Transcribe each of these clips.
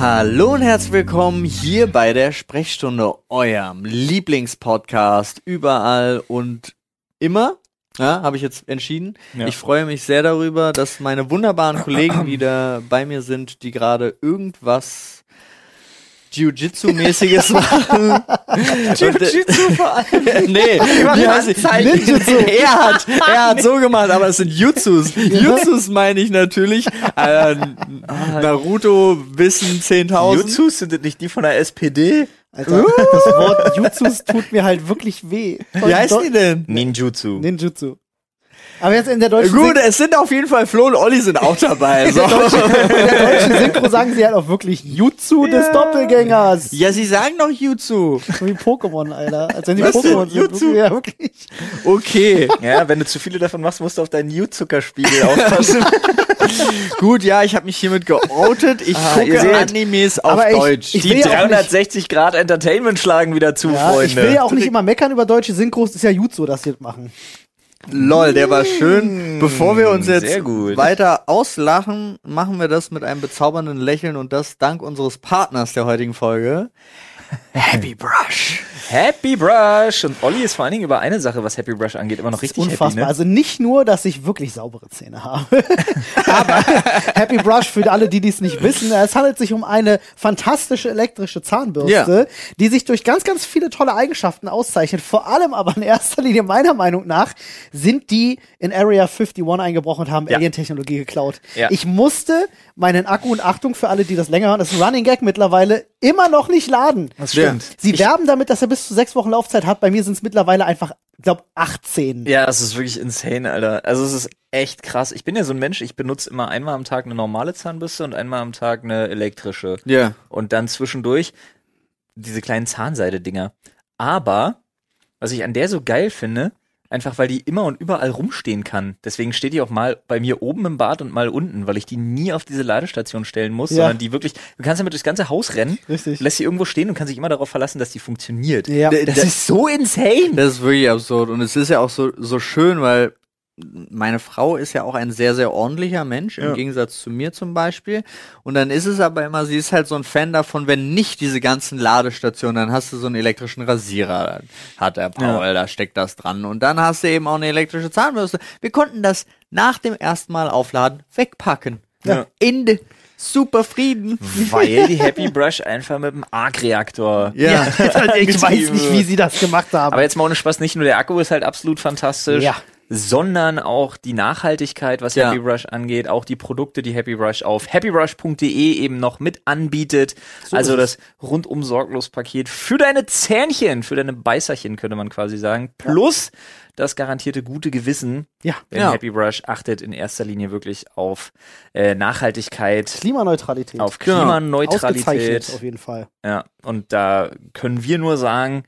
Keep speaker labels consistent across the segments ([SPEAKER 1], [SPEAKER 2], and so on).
[SPEAKER 1] Hallo und herzlich willkommen hier bei der Sprechstunde, eurem Lieblingspodcast überall und immer. Ja, habe ich jetzt entschieden.
[SPEAKER 2] Ja.
[SPEAKER 1] Ich freue mich sehr darüber, dass meine wunderbaren Kollegen wieder bei mir sind, die gerade irgendwas Jiu-Jitsu-mäßiges machen. Jiu-Jitsu vor allem. nee, wie heißt ich?
[SPEAKER 3] Ninjutsu.
[SPEAKER 1] Er hat, er hat so gemacht, aber es sind Jutsus. Jutsus meine ich natürlich. Äh, Naruto Wissen 10.000.
[SPEAKER 2] Jutsus sind das nicht die von der SPD?
[SPEAKER 1] Uh.
[SPEAKER 3] Alter, das Wort Jutsus tut mir halt wirklich weh.
[SPEAKER 1] Wie heißt die denn?
[SPEAKER 2] Ninjutsu.
[SPEAKER 3] Ninjutsu. Aber jetzt in der deutschen,
[SPEAKER 1] Gut, es sind auf jeden Fall Flo und Olli sind auch dabei. So.
[SPEAKER 3] Syn
[SPEAKER 1] äh.
[SPEAKER 3] in der deutschen Synchro sagen sie halt auch wirklich Jutsu des Doppelgängers.
[SPEAKER 1] ja, sie sagen doch Jutsu.
[SPEAKER 3] So wie Pokémon, Alter. Als wenn die
[SPEAKER 1] Was denn?
[SPEAKER 3] Pokémon sind.
[SPEAKER 1] Jutsu?
[SPEAKER 3] Ja, wirklich.
[SPEAKER 1] Okay.
[SPEAKER 2] Ja, wenn du zu viele davon machst, musst du auf deinen Jutzuckerspiegel aufpassen.
[SPEAKER 1] Gut, ja, ich habe mich hiermit geoutet. Ich
[SPEAKER 2] Ah, ihr
[SPEAKER 1] gucke
[SPEAKER 2] seht.
[SPEAKER 1] Animes auf
[SPEAKER 3] Aber ich-
[SPEAKER 1] Deutsch.
[SPEAKER 3] ich-
[SPEAKER 2] die
[SPEAKER 3] will ja auch
[SPEAKER 2] 360 Grad Entertainment schlagen wieder zu,
[SPEAKER 3] Ja,
[SPEAKER 2] Freunde.
[SPEAKER 3] ich will ja auch nicht immer meckern über deutsche Synchros, ist ja Jutsu, dass sie das machen.
[SPEAKER 1] Lol, der war schön. Bevor wir uns jetzt
[SPEAKER 2] Mm, sehr gut.
[SPEAKER 1] weiter auslachen, machen wir das mit einem bezaubernden Lächeln und das dank unseres Partners der heutigen Folge. Happy Brush.
[SPEAKER 2] Happy Brush. Und Olli ist vor allen Dingen über eine Sache, was Happy Brush angeht, immer noch richtig
[SPEAKER 3] Unfassbar.
[SPEAKER 2] happy. Ne?
[SPEAKER 3] Also nicht nur, dass ich wirklich saubere Zähne habe, aber Happy Brush für alle, die dies nicht wissen, es handelt sich um eine fantastische elektrische Zahnbürste, die sich durch ganz, ganz viele tolle Eigenschaften auszeichnet. Vor allem aber in erster Linie meiner Meinung nach sind die in Area 51 eingebrochen und haben
[SPEAKER 2] Ja.
[SPEAKER 3] Alien-Technologie geklaut.
[SPEAKER 2] Ja.
[SPEAKER 3] Ich musste meinen Akku und Achtung für alle, die das länger hören, das ist ein Running Gag mittlerweile immer noch nicht laden.
[SPEAKER 2] das stimmt.
[SPEAKER 3] Sie werben damit, dass er bis zu sechs Wochen Laufzeit hat. Bei mir sind es mittlerweile einfach, glaub, 18.
[SPEAKER 2] Ja, das ist wirklich insane, Alter. Also es ist echt krass. Ich bin ja so ein Mensch, ich benutze immer einmal am Tag eine normale Zahnbürste und einmal am Tag eine elektrische.
[SPEAKER 1] Ja.
[SPEAKER 2] und dann zwischendurch diese kleinen Zahnseide-Dinger. Aber, was ich an der so geil finde, einfach weil die immer und überall rumstehen kann. Deswegen steht die auch mal bei mir oben im Bad und mal unten, weil ich die nie auf diese Ladestation stellen muss,
[SPEAKER 3] Ja.
[SPEAKER 2] sondern die wirklich, du kannst damit durchs ganze Haus rennen,
[SPEAKER 3] Richtig.
[SPEAKER 2] lässt sie irgendwo stehen und kannst dich immer darauf verlassen, dass die funktioniert.
[SPEAKER 3] Ja.
[SPEAKER 2] Das ist so insane.
[SPEAKER 1] Das ist wirklich absurd. Und es ist ja auch so, so schön, weil meine Frau ist ja auch ein sehr, sehr ordentlicher Mensch, im Gegensatz zu mir zum Beispiel. Und dann ist es aber immer, sie ist halt so ein Fan davon, wenn nicht diese ganzen Ladestationen, dann hast du so einen elektrischen Rasierer, hat der Paul, da steckt das dran. Und dann hast du eben auch eine elektrische Zahnbürste. Wir konnten das nach dem ersten Mal aufladen wegpacken.
[SPEAKER 2] Ja.
[SPEAKER 1] Ende. Super Frieden.
[SPEAKER 2] Weil die Happy Brush einfach mit dem Arc-Reaktor
[SPEAKER 1] Ja.
[SPEAKER 3] ich weiß nicht, wie sie das gemacht haben.
[SPEAKER 2] Aber jetzt mal ohne Spaß, nicht nur der Akku ist halt absolut fantastisch,
[SPEAKER 3] Ja.
[SPEAKER 2] sondern auch die Nachhaltigkeit, was
[SPEAKER 1] Ja.
[SPEAKER 2] Happy Brush angeht, auch die Produkte, die Happy Brush auf happybrush.de eben noch mit anbietet. also das rundum sorglos Paket für deine Zähnchen, für deine Beißerchen könnte man quasi sagen, plus das garantierte gute Gewissen.
[SPEAKER 3] ja.
[SPEAKER 2] Denn
[SPEAKER 1] Ja.
[SPEAKER 2] Happy Brush achtet in erster Linie wirklich auf äh, Nachhaltigkeit,
[SPEAKER 3] Klimaneutralität.
[SPEAKER 2] auf
[SPEAKER 1] Genau.
[SPEAKER 2] Klimaneutralität.
[SPEAKER 3] Ausgezeichnet auf jeden Fall.
[SPEAKER 2] Ja, und da können wir nur sagen,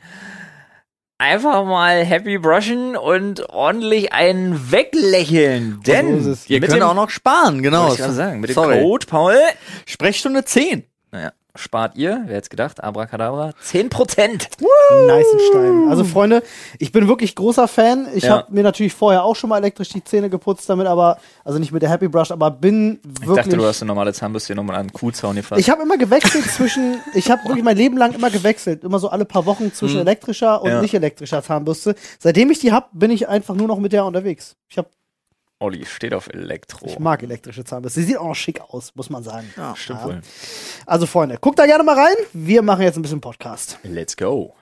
[SPEAKER 2] einfach mal happy brushen und ordentlich einen weglächeln. Denn
[SPEAKER 3] so ist es.
[SPEAKER 1] Ihr
[SPEAKER 2] mit
[SPEAKER 1] könnt
[SPEAKER 2] dem,
[SPEAKER 1] auch noch sparen, genau.
[SPEAKER 2] wollte ich gerade sagen, mit dem
[SPEAKER 1] Sorry.
[SPEAKER 2] Code Paul,
[SPEAKER 1] Sprechstunde 10.
[SPEAKER 2] naja, spart ihr, wer hätte gedacht, Abracadabra, 10%.
[SPEAKER 3] Nice Stein. Also Freunde, ich bin wirklich großer Fan. Ich
[SPEAKER 2] Ja.
[SPEAKER 3] habe mir natürlich vorher auch schon mal elektrisch die Zähne geputzt damit, aber also nicht mit der Happy Brush, aber bin wirklich
[SPEAKER 2] Ich dachte, du hast eine normale Zahnbürste nochmal an den um Kuhzaun gefasst.
[SPEAKER 3] Ich habe immer gewechselt zwischen, ich habe wirklich mein Leben lang immer gewechselt, immer so alle paar Wochen zwischen elektrischer und
[SPEAKER 2] Mhm. Ja.
[SPEAKER 3] nicht elektrischer Zahnbürste. Seitdem ich die hab, bin ich einfach nur noch mit der unterwegs. Ich hab,
[SPEAKER 2] Olli steht auf Elektro.
[SPEAKER 3] ich mag elektrische Zahnbürste. Sie sieht auch noch schick aus, muss man sagen.
[SPEAKER 2] Stimmt
[SPEAKER 3] Ja.
[SPEAKER 2] wohl.
[SPEAKER 3] Also Freunde, guckt da gerne mal rein. Wir machen jetzt ein bisschen Podcast.
[SPEAKER 2] Let's go.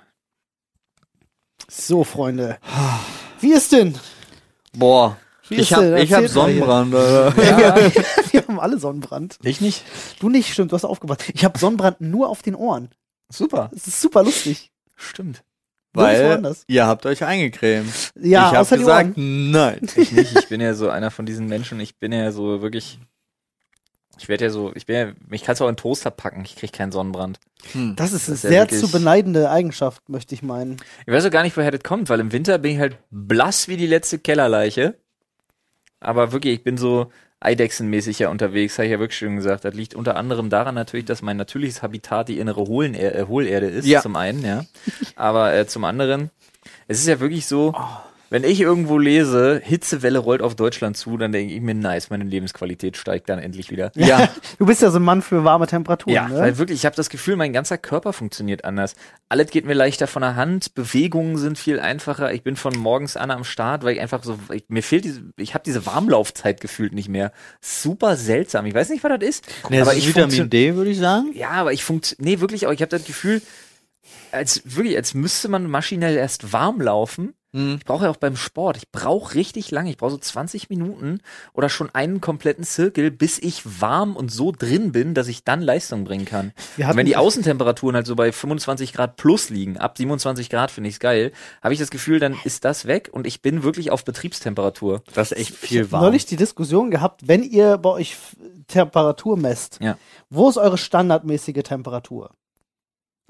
[SPEAKER 3] So Freunde, wie ist denn?
[SPEAKER 1] Boah.
[SPEAKER 3] Wie
[SPEAKER 1] Ich
[SPEAKER 3] ist
[SPEAKER 1] hab,
[SPEAKER 3] denn?
[SPEAKER 1] ich hab
[SPEAKER 3] Erzählt mal hier.
[SPEAKER 1] Sonnenbrand, Alter.
[SPEAKER 3] Wir haben alle Sonnenbrand.
[SPEAKER 2] Ich nicht.
[SPEAKER 3] Du nicht, stimmt, du hast aufgepasst. Ich habe Sonnenbrand nur auf den Ohren.
[SPEAKER 2] Super.
[SPEAKER 3] Das ist super lustig.
[SPEAKER 2] Stimmt.
[SPEAKER 3] Nirgendwo
[SPEAKER 1] Weil
[SPEAKER 3] anders.
[SPEAKER 1] ihr habt euch eingecremt.
[SPEAKER 3] Ja,
[SPEAKER 1] ich hab
[SPEAKER 3] außer die
[SPEAKER 1] gesagt,
[SPEAKER 3] Ohren.
[SPEAKER 1] nein.
[SPEAKER 2] Ich nicht. Ich bin ja so einer von diesen Menschen. Ich bin ja so wirklich. Ich werde ja so, ich bin ja, mich kannst du auch in den Toaster packen, ich krieg keinen Sonnenbrand.
[SPEAKER 3] Das ist eine
[SPEAKER 2] Das ist ja
[SPEAKER 3] sehr
[SPEAKER 2] wirklich-
[SPEAKER 3] zu beneidende Eigenschaft, möchte ich meinen.
[SPEAKER 2] Ich weiß auch gar nicht, woher das kommt, weil im Winter bin ich halt blass wie die letzte Kellerleiche. Aber wirklich, ich bin so Eidechsenmäßig ja unterwegs, habe ich ja wirklich schon gesagt. Das liegt unter anderem daran natürlich, dass mein natürliches Habitat die innere Hohlener äh, Hohlerde ist,
[SPEAKER 1] Ja.
[SPEAKER 2] zum einen, ja. Aber äh, zum anderen, es ist ja wirklich so, Wenn ich irgendwo lese, Hitzewelle rollt auf Deutschland zu, dann denke ich mir, nice, meine Lebensqualität steigt dann endlich wieder.
[SPEAKER 1] Ja.
[SPEAKER 3] Du bist ja so ein Mann für warme Temperaturen,
[SPEAKER 2] Ja,
[SPEAKER 3] ne?
[SPEAKER 2] weil wirklich, ich habe das Gefühl, mein ganzer Körper funktioniert anders. Alles geht mir leichter von der Hand, Bewegungen sind viel einfacher. Ich bin von morgens an am Start, weil ich einfach so, ich, mir fehlt diese, ich habe diese Warmlaufzeit gefühlt nicht mehr. Super seltsam. Ich weiß nicht, was das ist.
[SPEAKER 1] Nee, aber
[SPEAKER 2] aber
[SPEAKER 1] ist
[SPEAKER 2] ich
[SPEAKER 1] Vitamin
[SPEAKER 2] funktio-
[SPEAKER 1] D, würde ich sagen.
[SPEAKER 2] Ja, aber ich funktioniere, nee, wirklich, aber ich habe das Gefühl, als wirklich, als müsste man maschinell erst warm laufen. Ich brauche ja auch beim Sport, ich brauche richtig lange, ich brauche so 20 Minuten oder schon einen kompletten Zirkel, bis ich warm und so drin bin, dass ich dann Leistung bringen kann.
[SPEAKER 3] Wir
[SPEAKER 2] Und wenn die
[SPEAKER 3] hatten-
[SPEAKER 2] Außentemperaturen halt so bei 25 Grad plus liegen, ab 27 Grad finde ich es geil, habe ich das Gefühl, dann ist das weg und ich bin wirklich auf Betriebstemperatur.
[SPEAKER 1] Das ist echt viel warm.
[SPEAKER 3] neulich die Diskussion gehabt, wenn ihr bei euch F- Temperatur messt,
[SPEAKER 2] Ja.
[SPEAKER 3] wo ist eure standardmäßige Temperatur?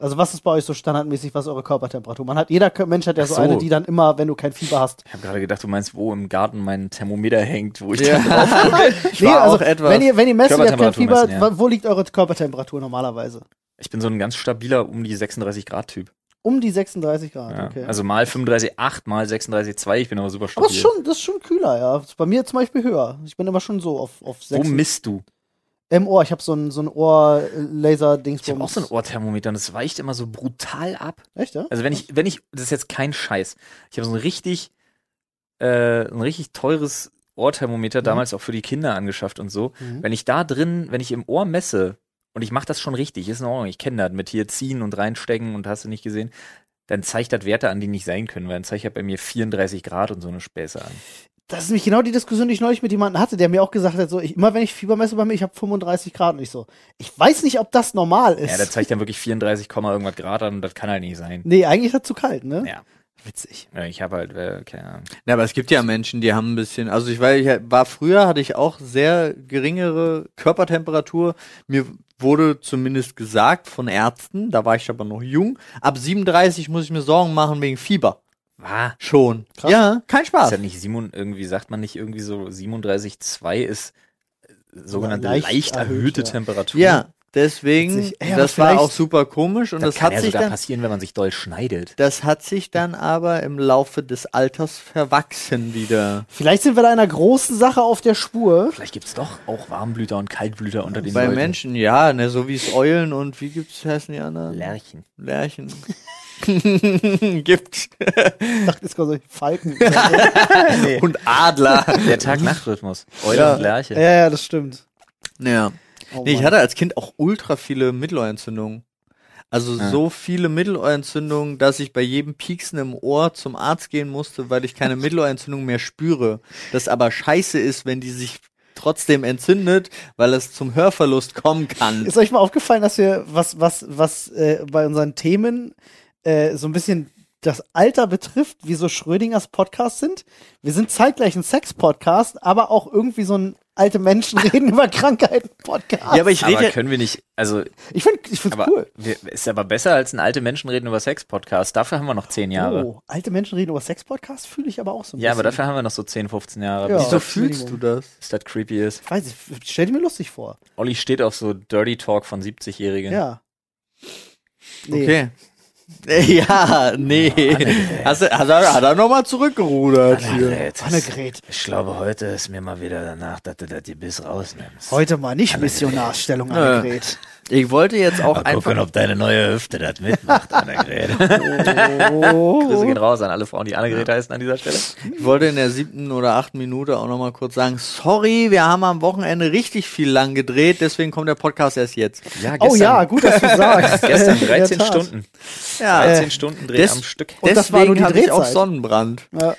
[SPEAKER 3] Also was ist bei euch so standardmäßig, was ist eure Körpertemperatur? Man hat, jeder Kö- Mensch hat ja so,
[SPEAKER 2] Ach so.
[SPEAKER 3] eine, die dann immer, wenn du kein Fieber hast.
[SPEAKER 2] Ich habe gerade gedacht, du meinst, wo im Garten mein Thermometer hängt, wo ich
[SPEAKER 1] Ja.
[SPEAKER 2] dann drauf
[SPEAKER 1] Ich war auch etwas-
[SPEAKER 3] also wenn ihr, wenn ihr messt, ihr habt kein
[SPEAKER 2] Körpertemperatur
[SPEAKER 3] Fieber,
[SPEAKER 2] messen, ja.
[SPEAKER 3] wa- wo liegt eure Körpertemperatur normalerweise?
[SPEAKER 2] Ich bin so ein ganz stabiler um die 36 Grad Typ.
[SPEAKER 3] Um die 36 Grad,
[SPEAKER 2] Ja.
[SPEAKER 3] okay.
[SPEAKER 2] Also mal 35,8 mal 36,2. Ich bin aber super stabil.
[SPEAKER 3] aber es ist schon, das ist schon kühler, ja. Ist Bei mir zum Beispiel höher. Ich bin immer schon so auf, auf
[SPEAKER 2] Wo
[SPEAKER 3] 6.
[SPEAKER 2] misst du?
[SPEAKER 3] Im Ohr, ich habe so ein, äh, so ein Ohr-Laser-Dingsbums.
[SPEAKER 2] Ich habe auch so ein Ohrthermometer und es weicht immer so brutal ab.
[SPEAKER 3] Echt, ja?
[SPEAKER 2] Also wenn ich, wenn ich, das ist jetzt kein Scheiß. Ich habe so ein richtig, äh, ein richtig teures Ohrthermometer damals auch für die Kinder angeschafft und so.
[SPEAKER 3] Mhm.
[SPEAKER 2] Wenn ich da drin, wenn ich im Ohr messe und ich mache das schon richtig, ist in Ordnung, ich kenne das mit hier ziehen und reinstecken und hast du nicht gesehen, dann zeigt das Werte an, die nicht sein können, weil dann zeigt ja bei mir 34 Grad und so eine Späße an.
[SPEAKER 3] Das ist nämlich genau die Diskussion, die ich neulich mit jemandem hatte, der mir auch gesagt hat, so, ich, immer wenn ich Fieber messe bei mir, ich habe 35 Grad und ich so, ich weiß nicht, ob das normal ist.
[SPEAKER 2] Ja, der zeigt dann wirklich 34, Komma irgendwas Grad an und das kann halt nicht sein.
[SPEAKER 3] nee, eigentlich ist das zu kalt, ne?
[SPEAKER 2] Ja.
[SPEAKER 3] Witzig.
[SPEAKER 2] Ja, Ich habe halt, äh, keine Ahnung.
[SPEAKER 1] Ja, aber es gibt ja Menschen, die haben ein bisschen, also ich weiß, ich war früher, hatte ich auch sehr geringere Körpertemperatur. Mir wurde zumindest gesagt von Ärzten, da war ich aber noch jung, ab 37 muss ich mir Sorgen machen wegen Fieber.
[SPEAKER 2] War.
[SPEAKER 1] Schon.
[SPEAKER 3] Krass.
[SPEAKER 1] Ja, kein
[SPEAKER 2] Ist
[SPEAKER 1] Spaß.
[SPEAKER 2] ja nicht Simon, irgendwie sagt man nicht irgendwie so 37,2 ist äh, sogenannte
[SPEAKER 3] Leicht
[SPEAKER 2] leicht,
[SPEAKER 3] erhöht,
[SPEAKER 2] erhöhte
[SPEAKER 3] ja.
[SPEAKER 2] Temperatur.
[SPEAKER 1] Ja, deswegen,
[SPEAKER 3] Witzig. Ey, aber
[SPEAKER 1] das war
[SPEAKER 3] vielleicht-
[SPEAKER 1] auch super komisch und das,
[SPEAKER 2] Das, kann
[SPEAKER 1] hat
[SPEAKER 2] ja
[SPEAKER 1] sich
[SPEAKER 2] sogar
[SPEAKER 1] dann,
[SPEAKER 2] passieren, wenn man sich doll schneidet.
[SPEAKER 1] das hat sich dann aber im Laufe des Alters verwachsen wieder.
[SPEAKER 3] Vielleicht sind wir da einer großen Sache auf der Spur.
[SPEAKER 2] Vielleicht gibt's doch auch Warmblüter und Kaltblüter unter den
[SPEAKER 1] Bei
[SPEAKER 2] Leuten.
[SPEAKER 1] Menschen, ja, ne, so wie es Eulen und wie gibt's, heißen die anderen?
[SPEAKER 2] Lerchen.
[SPEAKER 1] Lerchen. Gibt.
[SPEAKER 3] Ich dachte, es kommen so Falken.
[SPEAKER 1] Und Adler.
[SPEAKER 2] Der Tag-Nacht-Rhythmus. Eule
[SPEAKER 1] Ja.
[SPEAKER 2] und Lerche.
[SPEAKER 3] ja, ja, das stimmt.
[SPEAKER 1] ja.
[SPEAKER 3] Oh,
[SPEAKER 1] Nee, ich
[SPEAKER 3] Mann.
[SPEAKER 1] hatte als Kind auch ultra viele Mittelohrentzündungen. Also
[SPEAKER 2] Ja.
[SPEAKER 1] so viele Mittelohrentzündungen, dass ich bei jedem Pieksen im Ohr zum Arzt gehen musste, weil ich keine Mittelohrentzündung mehr spüre. Das aber scheiße ist, wenn die sich trotzdem entzündet, weil es zum Hörverlust kommen kann.
[SPEAKER 3] Ist euch mal aufgefallen, dass wir was, was, was äh, bei unseren Themen äh, so ein bisschen das Alter betrifft, wie so Schrödingers Podcasts sind? Wir sind zeitgleich ein Sex-Podcast, aber auch irgendwie so ein alte Menschen reden über Krankheiten-Podcast.
[SPEAKER 1] Ja, aber ich
[SPEAKER 2] Aber
[SPEAKER 1] rede.
[SPEAKER 2] können wir nicht, also,
[SPEAKER 3] ich finde ich find's
[SPEAKER 2] aber
[SPEAKER 3] cool.
[SPEAKER 2] wir, ist aber besser als ein alte Menschen reden über Sex-Podcast. Dafür haben wir noch zehn Jahre.
[SPEAKER 3] Oh, alte Menschen reden über Sex-Podcast fühle ich aber auch so ein
[SPEAKER 2] Ja, aber
[SPEAKER 3] bisschen.
[SPEAKER 2] dafür haben wir noch so 10, 15 Jahre,
[SPEAKER 3] Ja.
[SPEAKER 2] bis
[SPEAKER 1] Wieso
[SPEAKER 2] das,
[SPEAKER 1] fühlst du das?
[SPEAKER 2] bis das creepy ist.
[SPEAKER 3] Ich weiß ich, stell dir mir lustig vor.
[SPEAKER 2] Olli steht auf so Dirty Talk von 70-Jährigen.
[SPEAKER 3] Ja. Nee.
[SPEAKER 1] Okay. Ja, nee. Hast du, hat er, hat er nochmal zurückgerudert hier.
[SPEAKER 3] Annegret,
[SPEAKER 2] Ich glaube, heute ist mir mal wieder danach, dass du das Gebiss rausnimmst.
[SPEAKER 3] heute mal nicht Missionarstellung, Annegret.
[SPEAKER 1] Ich wollte jetzt auch einfach.
[SPEAKER 2] ob deine neue Hüfte das mitmacht, Annegret. Grüße
[SPEAKER 3] Oh.
[SPEAKER 2] gehen raus an alle Frauen, die Annegret heißen an dieser Stelle.
[SPEAKER 1] Ich wollte in der siebten oder achten Minute auch nochmal kurz sagen, sorry, wir haben am Wochenende richtig viel lang gedreht, deswegen kommt der Podcast erst jetzt.
[SPEAKER 2] Ja, gestern,
[SPEAKER 3] oh ja, gut, dass du sagst.
[SPEAKER 2] Gestern
[SPEAKER 3] In der
[SPEAKER 2] 13
[SPEAKER 3] Tat. Äh,
[SPEAKER 2] Stunden.
[SPEAKER 1] Ja,
[SPEAKER 2] 13 Stunden Dreh
[SPEAKER 1] des-
[SPEAKER 2] am Stück.
[SPEAKER 3] Und das war
[SPEAKER 1] deswegen
[SPEAKER 3] nur die
[SPEAKER 1] hatte ich auch
[SPEAKER 3] Drehzeit.
[SPEAKER 1] Sonnenbrand.
[SPEAKER 3] Ja.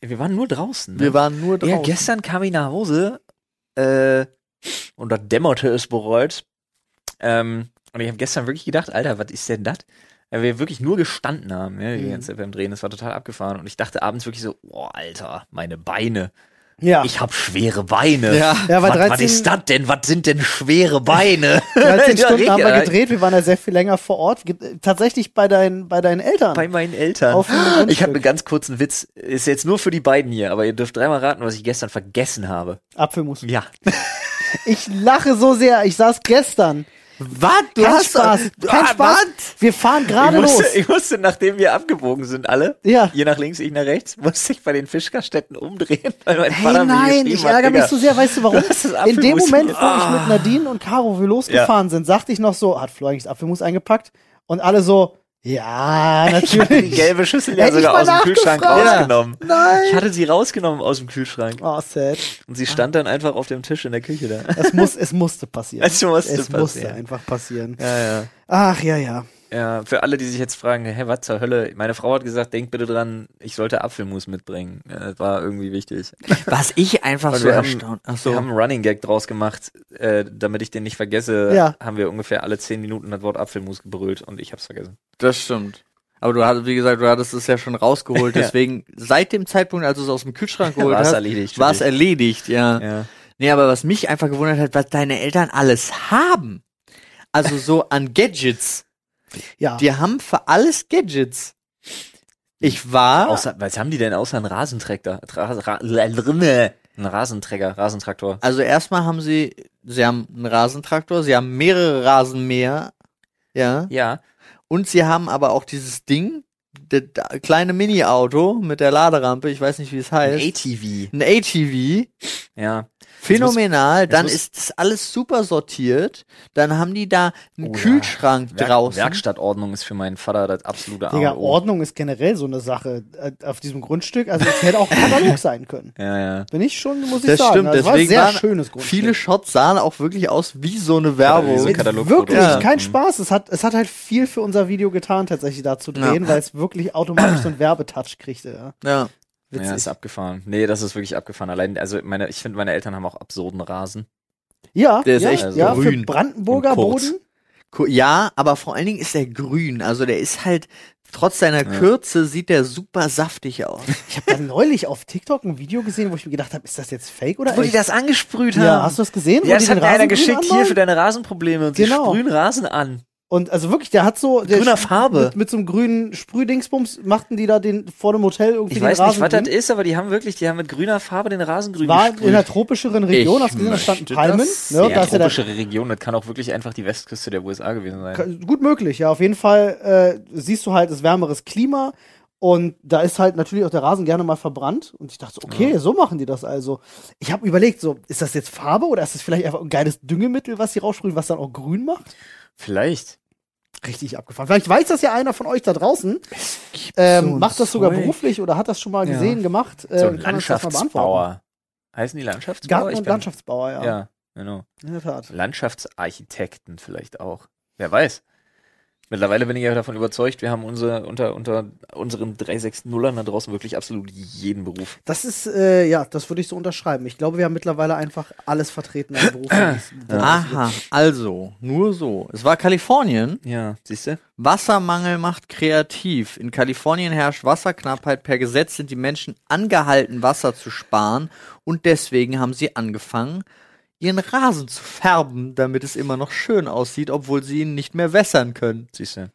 [SPEAKER 2] Wir waren nur draußen. ne?
[SPEAKER 1] Wir waren nur draußen.
[SPEAKER 2] Ja, gestern kam ich nach Hause äh, und da dämmerte es bereut. Ähm, und ich habe gestern wirklich gedacht, Alter, was ist denn das? Weil wir wirklich nur gestanden haben, ja, die
[SPEAKER 3] Mhm.
[SPEAKER 2] ganze Zeit beim Drehen. Das war total abgefahren. Und ich dachte abends wirklich so, oh, Alter, meine Beine.
[SPEAKER 3] Ja.
[SPEAKER 2] Ich habe schwere Beine.
[SPEAKER 1] Ja.
[SPEAKER 3] Ja, weil
[SPEAKER 2] was,
[SPEAKER 3] 13
[SPEAKER 2] was ist das denn? Was sind denn schwere Beine?
[SPEAKER 3] 13
[SPEAKER 2] Ja,
[SPEAKER 3] Stunden haben wir
[SPEAKER 2] Alter.
[SPEAKER 3] gedreht, wir waren ja sehr viel länger vor Ort. Gibt- äh, Tatsächlich bei, dein, bei deinen Eltern.
[SPEAKER 2] Bei meinen Eltern.
[SPEAKER 3] Auf dem
[SPEAKER 2] ich habe
[SPEAKER 3] Grundstück.
[SPEAKER 2] einen ganz kurzen Witz. Ist jetzt nur für die beiden hier, aber ihr dürft dreimal raten, was ich gestern vergessen habe.
[SPEAKER 3] Apfelmus.
[SPEAKER 2] Ja.
[SPEAKER 3] Ich lache so sehr. Ich saß gestern
[SPEAKER 1] Was? Du
[SPEAKER 3] Kein
[SPEAKER 1] hast
[SPEAKER 3] Spaß. Kein
[SPEAKER 1] Ah,
[SPEAKER 3] Spaß. Wir fahren gerade
[SPEAKER 2] ich, musste,
[SPEAKER 3] los.
[SPEAKER 2] ich musste, nachdem wir abgebogen sind, alle,
[SPEAKER 3] Ja.
[SPEAKER 2] je nach links, ich nach rechts, musste ich bei den Fischgaststätten umdrehen, weil mein
[SPEAKER 3] Hey,
[SPEAKER 2] Vater mir
[SPEAKER 3] nein,
[SPEAKER 2] geschrieben
[SPEAKER 3] ich
[SPEAKER 2] hat,
[SPEAKER 3] ärgere mich
[SPEAKER 2] Digga.
[SPEAKER 3] so sehr, weißt du warum?
[SPEAKER 2] Du hast das
[SPEAKER 3] In dem
[SPEAKER 2] Apfelmus Ah. hier.
[SPEAKER 3] Moment, wo ich mit Nadine und Caro wir losgefahren sind, sagte ich noch so, hat Flo eigentlich das Apfelmus eingepackt? Und alle so, ja,
[SPEAKER 2] Ich hatte die
[SPEAKER 3] natürlich.
[SPEAKER 2] gelbe Schüssel ja
[SPEAKER 3] Hätte ich
[SPEAKER 2] sogar
[SPEAKER 3] mal
[SPEAKER 2] aus dem Kühlschrank
[SPEAKER 3] nachgefragt.
[SPEAKER 2] rausgenommen.
[SPEAKER 3] Nein.
[SPEAKER 2] Ich hatte sie rausgenommen aus dem Kühlschrank.
[SPEAKER 3] Oh, sad.
[SPEAKER 2] Und sie stand dann einfach auf dem Tisch in der Küche da.
[SPEAKER 3] Es, muss, es musste passieren.
[SPEAKER 2] Es musste
[SPEAKER 3] musste
[SPEAKER 2] passieren.
[SPEAKER 3] einfach passieren.
[SPEAKER 2] Ja, ja.
[SPEAKER 3] Ach, ja, ja.
[SPEAKER 2] Ja, für alle, die sich jetzt fragen, hä, was zur Hölle? Meine Frau hat gesagt, denkt bitte dran, ich sollte Apfelmus mitbringen. Ja, Das war irgendwie wichtig.
[SPEAKER 1] Was ich einfach
[SPEAKER 2] Weil
[SPEAKER 1] so
[SPEAKER 2] wir haben-
[SPEAKER 1] erstaunt. Ach
[SPEAKER 2] Wir
[SPEAKER 1] so.
[SPEAKER 2] haben einen Running Gag draus gemacht, äh, damit ich den nicht vergesse,
[SPEAKER 3] Ja.
[SPEAKER 2] haben wir ungefähr alle zehn Minuten das Wort Apfelmus gebrüllt und ich hab's vergessen.
[SPEAKER 1] Das stimmt. Aber du hattest, wie gesagt, du hattest es ja schon rausgeholt.
[SPEAKER 2] Ja.
[SPEAKER 1] Deswegen, seit dem Zeitpunkt, als du es aus dem Kühlschrank geholt
[SPEAKER 2] War's
[SPEAKER 1] hast,
[SPEAKER 2] erledigt für
[SPEAKER 1] war es
[SPEAKER 2] dich.
[SPEAKER 1] erledigt, ja.
[SPEAKER 2] Ja.
[SPEAKER 1] Nee, aber was mich einfach gewundert hat, was deine Eltern alles haben. Also so an Gadgets.
[SPEAKER 3] Ja.
[SPEAKER 1] Die haben für alles Gadgets. Ich
[SPEAKER 3] Ah.
[SPEAKER 1] war.
[SPEAKER 2] Außer, was haben die denn außer einen Rasenträger? Tra Ra Rinne. Ein Rasenträger, Rasentraktor.
[SPEAKER 1] Also erstmal haben sie, sie haben einen Rasentraktor, sie haben mehrere Rasenmäher, ja,
[SPEAKER 2] Ja.
[SPEAKER 1] und sie haben aber auch dieses Ding, das da- kleine Mini-Auto mit der Laderampe, ich weiß nicht, wie es
[SPEAKER 2] Ein
[SPEAKER 1] heißt.
[SPEAKER 2] ATV.
[SPEAKER 1] Ein ATV,
[SPEAKER 2] Ja.
[SPEAKER 1] phänomenal, dann
[SPEAKER 2] muss-
[SPEAKER 1] ist das alles super sortiert, dann haben die da einen
[SPEAKER 2] Oh ja.
[SPEAKER 1] Kühlschrank
[SPEAKER 2] Werk
[SPEAKER 1] draußen.
[SPEAKER 2] Werkstattordnung ist für meinen Vater das absolute A
[SPEAKER 3] Digga,
[SPEAKER 2] und O.
[SPEAKER 3] Ordnung ist generell so eine Sache äh, auf diesem Grundstück. Also es hätte auch ein Katalog sein können.
[SPEAKER 2] Ja, ja.
[SPEAKER 3] Bin ich schon, muss ich
[SPEAKER 1] Das
[SPEAKER 3] sagen.
[SPEAKER 1] stimmt,
[SPEAKER 3] also, es war ein
[SPEAKER 1] deswegen
[SPEAKER 3] sehr
[SPEAKER 1] waren
[SPEAKER 3] schönes Grundstück.
[SPEAKER 1] viele Shots sahen auch wirklich aus wie so eine
[SPEAKER 2] Wie so
[SPEAKER 1] Werbung.
[SPEAKER 2] ein
[SPEAKER 3] Mit
[SPEAKER 2] Katalogfoto.
[SPEAKER 3] wirklich,
[SPEAKER 1] Ja.
[SPEAKER 3] kein
[SPEAKER 2] Mhm.
[SPEAKER 3] Spaß. Es hat, es hat halt viel für unser Video getan, tatsächlich da zu drehen, weil es wirklich automatisch so einen Werbetouch kriegte. Ja.
[SPEAKER 1] Ja.
[SPEAKER 3] Witzig.
[SPEAKER 2] Ja, ist abgefahren. Nee, das ist wirklich abgefahren. Allein, also meine, ich finde, meine Eltern haben auch absurden Rasen.
[SPEAKER 3] Ja,
[SPEAKER 1] Der ist
[SPEAKER 3] ja,
[SPEAKER 1] echt
[SPEAKER 3] ja für
[SPEAKER 1] grün
[SPEAKER 3] Brandenburger
[SPEAKER 2] und kurz.
[SPEAKER 3] Boden.
[SPEAKER 1] Ko- Ja, aber vor allen Dingen ist er grün. Also der ist halt, trotz seiner
[SPEAKER 2] Ja.
[SPEAKER 1] Kürze sieht der super saftig aus.
[SPEAKER 3] Ich habe dann neulich auf TikTok ein Video gesehen, wo ich mir gedacht habe, ist das jetzt fake oder echt?
[SPEAKER 2] das angesprüht
[SPEAKER 3] ja, hast du das
[SPEAKER 2] Ja,
[SPEAKER 3] gesehen? Wo die
[SPEAKER 2] das
[SPEAKER 3] den
[SPEAKER 2] hat mir einer
[SPEAKER 3] Rasen grün
[SPEAKER 2] geschickt hier
[SPEAKER 3] anmalen?
[SPEAKER 2] für deine Rasenprobleme und
[SPEAKER 3] Genau.
[SPEAKER 2] sie sprühen Rasen an.
[SPEAKER 3] Und also wirklich, der hat so der
[SPEAKER 2] grüner
[SPEAKER 3] sch-
[SPEAKER 2] Farbe.
[SPEAKER 3] Mit, mit so einem grünen Sprühdingsbums machten die da den vor dem Hotel irgendwie
[SPEAKER 2] Ich
[SPEAKER 3] den
[SPEAKER 2] weiß nicht,
[SPEAKER 3] Rasen
[SPEAKER 2] was das
[SPEAKER 3] grün.
[SPEAKER 2] ist, aber die haben wirklich, die haben mit grüner Farbe den Rasen grün
[SPEAKER 3] War in einer
[SPEAKER 2] gesprüht.
[SPEAKER 3] tropischeren Region, hast du gesehen, da standen Palmen. Ne,
[SPEAKER 2] Ja,
[SPEAKER 3] und da ist ja der
[SPEAKER 2] tropische Region, das kann auch wirklich einfach die Westküste der USA gewesen sein.
[SPEAKER 3] Ka- Gut möglich, ja. Auf jeden Fall äh, siehst du halt das wärmeres Klima und da ist halt natürlich auch der Rasen gerne mal verbrannt. Und ich dachte, so, okay, so machen die das also. Ich habe überlegt, so, ist das jetzt Farbe oder ist das vielleicht einfach ein geiles Düngemittel, was sie raussprühen, was dann auch grün macht?
[SPEAKER 2] Vielleicht.
[SPEAKER 3] Richtig abgefahren. Vielleicht weiß das ja einer von euch da draußen. Ähm,
[SPEAKER 1] so ein
[SPEAKER 3] macht das sogar
[SPEAKER 1] Zeug.
[SPEAKER 3] beruflich oder hat das schon mal
[SPEAKER 2] Ja.
[SPEAKER 3] gesehen, gemacht? Äh,
[SPEAKER 2] So
[SPEAKER 3] und
[SPEAKER 2] ein
[SPEAKER 3] kann uns das mal beantworten.
[SPEAKER 2] Landschaftsbauer. Heißen die Landschaftsbauer?
[SPEAKER 3] Garten-
[SPEAKER 2] Ich
[SPEAKER 3] und
[SPEAKER 2] bin-
[SPEAKER 3] Landschaftsbauer, ja.
[SPEAKER 2] Ja, genau.
[SPEAKER 3] In der Tat.
[SPEAKER 2] Landschaftsarchitekten vielleicht auch. Wer weiß. Mittlerweile bin ich ja davon überzeugt, wir haben unsere, unter, unter unseren 360ern da draußen wirklich absolut jeden Beruf.
[SPEAKER 3] Das ist, äh, ja, das würde ich so unterschreiben. Ich glaube, wir haben mittlerweile einfach alles vertreten an Berufen. die es-
[SPEAKER 2] Ah,
[SPEAKER 1] Aha, also, nur so. Es war Kalifornien.
[SPEAKER 2] Ja, siehst du?
[SPEAKER 1] Wassermangel macht kreativ. In Kalifornien herrscht Wasserknappheit. Per Gesetz sind die Menschen angehalten, Wasser zu sparen. Und deswegen haben sie angefangen, ihren Rasen zu färben, damit es immer noch schön aussieht, obwohl sie ihn nicht mehr wässern können.
[SPEAKER 2] Siehst du.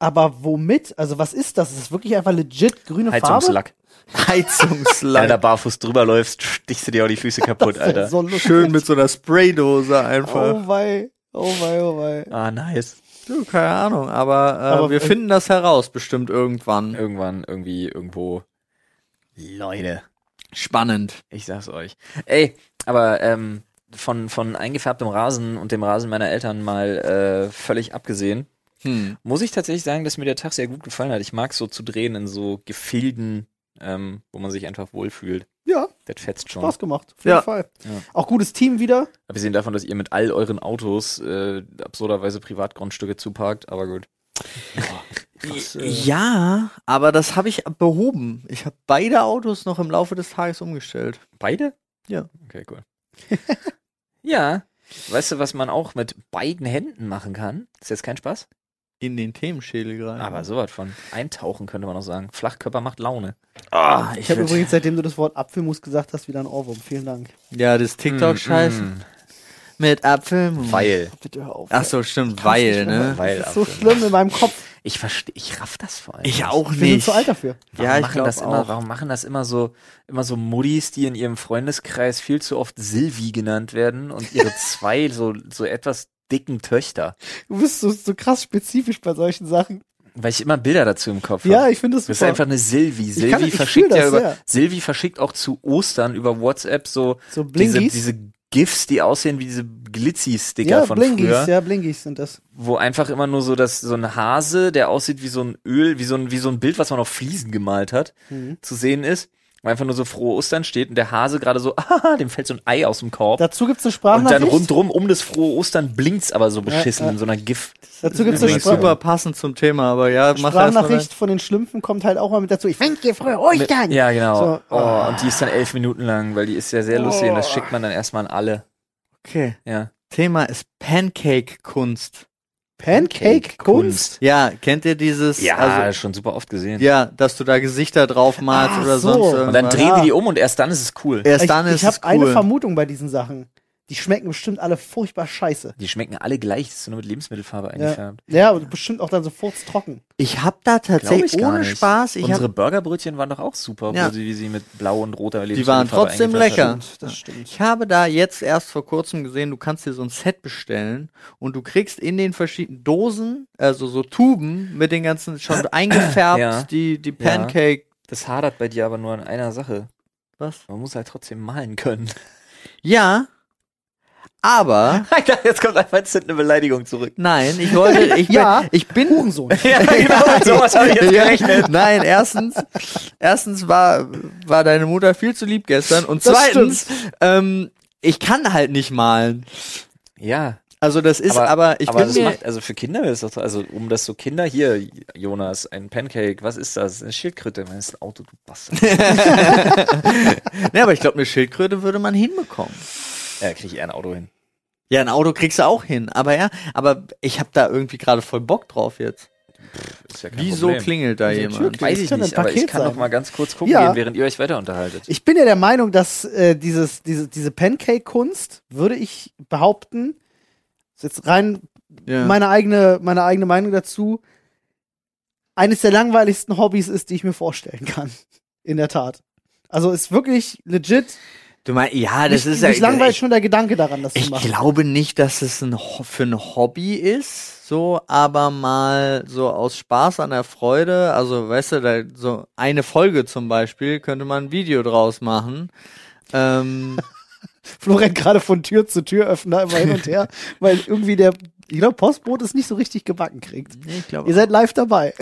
[SPEAKER 2] Aber
[SPEAKER 3] Aber womit? Also was ist das? Ist das wirklich einfach legit grüne Farbe?
[SPEAKER 2] Heizungslack. Wenn du da
[SPEAKER 1] Heizungslack.
[SPEAKER 2] barfuß drüber läufst, stichst du dir auch die Füße kaputt,
[SPEAKER 3] Das wär
[SPEAKER 2] Alter.
[SPEAKER 3] So lustig.
[SPEAKER 1] schön mit so einer Spraydose einfach.
[SPEAKER 3] Oh wei, oh wei, oh wei.
[SPEAKER 2] Ah, nice.
[SPEAKER 1] Du, keine Ahnung, aber, äh,
[SPEAKER 3] Aber,
[SPEAKER 1] wir
[SPEAKER 3] äh,
[SPEAKER 1] finden das heraus bestimmt irgendwann.
[SPEAKER 2] Irgendwann, irgendwie, irgendwo. Leute.
[SPEAKER 1] Spannend.
[SPEAKER 2] Ich sag's euch. Ey, aber ähm, von, von eingefärbtem Rasen und dem Rasen meiner Eltern mal äh, völlig abgesehen,
[SPEAKER 1] Hm.
[SPEAKER 2] muss ich tatsächlich sagen, dass mir der Tag sehr gut gefallen hat. Ich mag so zu drehen in so Gefilden, ähm, wo man sich einfach wohlfühlt.
[SPEAKER 3] Ja,
[SPEAKER 2] Das fetzt schon.
[SPEAKER 3] Spaß gemacht. Auf
[SPEAKER 1] Ja.
[SPEAKER 3] jeden Fall.
[SPEAKER 2] Ja.
[SPEAKER 3] Auch gutes Team wieder.
[SPEAKER 2] Abgesehen davon, dass ihr mit all euren Autos äh, absurderweise Privatgrundstücke zuparkt, aber gut.
[SPEAKER 1] äh, Ja, aber das habe ich behoben. Ich habe beide Autos noch im Laufe des Tages umgestellt.
[SPEAKER 2] Beide?
[SPEAKER 1] Ja.
[SPEAKER 2] Okay, cool. ja. Weißt du, was man auch mit beiden Händen machen kann? Ist jetzt kein Spaß?
[SPEAKER 1] In den Themenschädel gerade.
[SPEAKER 2] Aber sowas von. Eintauchen könnte man auch sagen. Flachkörper macht Laune.
[SPEAKER 1] Ah,
[SPEAKER 3] Ich habe übrigens, seitdem du das Wort Apfelmus gesagt hast, wieder einen Ohrwurm. Vielen Dank.
[SPEAKER 1] ja, das TikTok-Scheiß
[SPEAKER 2] Mm,
[SPEAKER 1] mit Apfel.
[SPEAKER 2] Weil.
[SPEAKER 3] Bitte hör auf.
[SPEAKER 1] Ach so, stimmt, weil, ne?
[SPEAKER 2] Weil
[SPEAKER 3] das ist so
[SPEAKER 2] Apfel.
[SPEAKER 3] schlimm in meinem Kopf.
[SPEAKER 2] Ich verstehe, ich raff das vor allem.
[SPEAKER 1] Ich auch
[SPEAKER 3] Wir sind
[SPEAKER 1] nicht.
[SPEAKER 3] zu alt dafür.
[SPEAKER 2] Warum
[SPEAKER 1] Ja, ich
[SPEAKER 2] machen
[SPEAKER 1] glaub
[SPEAKER 2] das immer,
[SPEAKER 1] auch.
[SPEAKER 2] warum machen das immer so, immer so Muddis, die in ihrem Freundeskreis viel zu oft Silvi genannt werden und ihre zwei so, so etwas dicken Töchter.
[SPEAKER 3] Du bist so, so krass spezifisch bei solchen Sachen.
[SPEAKER 2] Weil ich immer Bilder dazu im Kopf
[SPEAKER 3] Ja,
[SPEAKER 2] habe.
[SPEAKER 3] ich finde das
[SPEAKER 2] Das ist
[SPEAKER 3] super.
[SPEAKER 2] einfach eine Silvi.
[SPEAKER 3] kann-
[SPEAKER 2] Silvi
[SPEAKER 3] ich
[SPEAKER 2] verschickt
[SPEAKER 3] fühl das,
[SPEAKER 2] ja über,
[SPEAKER 3] ja.
[SPEAKER 2] Silvi verschickt auch zu Ostern über WhatsApp so,
[SPEAKER 3] so
[SPEAKER 2] diese,
[SPEAKER 3] Blingies.
[SPEAKER 2] diese GIFs, die aussehen wie diese Glitzy-Sticker
[SPEAKER 3] ja,
[SPEAKER 2] von
[SPEAKER 3] Blingies,
[SPEAKER 2] früher. Oh.
[SPEAKER 3] ja, Blingies sind das.
[SPEAKER 2] wo einfach immer nur so das so ein Hase, der aussieht wie so ein Öl, wie so ein wie so ein Bild, was man auf Fliesen gemalt hat,
[SPEAKER 3] Mhm.
[SPEAKER 2] zu sehen ist, wo einfach nur so frohe Ostern steht und der Hase gerade so, ah, dem fällt so ein Ei aus dem Korb
[SPEAKER 3] Dazu gibt's eine
[SPEAKER 2] und
[SPEAKER 3] Sprachnachricht.
[SPEAKER 2] dann rundrum um das frohe Ostern blinkt's aber so beschissen
[SPEAKER 3] ja.
[SPEAKER 2] in so einer GIF.
[SPEAKER 3] Dazu gibt's eine
[SPEAKER 1] Übrigens
[SPEAKER 3] Spra
[SPEAKER 1] super passend zum Thema, aber ja, mach erst mal
[SPEAKER 3] Sprachnachricht von den Schlümpfen kommt halt auch mal mit dazu. Ich wünsche dir frohe Ostern.
[SPEAKER 2] Ja, genau.
[SPEAKER 3] So, ah.
[SPEAKER 2] oh, und die ist dann elf Minuten lang, weil die ist ja sehr lustig und das schickt man dann erstmal an alle.
[SPEAKER 1] weiter. Okay.
[SPEAKER 2] Ja.
[SPEAKER 1] Thema ist Pancake-Kunst.
[SPEAKER 3] Pancake-Kunst.
[SPEAKER 1] Ja, kennt ihr dieses?
[SPEAKER 2] Ja,
[SPEAKER 1] Also,
[SPEAKER 2] schon super oft gesehen.
[SPEAKER 1] ja, dass du da Gesichter drauf malst
[SPEAKER 3] Ach
[SPEAKER 1] oder
[SPEAKER 3] so.
[SPEAKER 1] sonst
[SPEAKER 3] Und
[SPEAKER 2] Und dann
[SPEAKER 1] irgendwas.
[SPEAKER 2] drehen
[SPEAKER 3] Ja.
[SPEAKER 2] die die um und erst dann ist es cool.
[SPEAKER 1] Erst
[SPEAKER 3] Ich,
[SPEAKER 1] dann
[SPEAKER 3] ich
[SPEAKER 1] ist
[SPEAKER 3] habe
[SPEAKER 1] es
[SPEAKER 3] eine
[SPEAKER 1] cool.
[SPEAKER 3] Vermutung bei diesen Sachen. Die schmecken bestimmt alle furchtbar scheiße.
[SPEAKER 2] Die schmecken alle gleich, das ist nur mit Lebensmittelfarbe
[SPEAKER 3] Ja,
[SPEAKER 2] eingefärbt.
[SPEAKER 3] ja und bestimmt auch dann so furztrocken.
[SPEAKER 1] Ich habe da tatsächlich
[SPEAKER 2] Glaub ich gar
[SPEAKER 1] ohne
[SPEAKER 2] nicht.
[SPEAKER 1] Spaß. Ich
[SPEAKER 2] Unsere
[SPEAKER 1] hab,
[SPEAKER 2] Burgerbrötchen waren doch auch super,
[SPEAKER 1] Ja.
[SPEAKER 2] wo sie, wie sie mit blau und roter
[SPEAKER 1] die waren
[SPEAKER 2] Lebensmittelfarbe
[SPEAKER 1] trotzdem
[SPEAKER 2] eingefärbt
[SPEAKER 1] lecker.
[SPEAKER 2] hatten.
[SPEAKER 3] Das stimmt.
[SPEAKER 1] Ich habe da jetzt erst vor kurzem gesehen, du kannst dir so ein Set bestellen und du kriegst in den verschiedenen Dosen, also so Tuben mit den ganzen schon eingefärbt,
[SPEAKER 2] Ja.
[SPEAKER 1] die, die Pancake.
[SPEAKER 2] Das hadert bei dir aber nur an einer Sache.
[SPEAKER 1] Was?
[SPEAKER 2] Man muss halt trotzdem malen können.
[SPEAKER 1] Ja. Aber
[SPEAKER 2] Jetzt kommt einfach jetzt eine Beleidigung zurück.
[SPEAKER 1] nein, ich wollte, ich bin,
[SPEAKER 3] Ja.
[SPEAKER 1] ich bin
[SPEAKER 3] Hurensohn.
[SPEAKER 2] Ja, genau, mit sowas habe ich jetzt
[SPEAKER 1] Ja,
[SPEAKER 2] gerechnet.
[SPEAKER 1] Nein, erstens, erstens war, war deine Mutter viel zu lieb gestern und
[SPEAKER 3] Das
[SPEAKER 1] zweitens, ähm, ich kann halt nicht malen.
[SPEAKER 2] Ja,
[SPEAKER 1] Also das ist, aber, ich
[SPEAKER 2] aber
[SPEAKER 1] bin
[SPEAKER 2] das
[SPEAKER 1] mir,
[SPEAKER 2] macht, also für Kinder wäre das doch, also um das so Kinder, hier, Jonas, ein Pancake, was ist das? Eine Schildkröte, das ist ein Auto, du Bastard.
[SPEAKER 1] ne, aber ich glaube, eine Schildkröte würde man hinbekommen.
[SPEAKER 2] ja, kriege ich eher ein Auto hin.
[SPEAKER 1] Ja, ein Auto kriegst du auch hin, aber ja, aber ich habe da irgendwie gerade voll Bock drauf jetzt.
[SPEAKER 2] Ist ja kein
[SPEAKER 1] Wieso
[SPEAKER 2] Problem.
[SPEAKER 1] klingelt da
[SPEAKER 3] Natürlich.
[SPEAKER 1] jemand?
[SPEAKER 2] Weiß ich
[SPEAKER 3] Das kann
[SPEAKER 2] nicht,
[SPEAKER 3] ein
[SPEAKER 2] aber ich
[SPEAKER 3] Paket
[SPEAKER 2] kann
[SPEAKER 3] sein.
[SPEAKER 2] noch mal ganz kurz gucken
[SPEAKER 3] Ja.
[SPEAKER 2] gehen, während ihr euch weiter unterhaltet.
[SPEAKER 3] Ich bin ja der Meinung, dass äh, dieses, diese, diese Pancake-Kunst, würde ich behaupten, ist jetzt rein
[SPEAKER 1] Ja.
[SPEAKER 3] meine, eigene, meine eigene Meinung dazu, eines der langweiligsten Hobbys ist, die ich mir vorstellen kann. In der Tat. Also ist wirklich legit.
[SPEAKER 1] Du meinst, ja, das
[SPEAKER 3] mich,
[SPEAKER 1] ist ja.
[SPEAKER 3] mich langweilt
[SPEAKER 1] ich,
[SPEAKER 3] schon der Gedanke daran, das zu
[SPEAKER 1] ich
[SPEAKER 3] machen.
[SPEAKER 1] glaube nicht, dass es ein, Ho- für ein Hobby ist, so, aber mal so aus Spaß an der Freude, also weißt du, da, so eine Folge zum Beispiel, könnte man ein Video draus machen. Ähm,
[SPEAKER 3] Flo rennt gerade von Tür zu Tür, öffnet immer hin und her, weil irgendwie der, ich glaube, Postbote es nicht so richtig gebacken kriegt.
[SPEAKER 1] nee, ich glaube
[SPEAKER 3] Ihr seid live dabei.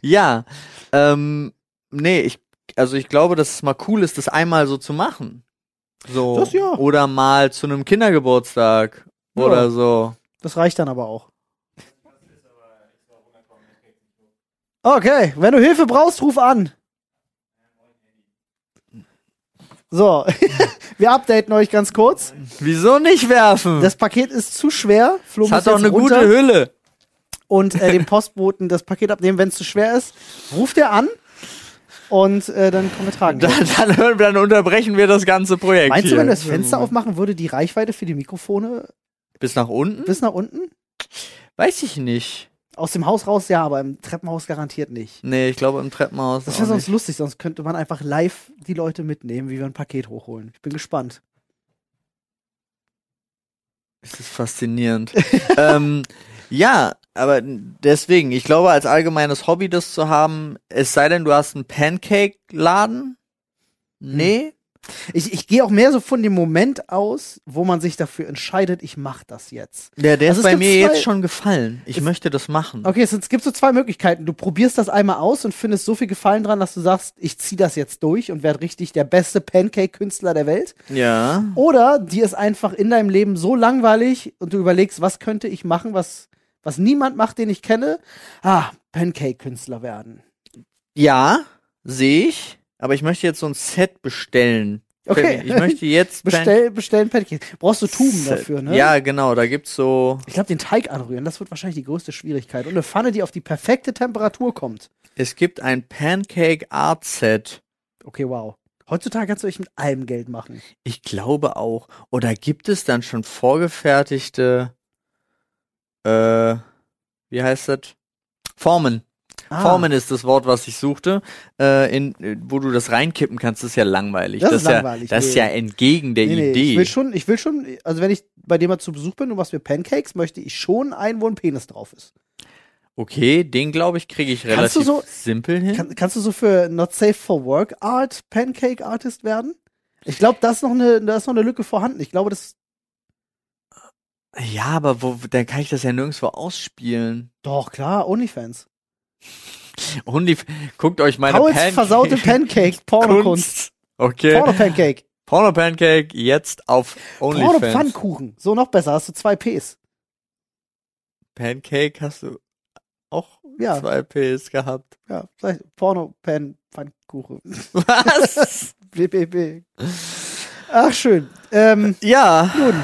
[SPEAKER 1] Ja, ähm, nee, ich, also ich glaube, dass es mal cool ist, das einmal so zu machen. So.
[SPEAKER 3] Das ja.
[SPEAKER 1] Oder mal zu einem Kindergeburtstag
[SPEAKER 3] Ja.
[SPEAKER 1] oder so.
[SPEAKER 3] Das reicht dann aber auch. Okay, wenn du Hilfe brauchst, ruf an. So, wir updaten euch ganz kurz.
[SPEAKER 1] Hm. Wieso nicht werfen?
[SPEAKER 3] Das Paket ist zu schwer. Flo
[SPEAKER 1] Das
[SPEAKER 3] muss
[SPEAKER 1] hat doch
[SPEAKER 3] jetzt
[SPEAKER 1] eine
[SPEAKER 3] runter
[SPEAKER 1] gute Hülle.
[SPEAKER 3] und äh, dem Postboten das Paket abnehmen. Wenn es zu schwer ist, ruft er an und äh, dann kommen wir tragen.
[SPEAKER 1] Dann, dann, hören wir- dann unterbrechen wir das ganze Projekt.
[SPEAKER 3] Meinst du,
[SPEAKER 1] hier. Hm.
[SPEAKER 3] wenn du das Fenster aufmachen würde, die Reichweite für die Mikrofone
[SPEAKER 1] Bis nach unten?
[SPEAKER 3] bis nach unten?
[SPEAKER 1] Weiß ich nicht.
[SPEAKER 3] Aus dem Haus raus, ja, aber im Treppenhaus garantiert nicht.
[SPEAKER 1] Nee, ich glaube im Treppenhaus.
[SPEAKER 3] Das
[SPEAKER 1] auch
[SPEAKER 3] wäre sonst
[SPEAKER 1] nicht.
[SPEAKER 3] lustig, sonst könnte man einfach live die Leute mitnehmen, wie wir ein Paket hochholen. Ich bin gespannt.
[SPEAKER 1] Das ist faszinierend. ähm, ja, aber deswegen, ich glaube, als allgemeines Hobby das zu haben, es sei denn, du hast einen Pancake-Laden. Nee.
[SPEAKER 3] Ich, ich gehe auch mehr so von dem Moment aus, wo man sich dafür entscheidet, ich mache das jetzt.
[SPEAKER 1] Der, der
[SPEAKER 3] Also
[SPEAKER 1] ist bei
[SPEAKER 3] es gibt
[SPEAKER 1] mir
[SPEAKER 3] zwei-
[SPEAKER 1] jetzt schon gefallen. Ich möchte das machen.
[SPEAKER 3] Okay, es, es gibt so zwei Möglichkeiten. Du probierst das einmal aus und findest so viel Gefallen dran, dass du sagst, ich ziehe das jetzt durch und werde richtig der beste Pancake-Künstler der Welt.
[SPEAKER 1] Ja.
[SPEAKER 3] Oder dir ist einfach in deinem Leben so langweilig und du überlegst, was könnte ich machen, was, was niemand macht, den ich kenne. Ah, Pancake-Künstler werden.
[SPEAKER 1] Ja, sehe ich. Aber ich möchte jetzt so ein Set bestellen.
[SPEAKER 3] Okay.
[SPEAKER 1] Ich möchte jetzt Pan-
[SPEAKER 3] Bestell, bestellen Pancakes. Brauchst du Tuben
[SPEAKER 1] Set.
[SPEAKER 3] dafür, ne?
[SPEAKER 1] Ja, genau. Da gibt's so.
[SPEAKER 3] Ich glaube, den Teig anrühren, das wird wahrscheinlich die größte Schwierigkeit. Und eine Pfanne, die auf die perfekte Temperatur kommt.
[SPEAKER 1] Es gibt ein Pancake Art Set.
[SPEAKER 3] Okay, wow. Heutzutage kannst du echt mit allem Geld machen.
[SPEAKER 1] Ich glaube auch. Oder gibt es dann schon vorgefertigte, äh, wie heißt das? Formen. Ah. Formen ist das Wort, was ich suchte, äh, in, wo du das reinkippen kannst, ist ja langweilig.
[SPEAKER 3] Das ist langweilig,
[SPEAKER 1] Ja, das ist
[SPEAKER 3] nee.
[SPEAKER 1] ja entgegen der
[SPEAKER 3] Nee, nee,
[SPEAKER 1] Idee.
[SPEAKER 3] Ich will schon, ich will schon, also wenn ich bei dem mal zu Besuch bin und was wir Pancakes, möchte ich schon einen, wo ein Penis drauf ist.
[SPEAKER 1] okay, den glaube ich, kriege ich
[SPEAKER 3] Kannst du
[SPEAKER 1] relativ
[SPEAKER 3] so-
[SPEAKER 1] simpel hin.
[SPEAKER 3] Kann, kannst du so für Not Safe for Work Art Pancake Artist werden? Ich glaube, da ist noch eine, da ist noch eine Lücke vorhanden. Ich glaube, das
[SPEAKER 1] ja, aber wo, dann kann ich das ja nirgendwo ausspielen.
[SPEAKER 3] doch klar OnlyFans.
[SPEAKER 1] Only, guckt euch meine
[SPEAKER 3] Pauls
[SPEAKER 1] Pancake-
[SPEAKER 3] versaute Pancake Pornokunst.
[SPEAKER 1] Okay.
[SPEAKER 3] Porno Pancake.
[SPEAKER 1] Porno Pancake jetzt auf
[SPEAKER 3] Porno
[SPEAKER 1] OnlyFans.
[SPEAKER 3] Pfannkuchen. So noch besser. Hast du zwei Ps.
[SPEAKER 1] Pancake hast du auch
[SPEAKER 3] Ja.
[SPEAKER 1] zwei Ps gehabt.
[SPEAKER 3] Ja, vielleicht Porno Pan Pfannkuchen.
[SPEAKER 1] Was?
[SPEAKER 3] BBB. Ach schön. Ähm,
[SPEAKER 1] ja,
[SPEAKER 3] nun,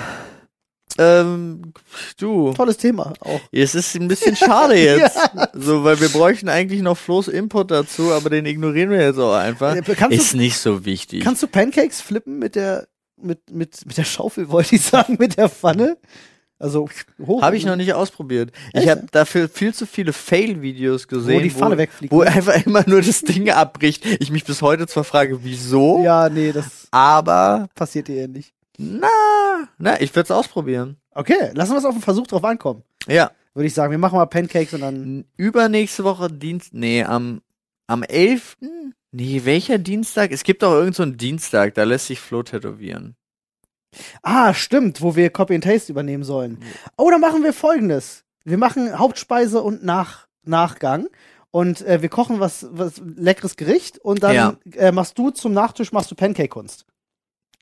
[SPEAKER 1] ähm, du.
[SPEAKER 3] tolles Thema auch.
[SPEAKER 1] Es ist ein bisschen schade jetzt. So, weil wir bräuchten eigentlich noch Flo's Input dazu, aber den ignorieren wir jetzt auch einfach.
[SPEAKER 3] Äh, kannst du-
[SPEAKER 1] Ist nicht so wichtig.
[SPEAKER 3] Kannst du Pancakes flippen mit der mit, mit, mit der Schaufel, wollte ich sagen, mit der Pfanne? Also hoch.
[SPEAKER 1] Habe ich noch nicht ausprobiert. Ich
[SPEAKER 3] Echt?
[SPEAKER 1] habe dafür viel zu viele Fail-Videos gesehen,
[SPEAKER 3] die Pfanne wegfliegt,
[SPEAKER 1] wo
[SPEAKER 3] ne?
[SPEAKER 1] einfach immer nur das Ding abbricht. Ich mich bis heute zwar frage, wieso,
[SPEAKER 3] Ja, nee, das
[SPEAKER 1] aber
[SPEAKER 3] passiert dir ja nicht.
[SPEAKER 1] na, na, ich würde es ausprobieren.
[SPEAKER 3] Okay, lassen wir es auf den Versuch drauf ankommen.
[SPEAKER 1] Ja,
[SPEAKER 3] Würde ich sagen, wir machen mal Pancakes und dann.
[SPEAKER 1] n- übernächste Woche Dienst, nee, am am 11. Nee, welcher Dienstag? Es gibt doch irgendeinen so einen Dienstag, da lässt sich Flo tätowieren.
[SPEAKER 3] Ah, stimmt, wo wir Copy and Taste übernehmen sollen. Oder machen wir folgendes. Wir machen Hauptspeise und Nach Nachgang. Und äh, wir kochen was, was leckeres Gericht und dann
[SPEAKER 1] Ja.
[SPEAKER 3] äh, machst du zum Nachtisch machst du Pancake-Kunst.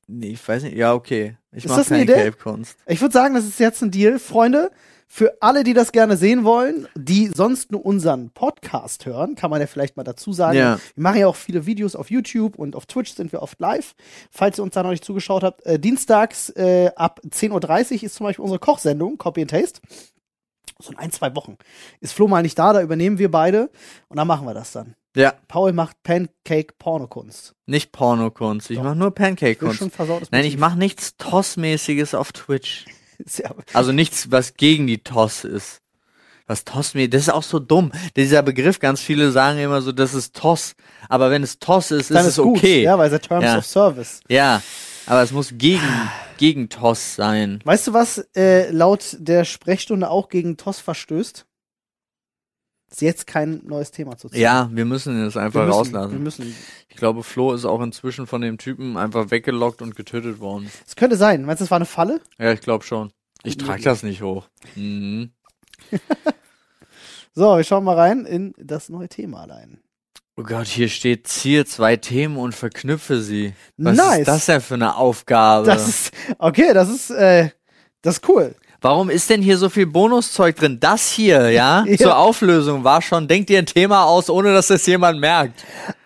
[SPEAKER 1] Nee, ich weiß nicht. Ja, okay. Ich
[SPEAKER 3] Ist
[SPEAKER 1] mache
[SPEAKER 3] das eine
[SPEAKER 1] keine
[SPEAKER 3] Idee?
[SPEAKER 1] Gelbkunst.
[SPEAKER 3] Ich würde sagen, das ist jetzt ein Deal, Freunde. Für alle, die das gerne sehen wollen, die sonst nur unseren Podcast hören, kann man ja vielleicht mal dazu sagen.
[SPEAKER 1] Ja.
[SPEAKER 3] Wir machen ja auch viele Videos auf YouTube und auf Twitch sind wir oft live. Falls ihr uns da noch nicht zugeschaut habt, äh, dienstags äh, ab 10.30 Uhr ist zum Beispiel unsere Kochsendung, Copy and Taste. So in ein, zwei Wochen. Ist Flo mal nicht da, da übernehmen wir beide und dann machen wir das dann.
[SPEAKER 1] Ja,
[SPEAKER 3] Paul macht Pancake-Pornokunst.
[SPEAKER 1] nicht Pornokunst. Ich
[SPEAKER 3] Doch.
[SPEAKER 1] mache nur
[SPEAKER 3] Ich will schon
[SPEAKER 1] Pancake-Kunst.
[SPEAKER 3] versautes
[SPEAKER 1] Nein, ich
[SPEAKER 3] Motiv.
[SPEAKER 1] mache nichts TOS-mäßiges auf Twitch.
[SPEAKER 3] Sehr-
[SPEAKER 1] Also nichts, was gegen die TOS ist. Was TOS mir, das ist auch so dumm. Dieser Begriff, ganz viele sagen immer so, das ist TOS. Aber wenn es TOS ist,
[SPEAKER 3] Dann
[SPEAKER 1] ist es okay.
[SPEAKER 3] Ja, weil es ja Terms
[SPEAKER 1] Ja.
[SPEAKER 3] of Service.
[SPEAKER 1] Ja, aber es muss gegen, gegen TOS sein.
[SPEAKER 3] Weißt du, was äh, laut der Sprechstunde auch gegen TOS verstößt? Ist jetzt kein neues Thema zu ziehen.
[SPEAKER 1] Ja, wir müssen das einfach
[SPEAKER 3] wir müssen, Wir
[SPEAKER 1] rauslassen.
[SPEAKER 3] müssen.
[SPEAKER 1] Ich glaube, Flo ist auch inzwischen von dem Typen einfach weggelockt und getötet worden.
[SPEAKER 3] Es könnte sein. Meinst du, das war eine Falle?
[SPEAKER 1] Ja, ich glaube schon. Ich
[SPEAKER 3] Guten
[SPEAKER 1] trage
[SPEAKER 3] Idee.
[SPEAKER 1] das nicht hoch. Mhm.
[SPEAKER 3] So, wir schauen mal rein in das neue Thema allein.
[SPEAKER 1] Oh Gott, hier steht, ziehe zwei Themen und verknüpfe sie. Was
[SPEAKER 3] Nice.
[SPEAKER 1] ist das denn für eine Aufgabe?
[SPEAKER 3] Das ist, okay, das ist, äh, das ist cool.
[SPEAKER 1] Warum ist denn hier so viel Bonuszeug drin? Das hier, ja,
[SPEAKER 3] Ja.
[SPEAKER 1] zur Auflösung war schon, denk dir ein Thema aus, ohne dass das jemand merkt.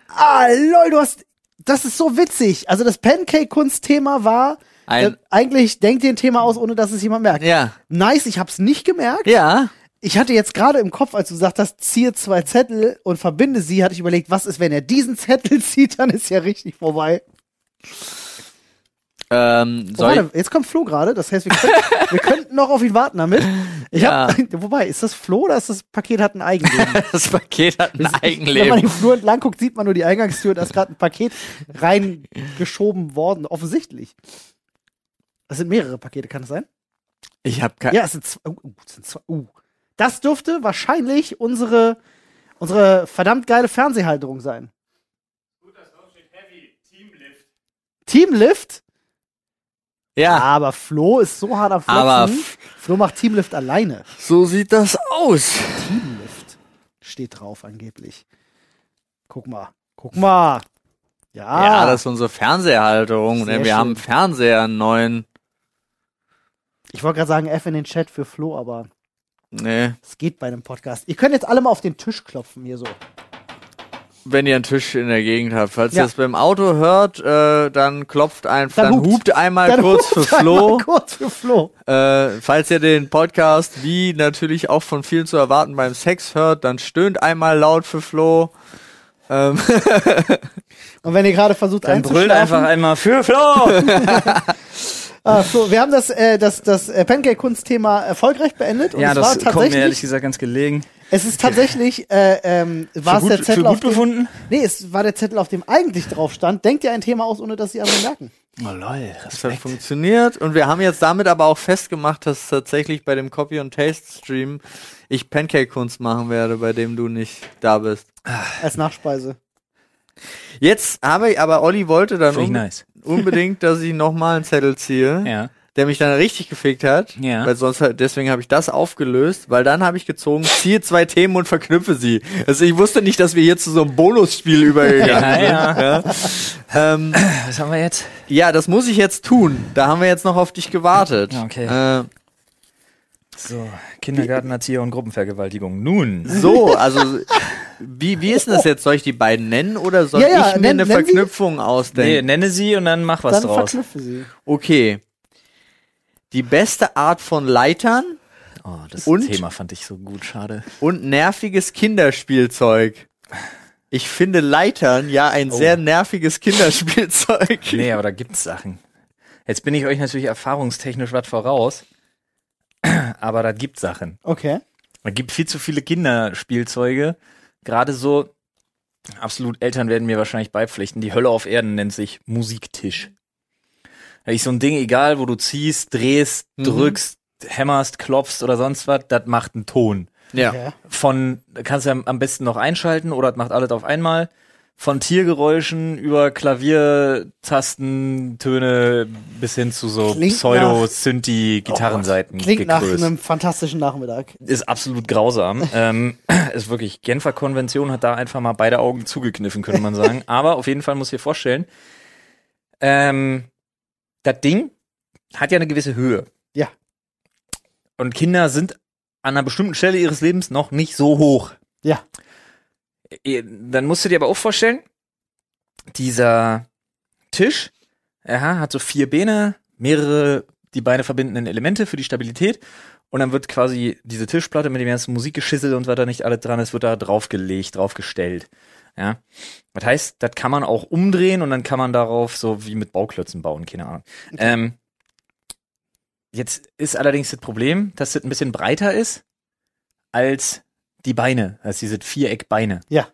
[SPEAKER 3] Ah, lol, du hast, das ist so witzig. Also das Pancake-Kunstthema war,
[SPEAKER 1] Ein-
[SPEAKER 3] äh, eigentlich denkt dir ein Thema aus, ohne dass es jemand merkt.
[SPEAKER 1] Ja.
[SPEAKER 3] Nice, ich hab's nicht gemerkt.
[SPEAKER 1] Ja.
[SPEAKER 3] Ich hatte jetzt gerade im Kopf, als du gesagt hast, ziehe zwei Zettel und verbinde sie, hatte ich überlegt, was ist, wenn er diesen Zettel zieht, dann ist ja richtig vorbei.
[SPEAKER 1] Ähm,
[SPEAKER 3] Oh,
[SPEAKER 1] soll ich,
[SPEAKER 3] warte, jetzt kommt Flo gerade, das heißt, wir, können, wir könnten noch auf ihn warten damit. Ich
[SPEAKER 1] Ja.
[SPEAKER 3] hab, wobei, ist das Flo oder ist das Paket hat ein Eigenleben?
[SPEAKER 1] das Paket hat ein
[SPEAKER 3] Wenn man
[SPEAKER 1] Eigenleben.
[SPEAKER 3] den Flur entlang guckt, sieht man nur die Eingangstür und da ist gerade ein Paket reingeschoben worden, offensichtlich. Das sind mehrere Pakete, kann das sein?
[SPEAKER 1] Ich habe keine.
[SPEAKER 3] Ja, es sind zwei. Uh, uh, es sind zwei uh. Das dürfte wahrscheinlich unsere, unsere verdammt geile Fernsehhalterung sein. Teamlift?
[SPEAKER 1] Ja.
[SPEAKER 3] Aber Flo ist so hart am Flotzen.
[SPEAKER 1] Ah. Aber f-
[SPEAKER 3] Flo macht Teamlift alleine.
[SPEAKER 1] So sieht das aus.
[SPEAKER 3] Teamlift steht drauf angeblich. Guck mal. Guck mal. Ja.
[SPEAKER 1] Ja, das ist unsere Fernseherhalterung.
[SPEAKER 3] Ah. Sehr
[SPEAKER 1] Wir
[SPEAKER 3] schön.
[SPEAKER 1] haben einen Fernseher, einen neuen.
[SPEAKER 3] ich wollte gerade sagen F in den Chat für Flo, aber
[SPEAKER 1] Nee.
[SPEAKER 3] es geht bei einem Podcast. Ihr könnt jetzt alle mal auf den Tisch klopfen hier so.
[SPEAKER 1] Wenn ihr einen Tisch in der Gegend habt. Falls
[SPEAKER 3] Ja.
[SPEAKER 1] ihr es beim Auto hört, äh, dann klopft ein,
[SPEAKER 3] Dann
[SPEAKER 1] dann,
[SPEAKER 3] hupt.
[SPEAKER 1] hupt, einmal
[SPEAKER 3] Dann
[SPEAKER 1] kurz für
[SPEAKER 3] ruft
[SPEAKER 1] Flo.
[SPEAKER 3] einmal Kurz für Flo.
[SPEAKER 1] Äh, falls ihr den Podcast, wie natürlich auch von vielen zu erwarten, beim Sex hört, dann stöhnt einmal laut für Flo. Ähm,
[SPEAKER 3] Und wenn ihr gerade versucht
[SPEAKER 2] Dann brüllt einfach
[SPEAKER 3] einzuschlafen,
[SPEAKER 2] einmal für Flo!
[SPEAKER 3] ah, Flo, wir haben das äh, das das äh, Pancake Kunstthema erfolgreich beendet und
[SPEAKER 2] ja,
[SPEAKER 3] es war
[SPEAKER 2] das kommt mir
[SPEAKER 3] tatsächlich
[SPEAKER 2] ehrlich gesagt ganz gelegen.
[SPEAKER 3] Es ist tatsächlich, äh, ähm, war
[SPEAKER 2] Für
[SPEAKER 3] es
[SPEAKER 2] gut-
[SPEAKER 3] der Zettel
[SPEAKER 2] für
[SPEAKER 3] auf
[SPEAKER 2] gut
[SPEAKER 3] dem,
[SPEAKER 2] befunden?
[SPEAKER 3] Nee, es war der Zettel, auf dem eigentlich drauf stand. Denkt ihr ein Thema aus, ohne dass sie anderen merken.
[SPEAKER 2] Oh lol,
[SPEAKER 1] Das hat funktioniert und wir haben jetzt damit aber auch festgemacht, dass tatsächlich bei dem Copy and Taste Stream ich Pancake-Kunst machen werde, bei dem du nicht da bist.
[SPEAKER 3] Als Nachspeise.
[SPEAKER 1] Jetzt habe ich, aber Olli wollte dann
[SPEAKER 2] Finde ich
[SPEAKER 1] unbe-
[SPEAKER 2] nice.
[SPEAKER 1] unbedingt, dass ich nochmal einen Zettel ziehe,
[SPEAKER 2] Ja.
[SPEAKER 1] der mich dann richtig gefickt hat.
[SPEAKER 2] Ja.
[SPEAKER 1] Weil sonst halt- deswegen habe ich das aufgelöst, weil dann habe ich gezogen, ziehe zwei Themen und verknüpfe sie. Also ich wusste nicht, dass wir hier zu so einem Bonusspiel übergegangen
[SPEAKER 2] Ja,
[SPEAKER 1] sind.
[SPEAKER 2] Ah, ja.
[SPEAKER 1] Ja. Ähm,
[SPEAKER 2] Was haben wir jetzt?
[SPEAKER 1] ja, das muss ich jetzt tun. Da haben wir jetzt noch auf dich gewartet.
[SPEAKER 2] Okay.
[SPEAKER 1] Äh,
[SPEAKER 2] So, Kindergartenerzieher und Gruppenvergewaltigung. Nun.
[SPEAKER 1] So, also wie, wie ist denn das jetzt? Soll ich die beiden nennen oder soll
[SPEAKER 3] Ja, ja,
[SPEAKER 1] ich mir
[SPEAKER 3] nenn-
[SPEAKER 1] eine
[SPEAKER 3] nenn sie.
[SPEAKER 1] Verknüpfung
[SPEAKER 2] Nee,
[SPEAKER 1] ausdenken?
[SPEAKER 2] nenne sie und dann mach was
[SPEAKER 3] Dann
[SPEAKER 2] draus.
[SPEAKER 3] verknüpfe sie.
[SPEAKER 1] Okay. Die beste Art von Leitern
[SPEAKER 2] Oh, das
[SPEAKER 1] Und?
[SPEAKER 2] Thema fand ich so gut, schade.
[SPEAKER 1] und nerviges Kinderspielzeug. Ich finde Leitern ja ein
[SPEAKER 2] Oh.
[SPEAKER 1] sehr nerviges Kinderspielzeug.
[SPEAKER 2] Nee, aber da gibt's Sachen. Jetzt bin ich euch natürlich erfahrungstechnisch was voraus, aber da gibt Sachen.
[SPEAKER 3] Okay.
[SPEAKER 2] Es gibt viel zu viele Kinderspielzeuge. Gerade so, absolut Eltern werden mir wahrscheinlich beipflichten. Die Hölle auf Erden nennt sich Musiktisch. Da ist so ein Ding, egal wo du ziehst, drehst,
[SPEAKER 1] Mhm.
[SPEAKER 2] drückst, hämmerst, klopfst oder sonst was, das macht einen Ton.
[SPEAKER 1] Ja.
[SPEAKER 3] okay.
[SPEAKER 2] Von, da kannst du am- am besten noch einschalten oder das macht alles auf einmal. Von Tiergeräuschen über Klaviertasten, Töne bis hin zu so
[SPEAKER 3] Klingt nach- Oh
[SPEAKER 2] Pseudo-Synthi-Gitarrenseiten.
[SPEAKER 3] Klingt nach
[SPEAKER 2] gekröst
[SPEAKER 3] einem fantastischen Nachmittag.
[SPEAKER 2] ist absolut grausam. ähm, ist wirklich, Genfer Konvention hat da einfach mal beide Augen zugekniffen, könnte man sagen. Aber auf jeden Fall muss ich dir vorstellen, ähm, das Ding hat ja eine gewisse Höhe.
[SPEAKER 3] Ja.
[SPEAKER 2] Und Kinder sind an einer bestimmten Stelle ihres Lebens noch nicht so hoch.
[SPEAKER 3] Ja.
[SPEAKER 2] Äh, Dann musst du dir aber auch vorstellen, dieser Tisch ja, hat so vier Beine, mehrere die Beine verbindenden Elemente für die Stabilität. Und dann wird quasi diese Tischplatte mit dem ganzen Musikgeschissel und was da nicht alles dran ist, wird da draufgelegt, draufgestellt. Ja. Das heißt, das kann man auch umdrehen und dann kann man darauf so wie mit Bauklötzen bauen, keine Ahnung. Ähm, jetzt ist allerdings das Problem, dass das ein bisschen breiter ist als die Beine, als diese Viereckbeine.
[SPEAKER 3] Ja.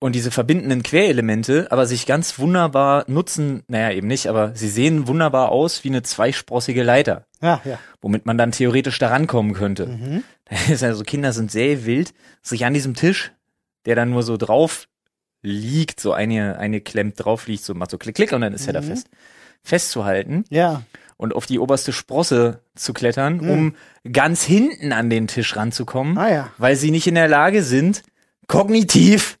[SPEAKER 2] Und diese verbindenden Querelemente aber sich ganz wunderbar nutzen, naja, eben nicht, aber sie sehen wunderbar aus wie eine zweisprossige Leiter
[SPEAKER 3] Ja, ja.
[SPEAKER 2] womit man dann theoretisch da rankommen könnte.
[SPEAKER 3] Mhm.
[SPEAKER 2] Das ist Also Kinder sind sehr wild, sich an diesem Tisch, der dann nur so drauf liegt, so eine, eine klemmt drauf liegt, so macht so klick, klick und dann ist er da
[SPEAKER 3] Mhm.
[SPEAKER 2] fest. Festzuhalten
[SPEAKER 3] Ja.
[SPEAKER 2] und auf die oberste Sprosse zu klettern, um ganz hinten an den Tisch ranzukommen,
[SPEAKER 3] Mhm. Ah, ja.
[SPEAKER 2] weil sie nicht in der Lage sind, kognitiv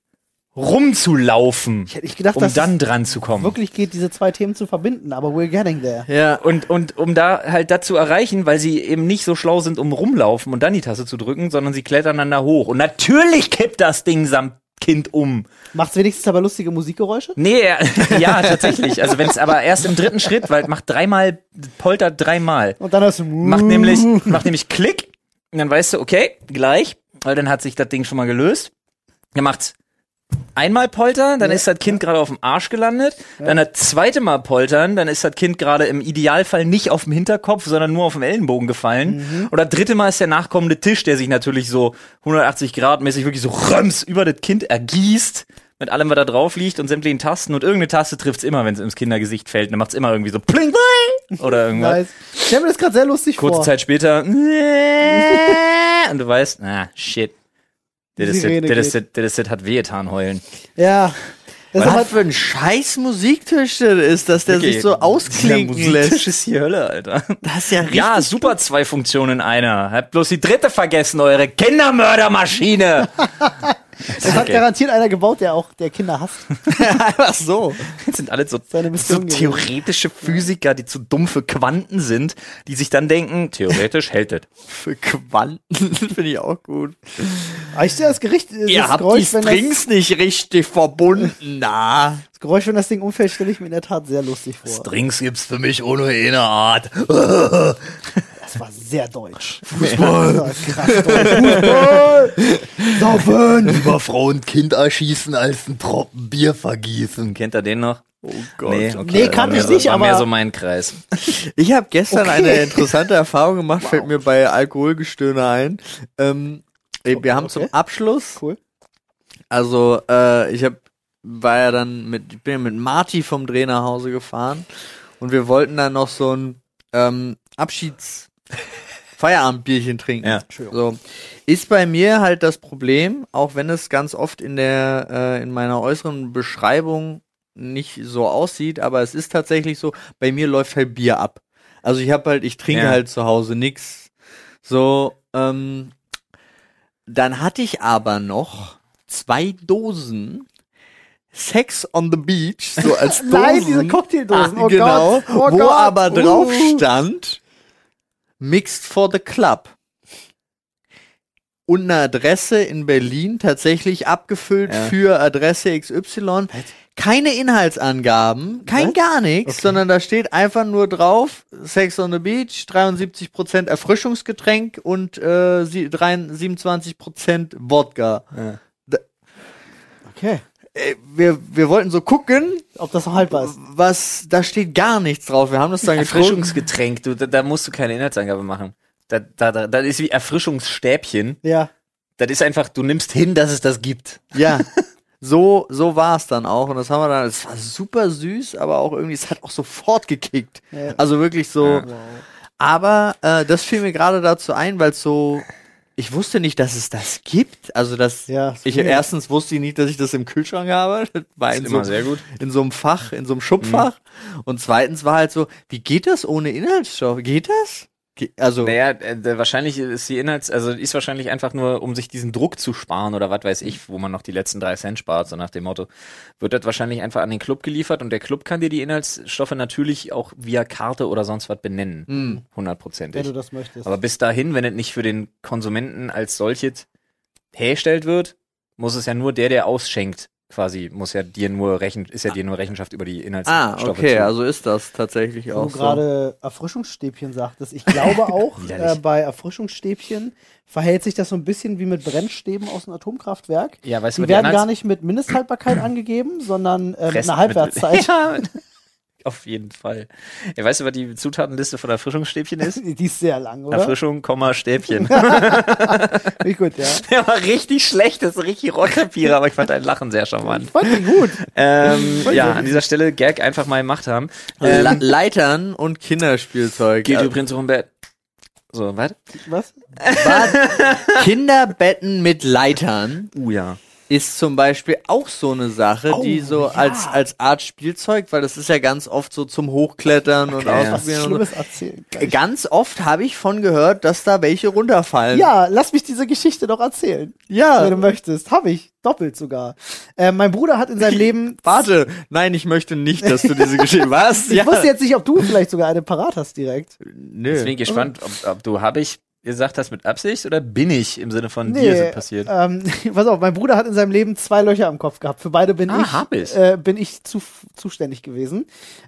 [SPEAKER 2] rumzulaufen,
[SPEAKER 3] Ich hätte nicht gedacht,
[SPEAKER 2] um
[SPEAKER 3] dass
[SPEAKER 2] dann dran zu kommen.
[SPEAKER 3] es wirklich geht, diese zwei Themen zu verbinden, aber we're getting there.
[SPEAKER 1] Ja.
[SPEAKER 2] Und, und um da halt das zu erreichen, weil sie eben nicht so schlau sind, um rumlaufen und dann die Tasse zu drücken, sondern sie klettern dann da hoch. Und natürlich kippt das Ding samt Kind um.
[SPEAKER 3] Macht's wenigstens aber lustige Musikgeräusche?
[SPEAKER 2] Nee, ja, ja, tatsächlich. Also wenn es aber erst im dritten Schritt, weil es macht dreimal, poltert dreimal.
[SPEAKER 3] Und dann hast du
[SPEAKER 2] Macht nämlich, macht nämlich Klick und dann weißt du, okay, gleich, weil dann hat sich das Ding schon mal gelöst. Dann macht's einmal poltern, dann ist das Kind gerade auf dem Arsch gelandet. Dann das zweite Mal poltern, dann ist das Kind gerade im Idealfall nicht auf dem Hinterkopf, sondern nur auf dem Ellenbogen gefallen. Und das dritte Mal ist der nachkommende Tisch, der sich natürlich so 180 Grad mäßig wirklich so röms über das Kind ergießt. Mit allem, was da drauf liegt und sämtlichen Tasten und irgendeine Taste trifft's immer, wenn es ins Kindergesicht fällt. Und dann macht's immer irgendwie so pling, pling oder irgendwas.
[SPEAKER 3] nice. Ich stell mir das gerade sehr lustig
[SPEAKER 2] Kurze
[SPEAKER 3] vor.
[SPEAKER 2] Zeit später. und du weißt, na, shit. Das ist
[SPEAKER 3] Sirene
[SPEAKER 2] das- das ist
[SPEAKER 3] geht.
[SPEAKER 2] das- das ist das hat wehgetan heulen.
[SPEAKER 3] Ja. Das ist aber,
[SPEAKER 1] Was für ein scheiß Musiktisch das ist, dass der sich so ausklinken lässt.
[SPEAKER 2] ist die Hölle, Alter.
[SPEAKER 1] Das ist ja richtig.
[SPEAKER 2] Ja, super zwei Funktionen in einer. Habt bloß die dritte vergessen, eure Kindermördermaschine.
[SPEAKER 3] das hat
[SPEAKER 2] okay.
[SPEAKER 3] garantiert einer gebaut, der auch der Kinder hasst.
[SPEAKER 1] einfach so.
[SPEAKER 2] Das sind alles so,
[SPEAKER 3] Seine
[SPEAKER 2] so
[SPEAKER 3] Mission gewesen.
[SPEAKER 2] theoretische Physiker, die zu dumpfe Quanten sind, die sich dann denken, theoretisch hält das.
[SPEAKER 1] Für Quanten finde ich auch gut.
[SPEAKER 3] Aber ich stelle das Gericht, das,
[SPEAKER 1] Ihr habt die
[SPEAKER 3] Geräusch, wenn das,
[SPEAKER 1] Strings nicht richtig verbunden, na.
[SPEAKER 3] das Geräusch, wenn das Ding umfällt, stelle ich mir in der Tat sehr lustig vor.
[SPEAKER 2] Strings gibt's für mich ohne eine Art.
[SPEAKER 3] Das war sehr deutsch. Fußball. Ja. Krass, deutsch. Fußball. Saufen.
[SPEAKER 4] Lieber Frau und Kind erschießen, als einen Tropfen Bier vergießen.
[SPEAKER 2] Kennt ihr den noch?
[SPEAKER 1] Oh Gott.
[SPEAKER 3] Nee,
[SPEAKER 2] war
[SPEAKER 3] kann ich
[SPEAKER 2] mehr so-
[SPEAKER 3] nicht,
[SPEAKER 2] war
[SPEAKER 3] aber-
[SPEAKER 2] mehr so mein Kreis.
[SPEAKER 1] Ich habe gestern
[SPEAKER 3] Okay.
[SPEAKER 1] eine interessante Erfahrung gemacht, fällt mir bei Alkoholgestöhne ein. Ähm, Wir, wir haben zum
[SPEAKER 3] Okay.
[SPEAKER 1] Abschluss,
[SPEAKER 3] Cool.
[SPEAKER 1] also äh, ich hab, war ja dann mit, ich bin ja mit Marty vom Dreh nach Hause gefahren und wir wollten dann noch so ein ähm, Abschieds Feierabendbierchen trinken.
[SPEAKER 2] Ja.
[SPEAKER 1] So. Ist bei mir halt das Problem, auch wenn es ganz oft in der äh, in meiner äußeren Beschreibung nicht so aussieht, aber es ist tatsächlich so, bei mir läuft halt Bier ab. Also ich habe halt, ich trinke
[SPEAKER 2] Ja.
[SPEAKER 1] halt zu Hause nix. So, ähm, dann hatte ich aber noch zwei Dosen Sex on the Beach, so als Dosen.
[SPEAKER 3] Nein, diese Cocktaildosen.
[SPEAKER 1] Ah,
[SPEAKER 3] Oh
[SPEAKER 1] genau,
[SPEAKER 3] Gott. Oh
[SPEAKER 1] wo
[SPEAKER 3] Gott.
[SPEAKER 1] aber drauf
[SPEAKER 3] Uh.
[SPEAKER 1] stand Mixed for the Club. Und eine Adresse in Berlin tatsächlich abgefüllt
[SPEAKER 2] Ja.
[SPEAKER 1] für Adresse XY. Keine Inhaltsangaben, kein
[SPEAKER 3] Was?
[SPEAKER 1] gar nichts, sondern da steht einfach nur drauf Sex on the Beach, 73% Erfrischungsgetränk und äh, sie- drei- 27% Wodka.
[SPEAKER 3] Okay.
[SPEAKER 1] Äh, wir, wir wollten so gucken,
[SPEAKER 3] Ob das noch haltbar ist.
[SPEAKER 1] was, da steht gar nichts drauf. Wir haben das dann getrunken.
[SPEAKER 2] Erfrischungsgetränk, du, da, da musst du keine Inhaltsangabe machen. Da, da, da, das ist wie Erfrischungsstäbchen.
[SPEAKER 3] Ja.
[SPEAKER 2] Das ist einfach, du nimmst hin, dass es das gibt.
[SPEAKER 1] Ja. So, so war es dann auch. Und das haben wir dann, es war super süß, aber auch irgendwie, es hat auch sofort gekickt.
[SPEAKER 3] Ja.
[SPEAKER 1] Also wirklich so. Aber äh, das fiel mir gerade dazu ein, weil es so, ich wusste nicht, dass es das gibt. Also das,
[SPEAKER 3] Ja,
[SPEAKER 1] ich
[SPEAKER 3] cool.
[SPEAKER 1] erstens wusste ich nicht, dass ich das im Kühlschrank habe. Das war in so,
[SPEAKER 2] gut. Mhm.
[SPEAKER 1] in so einem Fach, in so einem Schubfach. Und zweitens war halt so, wie geht das ohne Inhaltsstoffe? Geht das? Ge also,
[SPEAKER 2] Naja, äh, da- wahrscheinlich ist die Inhalts, also ist wahrscheinlich einfach nur, um sich diesen Druck zu sparen oder was weiß ich, wo man noch die letzten drei Cent spart, so nach dem Motto, wird das wahrscheinlich einfach an den Club geliefert und der Club kann dir die Inhaltsstoffe natürlich auch via Karte oder sonst was benennen.
[SPEAKER 3] Hm. Wenn du
[SPEAKER 2] Hundertprozentig.
[SPEAKER 3] das möchtest.
[SPEAKER 2] Aber bis dahin, wenn es nicht für den Konsumenten als solches hergestellt wird, muss es ja nur der, der ausschenkt, quasi, muss ja dir nur Rechen, ist ja dir nur Rechenschaft über die
[SPEAKER 1] ah,
[SPEAKER 2] Inhaltsstoffe.
[SPEAKER 1] okay,
[SPEAKER 2] zu.
[SPEAKER 1] also ist das tatsächlich
[SPEAKER 3] Wo
[SPEAKER 1] auch
[SPEAKER 3] du
[SPEAKER 1] so.
[SPEAKER 3] gerade Erfrischungsstäbchen sagtest. Ich glaube auch,
[SPEAKER 2] Widerlich.
[SPEAKER 3] äh, bei Erfrischungsstäbchen verhält sich das so ein bisschen wie mit Brennstäben aus einem Atomkraftwerk.
[SPEAKER 2] Ja, weißt du,
[SPEAKER 3] Die
[SPEAKER 2] mit der
[SPEAKER 3] werden
[SPEAKER 2] Inhalts-
[SPEAKER 3] gar nicht mit Mindesthaltbarkeit angegeben, sondern äh, mit
[SPEAKER 2] Pressen
[SPEAKER 3] einer Halbwertszeit.
[SPEAKER 2] Ja, auf jeden Fall. Ja, weißt du, was die Zutatenliste von Erfrischungsstäbchen ist?
[SPEAKER 3] Die ist sehr lang, oder?
[SPEAKER 2] Erfrischung, Komma, Stäbchen.
[SPEAKER 3] Wie gut, ja.
[SPEAKER 2] Der war richtig schlecht, das ist richtig Rohrkrepierer, aber ich fand dein Lachen sehr charmant.
[SPEAKER 3] Fand ich gut.
[SPEAKER 2] Ähm, ja, an dieser Stelle Gag einfach mal gemacht haben. Ähm,
[SPEAKER 1] Le Leitern und Kinderspielzeug.
[SPEAKER 2] geht
[SPEAKER 1] Äh,
[SPEAKER 2] übrigens auch im Bett. So, was?
[SPEAKER 3] Was?
[SPEAKER 1] Bad- Kinderbetten mit Leitern
[SPEAKER 2] Uh, ja.
[SPEAKER 1] ist zum Beispiel auch so eine Sache,
[SPEAKER 3] Oh,
[SPEAKER 1] die so
[SPEAKER 3] ja.
[SPEAKER 1] als, als Art Spielzeug, weil das ist ja ganz oft so zum Hochklettern und
[SPEAKER 2] Okay.
[SPEAKER 3] Was
[SPEAKER 1] Ausprobieren und
[SPEAKER 3] Schlimmes erzählen.
[SPEAKER 1] so. Ganz oft habe ich von gehört, dass da welche runterfallen.
[SPEAKER 3] Ja, lass mich diese Geschichte doch erzählen. Wenn du
[SPEAKER 1] ja.
[SPEAKER 3] möchtest. Habe ich. Doppelt sogar. Äh, mein Bruder hat in seinem Leben.
[SPEAKER 1] Warte, nein, ich möchte nicht, dass du diese Geschichte. Was?
[SPEAKER 3] Ich wusste jetzt nicht, ob du vielleicht sogar eine parat hast direkt.
[SPEAKER 1] Nö.
[SPEAKER 2] Deswegen gespannt, ob, ob du habe ich gesagt hast mit Absicht oder bin ich im Sinne von dir sind passiert.
[SPEAKER 3] Ähm, pass auf, mein Bruder hat in seinem Leben zwei Löcher am Kopf gehabt. Für beide bin
[SPEAKER 2] Ah,
[SPEAKER 3] ich,
[SPEAKER 2] hab ich.
[SPEAKER 3] Äh, bin ich zu, zuständig gewesen,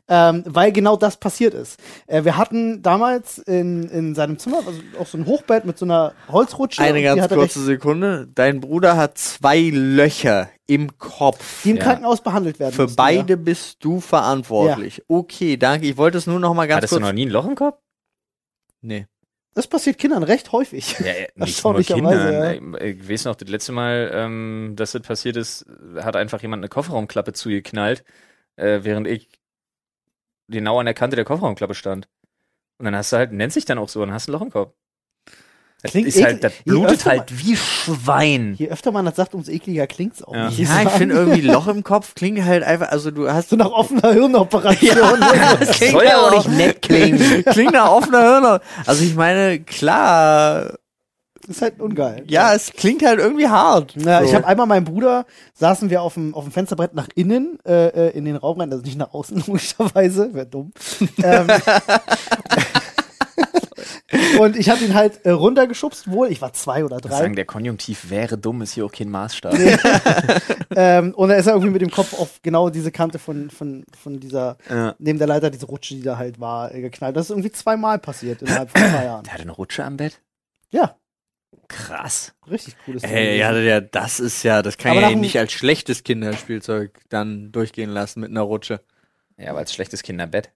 [SPEAKER 3] ähm, weil genau das passiert ist. Äh, wir hatten damals in, in seinem Zimmer also auch so ein Hochbett mit so einer Holzrutsche. und
[SPEAKER 1] Eine
[SPEAKER 3] die
[SPEAKER 1] ganz
[SPEAKER 3] hat er
[SPEAKER 1] kurze Sekunde. Dein Bruder hat zwei Löcher im Kopf.
[SPEAKER 3] recht- die im
[SPEAKER 2] Ja.
[SPEAKER 3] Krankenhaus behandelt werden.
[SPEAKER 1] Für
[SPEAKER 3] mussten, ja.
[SPEAKER 1] beide bist du verantwortlich. Okay, danke. Ich wollte es nur noch mal ganz
[SPEAKER 2] Hattest du
[SPEAKER 1] kurz.
[SPEAKER 2] noch nie ein Loch im Kopf?
[SPEAKER 1] nee.
[SPEAKER 3] Das passiert Kindern recht häufig.
[SPEAKER 2] Ja, ja, nicht nur
[SPEAKER 3] Erstaunlicherweise,
[SPEAKER 2] Kinder. Ich weiß noch, das letzte Mal, ähm, dass das passiert ist, hat einfach jemand eine Kofferraumklappe zugeknallt, äh, während ich genau an der Kante der Kofferraumklappe stand. Und dann hast du halt, nennt sich dann auch so, dann hast du ein Loch im Kopf. Das
[SPEAKER 3] Klingt
[SPEAKER 2] ist halt, das
[SPEAKER 3] eklig. Je
[SPEAKER 2] blutet
[SPEAKER 3] öfter
[SPEAKER 2] halt wie Schwein.
[SPEAKER 3] Je öfter man das sagt, umso ekliger klingt's auch.
[SPEAKER 2] Ja.
[SPEAKER 3] muss
[SPEAKER 1] Ja, ich
[SPEAKER 3] sagen.
[SPEAKER 1] finde irgendwie Loch im Kopf klingt halt einfach, also du hast
[SPEAKER 3] so nach offener Hirnoperation.
[SPEAKER 1] Das
[SPEAKER 2] klingt soll ja auch nicht nett klingen.
[SPEAKER 1] klingt nach offener Hirnhaut. Also ich meine, klar,
[SPEAKER 3] ist halt ungeil.
[SPEAKER 1] ja, es klingt halt irgendwie hart.
[SPEAKER 3] Na,
[SPEAKER 1] So.
[SPEAKER 3] ich habe einmal meinen Bruder, saßen wir auf dem, auf dem Fensterbrett nach innen äh, äh, in den Raum rein, also nicht nach außen logischerweise, wäre dumm. ähm, und ich habe ihn halt äh, runtergeschubst, wohl, ich war zwei oder
[SPEAKER 2] Das Sagen,
[SPEAKER 3] drei.
[SPEAKER 2] der Konjunktiv wäre dumm, ist hier auch kein Maßstab.
[SPEAKER 3] Ähm, und da ist er irgendwie mit dem Kopf auf genau diese Kante von, von, von dieser,
[SPEAKER 2] Ja.
[SPEAKER 3] neben der Leiter, diese Rutsche, die da halt war, äh, geknallt. Das ist irgendwie zweimal passiert innerhalb von zwei Jahren.
[SPEAKER 2] Der hatte eine Rutsche am Bett?
[SPEAKER 3] Ja,
[SPEAKER 2] Krass.
[SPEAKER 3] richtig cooles
[SPEAKER 1] Hey, ja,
[SPEAKER 3] Ding.
[SPEAKER 1] ja, das ist ja, das kann
[SPEAKER 3] Aber
[SPEAKER 1] ich ja
[SPEAKER 3] nach dem-
[SPEAKER 1] nicht als schlechtes Kinderspielzeug dann durchgehen lassen mit einer Rutsche.
[SPEAKER 2] Ja, aber als schlechtes Kinderbett.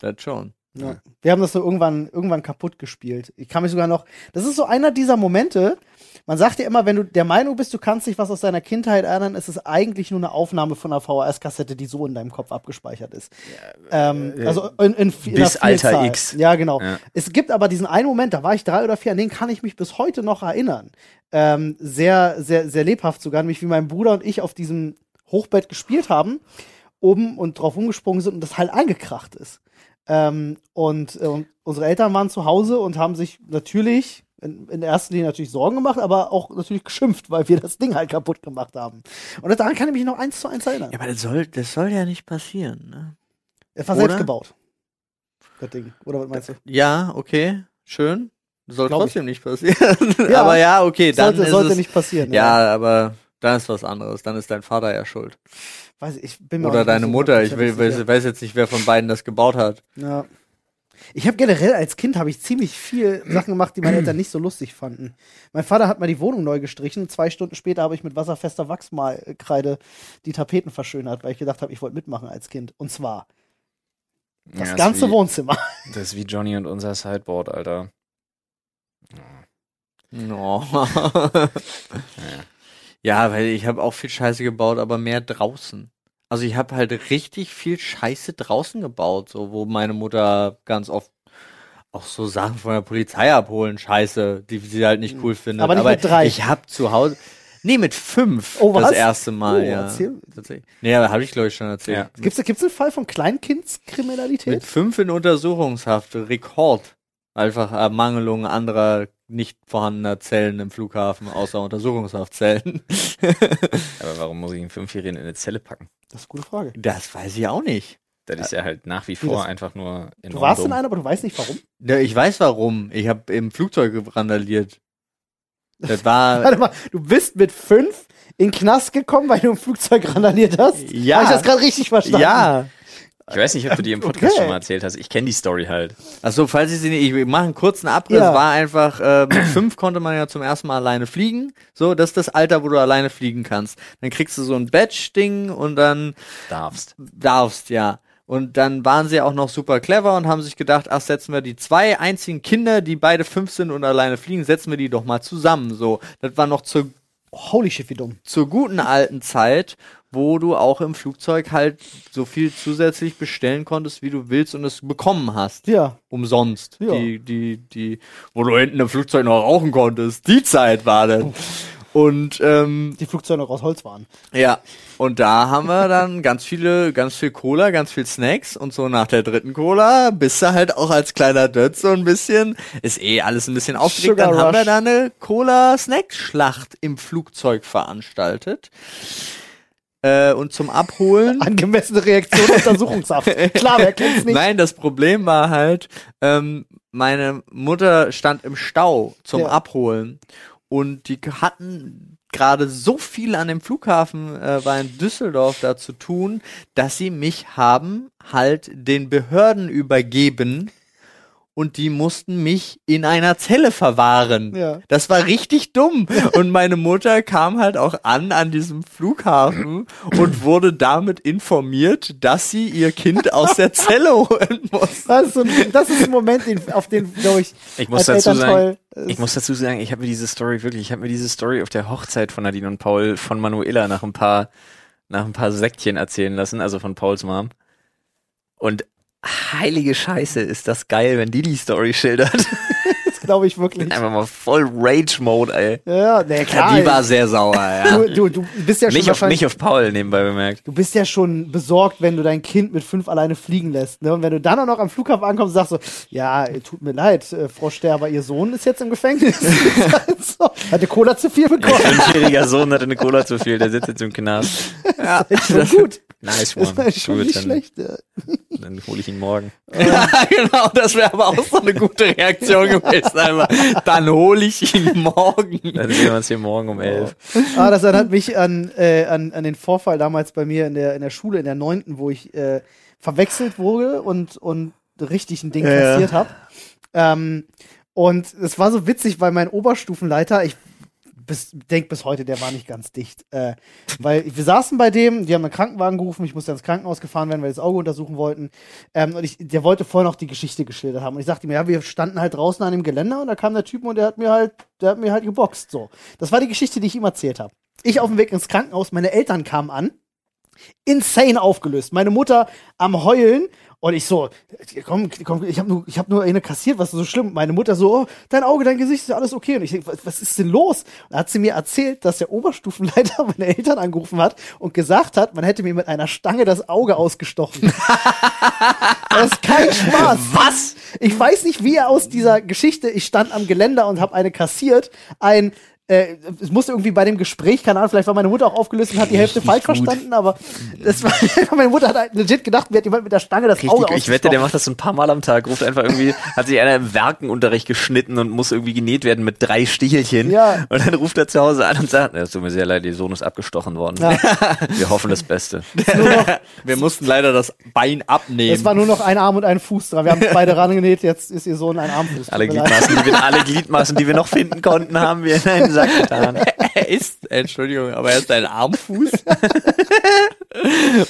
[SPEAKER 1] Das schon.
[SPEAKER 3] Ja. Ne? Wir haben das so irgendwann, irgendwann kaputt gespielt. Ich kann mich sogar noch. Das ist so einer dieser Momente. Man sagt ja immer, wenn du der Meinung bist, du kannst dich was aus deiner Kindheit erinnern, ist es eigentlich nur eine Aufnahme von einer VHS-Kassette, die so in deinem Kopf abgespeichert ist. ähm,
[SPEAKER 2] äh,
[SPEAKER 3] also in, in, vi- in
[SPEAKER 2] bis
[SPEAKER 3] der
[SPEAKER 2] Alter
[SPEAKER 3] Vielzahl.
[SPEAKER 2] X.
[SPEAKER 3] Ja, genau.
[SPEAKER 2] Ja.
[SPEAKER 3] Es gibt aber diesen einen Moment, da war ich drei oder vier, an den kann ich mich bis heute noch erinnern. Ähm, sehr, sehr, sehr lebhaft sogar, nämlich wie mein Bruder und ich auf diesem Hochbett gespielt haben, oben und drauf umgesprungen sind und das halt eingekracht ist. Ähm, und, äh, und unsere Eltern waren zu Hause und haben sich natürlich in, in der ersten Linie natürlich Sorgen gemacht, aber auch natürlich geschimpft, weil wir das Ding halt kaputt gemacht haben. Und daran kann ich mich noch eins zu eins erinnern.
[SPEAKER 1] Ja, aber das soll, das soll ja nicht passieren. Ne?
[SPEAKER 3] Es war
[SPEAKER 1] Oder?
[SPEAKER 3] selbst gebaut. Das Ding. Oder was meinst du?
[SPEAKER 1] Ja, okay, schön. Soll
[SPEAKER 3] Glaub ich.
[SPEAKER 1] trotzdem nicht passieren. aber ja, okay, dann
[SPEAKER 3] sollte
[SPEAKER 1] ist
[SPEAKER 3] sollte
[SPEAKER 1] es,
[SPEAKER 3] nicht passieren.
[SPEAKER 1] Ja, aber dann ist was anderes. Dann ist dein Vater ja schuld.
[SPEAKER 3] Weiß ich, ich bin mir auch
[SPEAKER 1] Oder
[SPEAKER 3] nicht
[SPEAKER 1] deine
[SPEAKER 3] so
[SPEAKER 1] Mutter. Ich
[SPEAKER 3] hundertprozentig
[SPEAKER 1] will, weiß,
[SPEAKER 3] sicher.
[SPEAKER 1] weiß jetzt nicht, wer von beiden das gebaut hat.
[SPEAKER 3] Ja. Ich habe generell als Kind habe ich ziemlich viel Sachen gemacht, die meine Eltern nicht so lustig fanden. Mein Vater hat mal die Wohnung neu gestrichen. Zwei Stunden später habe ich mit wasserfester Wachsmalkreide die Tapeten verschönert, weil ich gedacht habe, ich wollte mitmachen als Kind. Und zwar das
[SPEAKER 2] Ja,
[SPEAKER 3] ganze
[SPEAKER 2] ist wie,
[SPEAKER 3] Wohnzimmer.
[SPEAKER 2] Das ist wie Johnny und unser Sideboard, Alter.
[SPEAKER 1] No. ja, weil ich habe auch viel Scheiße gebaut, aber mehr draußen. Also ich habe halt richtig viel Scheiße draußen gebaut, so wo meine Mutter ganz oft auch so Sachen von der Polizei abholen, Scheiße, die sie halt nicht cool findet.
[SPEAKER 3] Aber nicht mit drei.
[SPEAKER 1] Ich habe zu Hause, nee, mit fünf
[SPEAKER 3] Oh, was?
[SPEAKER 1] das erste Mal.
[SPEAKER 3] Oh,
[SPEAKER 1] ja.
[SPEAKER 3] erzähl.
[SPEAKER 1] Tatsächlich. Nee, habe ich glaube ich schon erzählt.
[SPEAKER 2] Ja.
[SPEAKER 3] Gibt's gibt's einen Fall von
[SPEAKER 1] Mit
[SPEAKER 3] Kleinkindskriminalität?
[SPEAKER 1] fünf in Untersuchungshaft, Rekord. Einfach Ermangelung anderer nicht vorhandener Zellen im Flughafen, außer Untersuchungshaftzellen.
[SPEAKER 2] Aber warum muss ich einen Fünfjährigen in eine Zelle packen?
[SPEAKER 3] Das ist eine gute Frage.
[SPEAKER 1] Das weiß ich auch nicht.
[SPEAKER 2] Das ist ja halt nach wie
[SPEAKER 3] Wie
[SPEAKER 2] vor
[SPEAKER 3] das-
[SPEAKER 2] einfach nur enorm
[SPEAKER 3] Du warst in
[SPEAKER 2] dumm.
[SPEAKER 3] einer, aber du weißt nicht warum.
[SPEAKER 1] Ja, Ich weiß warum. Ich habe im Flugzeug randaliert. Das war.
[SPEAKER 3] Warte mal, du bist mit fünf in den Knast gekommen, weil du im Flugzeug randaliert hast?
[SPEAKER 1] Ja.
[SPEAKER 3] Habe ich das gerade richtig verstanden?
[SPEAKER 1] ja.
[SPEAKER 2] Ich weiß nicht, ob du die im Podcast
[SPEAKER 3] Okay.
[SPEAKER 2] schon mal erzählt hast. Ich kenne die Story halt.
[SPEAKER 1] Also falls ich sie nicht, ich mache einen kurzen Abriss,
[SPEAKER 3] Ja.
[SPEAKER 1] war einfach, äh, mit fünf konnte man ja zum ersten Mal alleine fliegen. So, das ist das Alter, wo du alleine fliegen kannst. Dann kriegst du so ein Badge-Ding und dann
[SPEAKER 2] Darfst.
[SPEAKER 1] darfst, ja. Und dann waren sie auch noch super clever und haben sich gedacht, ach, setzen wir die zwei einzigen Kinder, die beide fünf sind und alleine fliegen, setzen wir die doch mal zusammen. So, das war noch zur,
[SPEAKER 3] Holy shit, wie dumm.
[SPEAKER 1] zur guten alten Zeit, wo du auch im Flugzeug halt so viel zusätzlich bestellen konntest, wie du willst und es bekommen hast.
[SPEAKER 3] Ja.
[SPEAKER 1] Umsonst.
[SPEAKER 3] Ja.
[SPEAKER 1] Die, die, die, wo du hinten im Flugzeug noch rauchen konntest. Die Zeit war das.
[SPEAKER 3] Oh.
[SPEAKER 1] Und ähm,
[SPEAKER 3] die Flugzeuge noch aus Holz waren.
[SPEAKER 1] Ja, und da haben wir dann ganz viele, ganz viel Cola, ganz viel Snacks und so nach der dritten Cola bist du halt auch als kleiner Dötz so ein bisschen, ist eh alles ein bisschen aufgeregt,
[SPEAKER 3] Sugar
[SPEAKER 1] dann haben wir
[SPEAKER 3] Rush.
[SPEAKER 1] da eine Cola-Snack-Schlacht im Flugzeug veranstaltet. Äh, und zum Abholen
[SPEAKER 3] Angemessene Reaktion, Untersuchungshaft. Klar, wer kennt's nicht?
[SPEAKER 1] Nein, das Problem war halt, ähm, meine Mutter stand im Stau zum
[SPEAKER 3] Ja.
[SPEAKER 1] Abholen und die hatten gerade so viel an dem Flughafen äh, war in Düsseldorf da zu tun, dass sie mich haben halt den Behörden übergeben und die mussten mich in einer Zelle verwahren.
[SPEAKER 3] Ja.
[SPEAKER 1] Das war richtig dumm. Und meine Mutter kam halt auch an an diesem Flughafen und wurde damit informiert, dass sie ihr Kind aus der Zelle holen muss.
[SPEAKER 3] Das ist, so ein, das ist ein Moment, den, auf den, glaube ich,
[SPEAKER 2] Ich muss
[SPEAKER 3] als
[SPEAKER 2] dazu sagen,
[SPEAKER 3] Elternteil, äh,
[SPEAKER 2] ich muss dazu sagen, ich habe mir diese Story wirklich, ich habe mir diese Story auf der Hochzeit von Nadine und Paul von Manuela nach ein paar, nach ein paar Säckchen erzählen lassen, also von Pauls Mom. Und heilige Scheiße, ist das geil, wenn die die Story schildert.
[SPEAKER 3] das glaube ich wirklich.
[SPEAKER 2] Einfach mal voll Rage-Mode, ey.
[SPEAKER 3] Ja, na klar.
[SPEAKER 1] Die war sehr sauer, ja.
[SPEAKER 3] du, du, du bist ja schon
[SPEAKER 2] Nicht auf,
[SPEAKER 3] wahrscheinlich-
[SPEAKER 2] nicht auf Paul nebenbei bemerkt.
[SPEAKER 3] Du bist ja schon besorgt, wenn du dein Kind mit fünf alleine fliegen lässt. Ne? Und wenn du dann auch noch am Flughafen ankommst, sagst du, ja, äh, tut mir leid, äh, Frau Sterber, ihr Sohn ist jetzt im Gefängnis. Ist halt so. Hatte Cola zu viel bekommen.
[SPEAKER 2] Fünfjähriger Sohn hatte eine Cola zu viel, der sitzt jetzt im Knast.
[SPEAKER 1] ja.
[SPEAKER 3] Schon gut.
[SPEAKER 2] Nice one.
[SPEAKER 3] Ist halt schon
[SPEAKER 2] Gut,
[SPEAKER 3] nicht
[SPEAKER 2] dann,
[SPEAKER 3] schlecht. ja.
[SPEAKER 2] Dann hole ich ihn morgen.
[SPEAKER 1] ja, genau, das wäre aber auch so eine gute Reaktion gewesen. einmal. Dann hole ich ihn morgen.
[SPEAKER 2] Dann sehen wir uns hier morgen um elf.
[SPEAKER 3] Ah, das erinnert mich an, äh, an, an den Vorfall damals bei mir in der, in der Schule, in der neunten, wo ich äh, verwechselt wurde und, und richtig ein Ding kassiert habe. Ähm, und es war so witzig, weil mein Oberstufenleiter, ich bis, denk bis heute, der war nicht ganz dicht. Äh, weil wir saßen bei dem, die haben einen Krankenwagen gerufen, ich musste ins Krankenhaus gefahren werden, weil wir das Auge untersuchen wollten. Ähm, und ich, der wollte vorher noch die Geschichte geschildert haben. Und ich sagte ihm, ja, wir standen halt draußen an dem Geländer und da kam der Typ und der hat mir halt, der hat mir halt geboxt. So. Das war die Geschichte, die ich ihm erzählt habe. Ich auf dem Weg ins Krankenhaus, meine Eltern kamen an insane aufgelöst. Meine Mutter am Heulen und ich so, komm, komm ich habe nur, ich hab nur eine kassiert, was ist so schlimm? Meine Mutter so, oh, dein Auge, dein Gesicht ist ja alles okay. Und ich denk, was, was ist denn los? Und da hat sie mir erzählt, dass der Oberstufenleiter meine Eltern angerufen hat und gesagt hat, man hätte mir mit einer Stange das Auge ausgestochen. das ist kein Spaß.
[SPEAKER 2] Was?
[SPEAKER 3] Ich weiß nicht, wie er aus dieser Geschichte, ich stand am Geländer und habe eine kassiert, ein äh, es musste irgendwie bei dem Gespräch, keine Ahnung, vielleicht war meine Mutter auch aufgelöst und hat die Hälfte falsch verstanden, aber das war, meine Mutter hat halt legit gedacht, mir hat jemand mit der Stange das Auge
[SPEAKER 2] ich wette, der
[SPEAKER 3] ausgestochen.
[SPEAKER 2] macht das so ein paar Mal am Tag. Ruft einfach irgendwie, hat sich einer im Werkenunterricht geschnitten und muss irgendwie genäht werden mit drei Stichelchen.
[SPEAKER 3] Ja.
[SPEAKER 2] Und dann ruft er zu Hause an und sagt, "Na, es tut mir sehr leid, ihr Sohn ist abgestochen worden.
[SPEAKER 3] Ja.
[SPEAKER 2] Wir hoffen das Beste.
[SPEAKER 1] Wir mussten leider das Bein abnehmen.
[SPEAKER 3] Es war nur noch ein Arm und ein Fuß dran. Wir haben beide rangenäht, jetzt ist ihr Sohn ein Armfuß.
[SPEAKER 2] Alle
[SPEAKER 3] Tut mir leid.
[SPEAKER 2] Gliedmaßen, die wir, alle Gliedmaßen, die wir noch finden konnten, haben wir in einen Sack getan.
[SPEAKER 1] er ist, Entschuldigung, aber er ist ein Armfuß.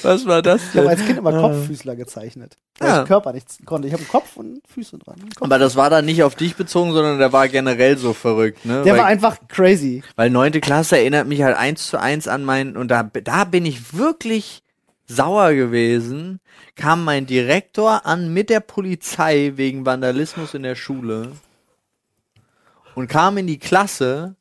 [SPEAKER 1] Was war das
[SPEAKER 3] Ich habe
[SPEAKER 1] denn?
[SPEAKER 3] als Kind immer Kopffüßler gezeichnet, weil
[SPEAKER 1] Ja.
[SPEAKER 3] ich Körper nichts konnte. Ich habe einen Kopf und Füße dran. Einen Kopf.
[SPEAKER 1] Aber das war dann nicht auf dich bezogen, sondern der war generell so verrückt, ne?
[SPEAKER 3] Der
[SPEAKER 1] weil,
[SPEAKER 3] war einfach crazy.
[SPEAKER 1] weil neunte Klasse erinnert mich halt eins zu eins an meinen, und da, da bin ich wirklich sauer gewesen, kam mein Direktor an mit der Polizei wegen Vandalismus in der Schule und kam in die Klasse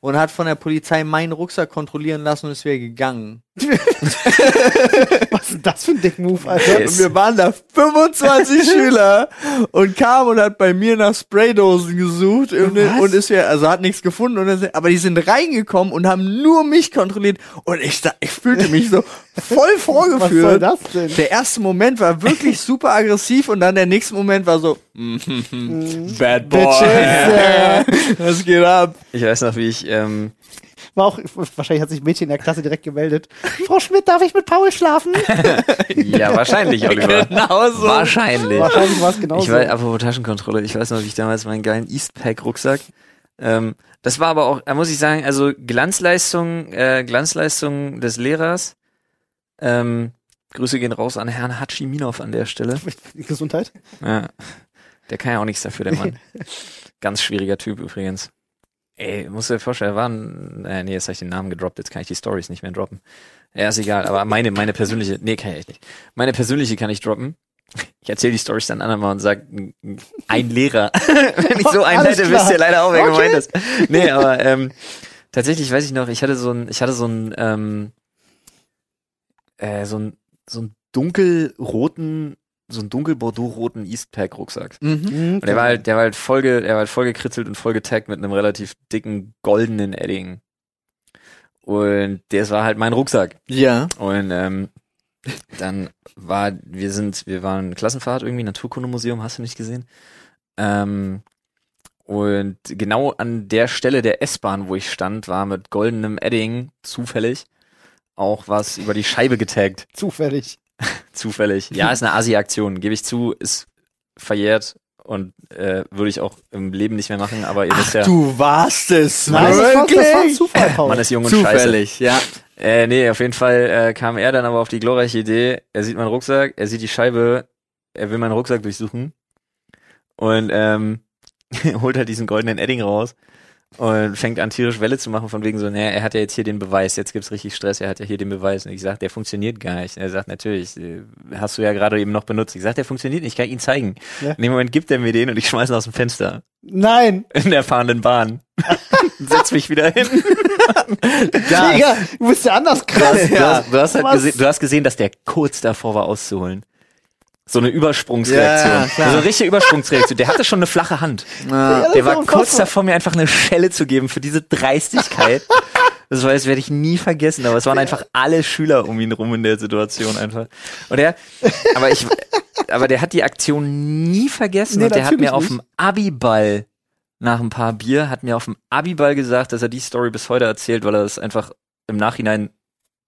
[SPEAKER 1] und hat von der Polizei meinen Rucksack kontrollieren lassen und ist wieder gegangen.
[SPEAKER 3] Was ist denn das für ein Dick-Move, Alter?
[SPEAKER 2] Der
[SPEAKER 1] Und
[SPEAKER 2] ist-
[SPEAKER 1] wir waren da 25 Schüler und kam und hat bei mir nach Spraydosen gesucht und, und ist ja, also hat nichts gefunden und dann, aber die sind reingekommen und haben nur mich kontrolliert und ich, da- ich fühlte mich so voll vorgeführt.
[SPEAKER 3] Was soll das denn?
[SPEAKER 1] Der erste Moment war wirklich super aggressiv und dann der nächste Moment war so, bad boy,
[SPEAKER 3] Bitches, äh,
[SPEAKER 1] was geht ab?
[SPEAKER 2] Ich weiß noch, wie ich, ähm,
[SPEAKER 3] war auch, wahrscheinlich hat sich ein Mädchen in der Klasse direkt gemeldet. Frau Schmidt, darf ich mit Paul schlafen?
[SPEAKER 2] ja, wahrscheinlich, Oliver.
[SPEAKER 1] Genau so.
[SPEAKER 2] Wahrscheinlich.
[SPEAKER 3] Wahrscheinlich war es genauso.
[SPEAKER 2] Ich weiß, apropos Taschenkontrolle, ich weiß noch, wie ich damals meinen geilen Eastpack-Rucksack. Ähm, das war aber auch, da muss ich sagen, also Glanzleistung, äh, Glanzleistung des Lehrers. Ähm, Grüße gehen raus an Herrn Hatschiminov an der Stelle.
[SPEAKER 3] Gesundheit?
[SPEAKER 2] Ja. Der kann ja auch nichts dafür, der Mann. Ganz schwieriger Typ übrigens. Ey, musst du dir vorstellen, er war ein, äh, nee, jetzt habe ich den Namen gedroppt, jetzt kann ich die Stories nicht mehr droppen. Ja, ist egal, aber meine, meine persönliche, nee, kann ich echt nicht. Meine persönliche kann ich droppen. Ich erzähle die Stories dann andermal und sag, n- n- ein Lehrer. Wenn ich so einen
[SPEAKER 3] Alles
[SPEAKER 2] hätte,
[SPEAKER 3] klar.
[SPEAKER 2] wisst ihr leider auch, wer
[SPEAKER 3] Okay.
[SPEAKER 2] gemeint ist. Nee, aber ähm, tatsächlich weiß ich noch, ich hatte so ein, ich hatte so ein, ähm, äh, so ein, so ein dunkelroten, so einen dunkel-bordeaux-roten Eastpack-Rucksack.
[SPEAKER 1] Mhm.
[SPEAKER 2] Und der war halt, der war halt voll, ge, der war halt voll gekritzelt und voll getaggt mit einem relativ dicken goldenen Edding. Und das war halt mein Rucksack.
[SPEAKER 1] Ja.
[SPEAKER 2] Und ähm, dann war, wir sind, wir waren Klassenfahrt irgendwie, Naturkundemuseum, hast du nicht gesehen. Ähm, und genau an der Stelle der S-Bahn, wo ich stand, war mit goldenem Edding zufällig auch was über die Scheibe getaggt.
[SPEAKER 3] Zufällig.
[SPEAKER 2] Zufällig. Ja, ist eine Asi-Aktion, gebe ich zu, ist verjährt und äh, würde ich auch im Leben nicht mehr machen, aber ihr wisst ja,
[SPEAKER 1] Du warst es,
[SPEAKER 3] Nein, das war, das war ein
[SPEAKER 1] wirklich?
[SPEAKER 3] Zufall, Paul.
[SPEAKER 2] man ist jung und scheiße.
[SPEAKER 1] Zufällig, ja.
[SPEAKER 2] Äh, nee, auf jeden Fall äh, kam er dann aber auf die glorreiche Idee, er sieht meinen Rucksack, er sieht die Scheibe, er will meinen Rucksack durchsuchen und ähm, holt halt diesen goldenen Edding raus und fängt an tierisch Welle zu machen von wegen so, naja, er hat ja jetzt hier den Beweis, jetzt gibt's richtig Stress, er hat ja hier den Beweis und ich sag, der funktioniert gar nicht. Und er sagt, natürlich, äh, hast du ja gerade eben noch benutzt. Ich sag, der funktioniert nicht, ich kann ihn zeigen.
[SPEAKER 3] Ja.
[SPEAKER 2] In dem Moment gibt er mir den und ich schmeiß ihn aus dem Fenster
[SPEAKER 3] Nein.
[SPEAKER 2] in der fahrenden Bahn. Setz mich wieder hin.
[SPEAKER 1] Ja.
[SPEAKER 3] Digga, du bist ja anders krass.
[SPEAKER 2] Du hast, du hast, halt
[SPEAKER 3] Was?
[SPEAKER 2] gesehen, du hast gesehen, dass der kurz davor war, auszuholen. So eine Übersprungsreaktion.
[SPEAKER 1] Ja, klar.
[SPEAKER 2] so eine richtige Übersprungsreaktion. Der hatte schon eine flache Hand.
[SPEAKER 1] Na,
[SPEAKER 3] das
[SPEAKER 2] Ah, Der
[SPEAKER 3] ist
[SPEAKER 2] war
[SPEAKER 3] doch
[SPEAKER 2] kurz
[SPEAKER 3] unfassbar.
[SPEAKER 2] davor, mir einfach eine Schelle zu geben für diese Dreistigkeit. Das, war, das werde ich nie vergessen, aber es waren einfach alle Schüler um ihn rum in der Situation einfach. Und er, aber ich, aber der hat die Aktion nie vergessen
[SPEAKER 3] Nee,
[SPEAKER 2] und der hat
[SPEAKER 3] natürlich
[SPEAKER 2] mir auf
[SPEAKER 3] nicht.
[SPEAKER 2] dem Abiball nach ein paar Bier, hat mir auf dem Abiball gesagt, dass er die Story bis heute erzählt, weil er das einfach im Nachhinein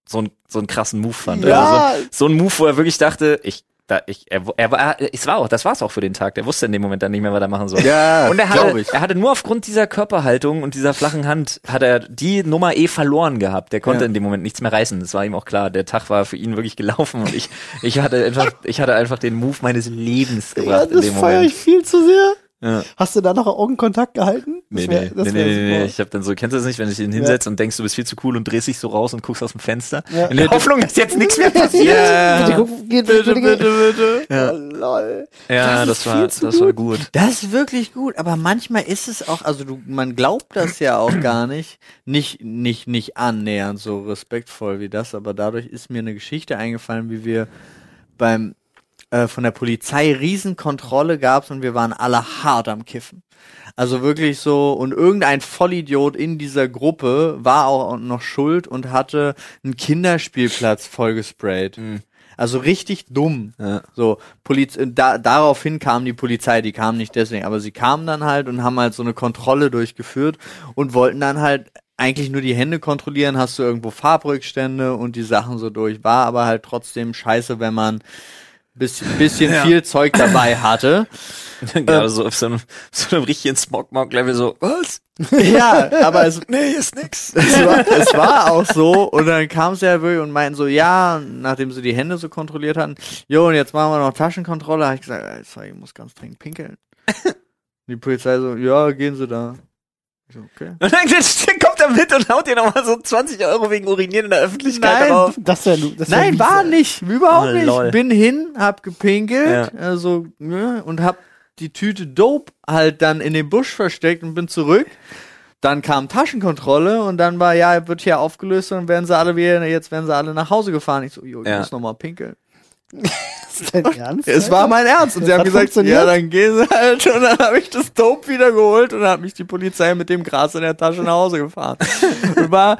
[SPEAKER 2] so einen, so einen krassen Move fand.
[SPEAKER 3] Ja.
[SPEAKER 2] Also so, so einen Move, wo er wirklich dachte, ich Da ich, er, er, war- es war auch, das war's auch für den Tag. Der wusste in dem Moment dann nicht mehr, was er machen soll.
[SPEAKER 1] Ja,
[SPEAKER 2] und er
[SPEAKER 1] glaub
[SPEAKER 2] hatte,
[SPEAKER 1] ich.
[SPEAKER 2] er hatte nur aufgrund dieser Körperhaltung und dieser flachen Hand hat er die Nummer eh verloren gehabt. Der konnte
[SPEAKER 1] Ja.
[SPEAKER 2] in dem Moment nichts mehr reißen. Das war ihm auch klar. Der Tag war für ihn wirklich gelaufen und ich, ich hatte einfach, ich hatte einfach den Move meines Lebens
[SPEAKER 3] Ja,
[SPEAKER 2] gebracht in
[SPEAKER 3] das
[SPEAKER 2] dem
[SPEAKER 3] feiere
[SPEAKER 2] Moment.
[SPEAKER 3] ich viel zu sehr.
[SPEAKER 2] Ja.
[SPEAKER 3] Hast du da noch Augenkontakt gehalten?
[SPEAKER 2] Nee,
[SPEAKER 3] Das wär-
[SPEAKER 2] nee,
[SPEAKER 3] das
[SPEAKER 2] nee, nee,
[SPEAKER 3] wär
[SPEAKER 2] nee, nee,
[SPEAKER 3] super.
[SPEAKER 2] ich hab dann so, kennst du das nicht, wenn ich ihn hinsetze und denkst, du bist viel zu cool und drehst dich so raus und guckst aus dem Fenster?
[SPEAKER 3] Ja.
[SPEAKER 2] In der Hoffnung, dass jetzt nichts mehr passiert.
[SPEAKER 1] Ja.
[SPEAKER 3] Bitte guck, geht, bitte, bitte,
[SPEAKER 1] bitte.
[SPEAKER 3] Ja. Oh, lol.
[SPEAKER 2] Ja,
[SPEAKER 3] Das
[SPEAKER 2] das,
[SPEAKER 3] ist
[SPEAKER 2] war,
[SPEAKER 3] viel zu
[SPEAKER 2] das war gut.
[SPEAKER 1] Das ist wirklich gut, aber manchmal ist es auch, also du, man glaubt das ja auch gar nicht, nicht, nicht, nicht annähernd so respektvoll wie das, aber dadurch ist mir eine Geschichte eingefallen, wie wir beim äh, von der Polizei Riesenkontrolle gab's und wir waren alle hart am Kiffen. Also wirklich so, und irgendein Vollidiot in dieser Gruppe war auch noch schuld und hatte einen Kinderspielplatz vollgesprayt. Also richtig dumm. So, Poliz da, daraufhin kam die Polizei, die kam nicht deswegen, aber sie kamen dann halt und haben halt so eine Kontrolle durchgeführt und wollten dann halt eigentlich nur die Hände kontrollieren, hast du irgendwo Farbrückstände und die Sachen so durch. War aber halt trotzdem scheiße, wenn man bisschen, bisschen viel Zeug dabei hatte.
[SPEAKER 2] Gerade so auf so einem, so einem richtigen Smogmog-Level so, was? Also,
[SPEAKER 1] ja, aber es,
[SPEAKER 2] Nee, ist nix.
[SPEAKER 1] es, war, es war auch so. Und dann kam sie ja wirklich und meinten so, ja, nachdem sie die Hände so kontrolliert hatten, jo, und jetzt machen wir noch Taschenkontrolle. Habe ich gesagt, "Äh, sorry, ich muss ganz dringend pinkeln. Die Polizei so, ja, gehen Sie da. Ich so, okay.
[SPEAKER 2] Und dann kommt er mit und haut dir nochmal so 20 Euro wegen Urinieren in der Öffentlichkeit
[SPEAKER 1] Nein.
[SPEAKER 2] drauf.
[SPEAKER 3] Das wär, lu- das wär
[SPEAKER 1] Nein,
[SPEAKER 3] mies,
[SPEAKER 1] war
[SPEAKER 3] ey.
[SPEAKER 1] nicht, überhaupt
[SPEAKER 2] Oh,
[SPEAKER 1] nicht.
[SPEAKER 2] lol.
[SPEAKER 1] Bin hin, hab gepinkelt, also ne, und hab die Tüte Dope halt dann in den Busch versteckt und bin zurück. Dann kam Taschenkontrolle und dann war ja, wird hier aufgelöst und werden sie alle wieder, jetzt werden sie alle nach Hause gefahren. Ich so, jo, ich
[SPEAKER 2] Ja.
[SPEAKER 1] muss noch mal pinkeln.
[SPEAKER 3] Das ist dein Ernst,
[SPEAKER 1] Es
[SPEAKER 3] Alter?
[SPEAKER 1] war mein Ernst und sie
[SPEAKER 3] Das
[SPEAKER 1] haben
[SPEAKER 3] hat
[SPEAKER 1] gesagt,
[SPEAKER 3] funktioniert?
[SPEAKER 1] ja, dann gehen sie halt und dann habe ich das Dope wieder geholt und dann hat mich die Polizei mit dem Gras in der Tasche nach Hause gefahren. und war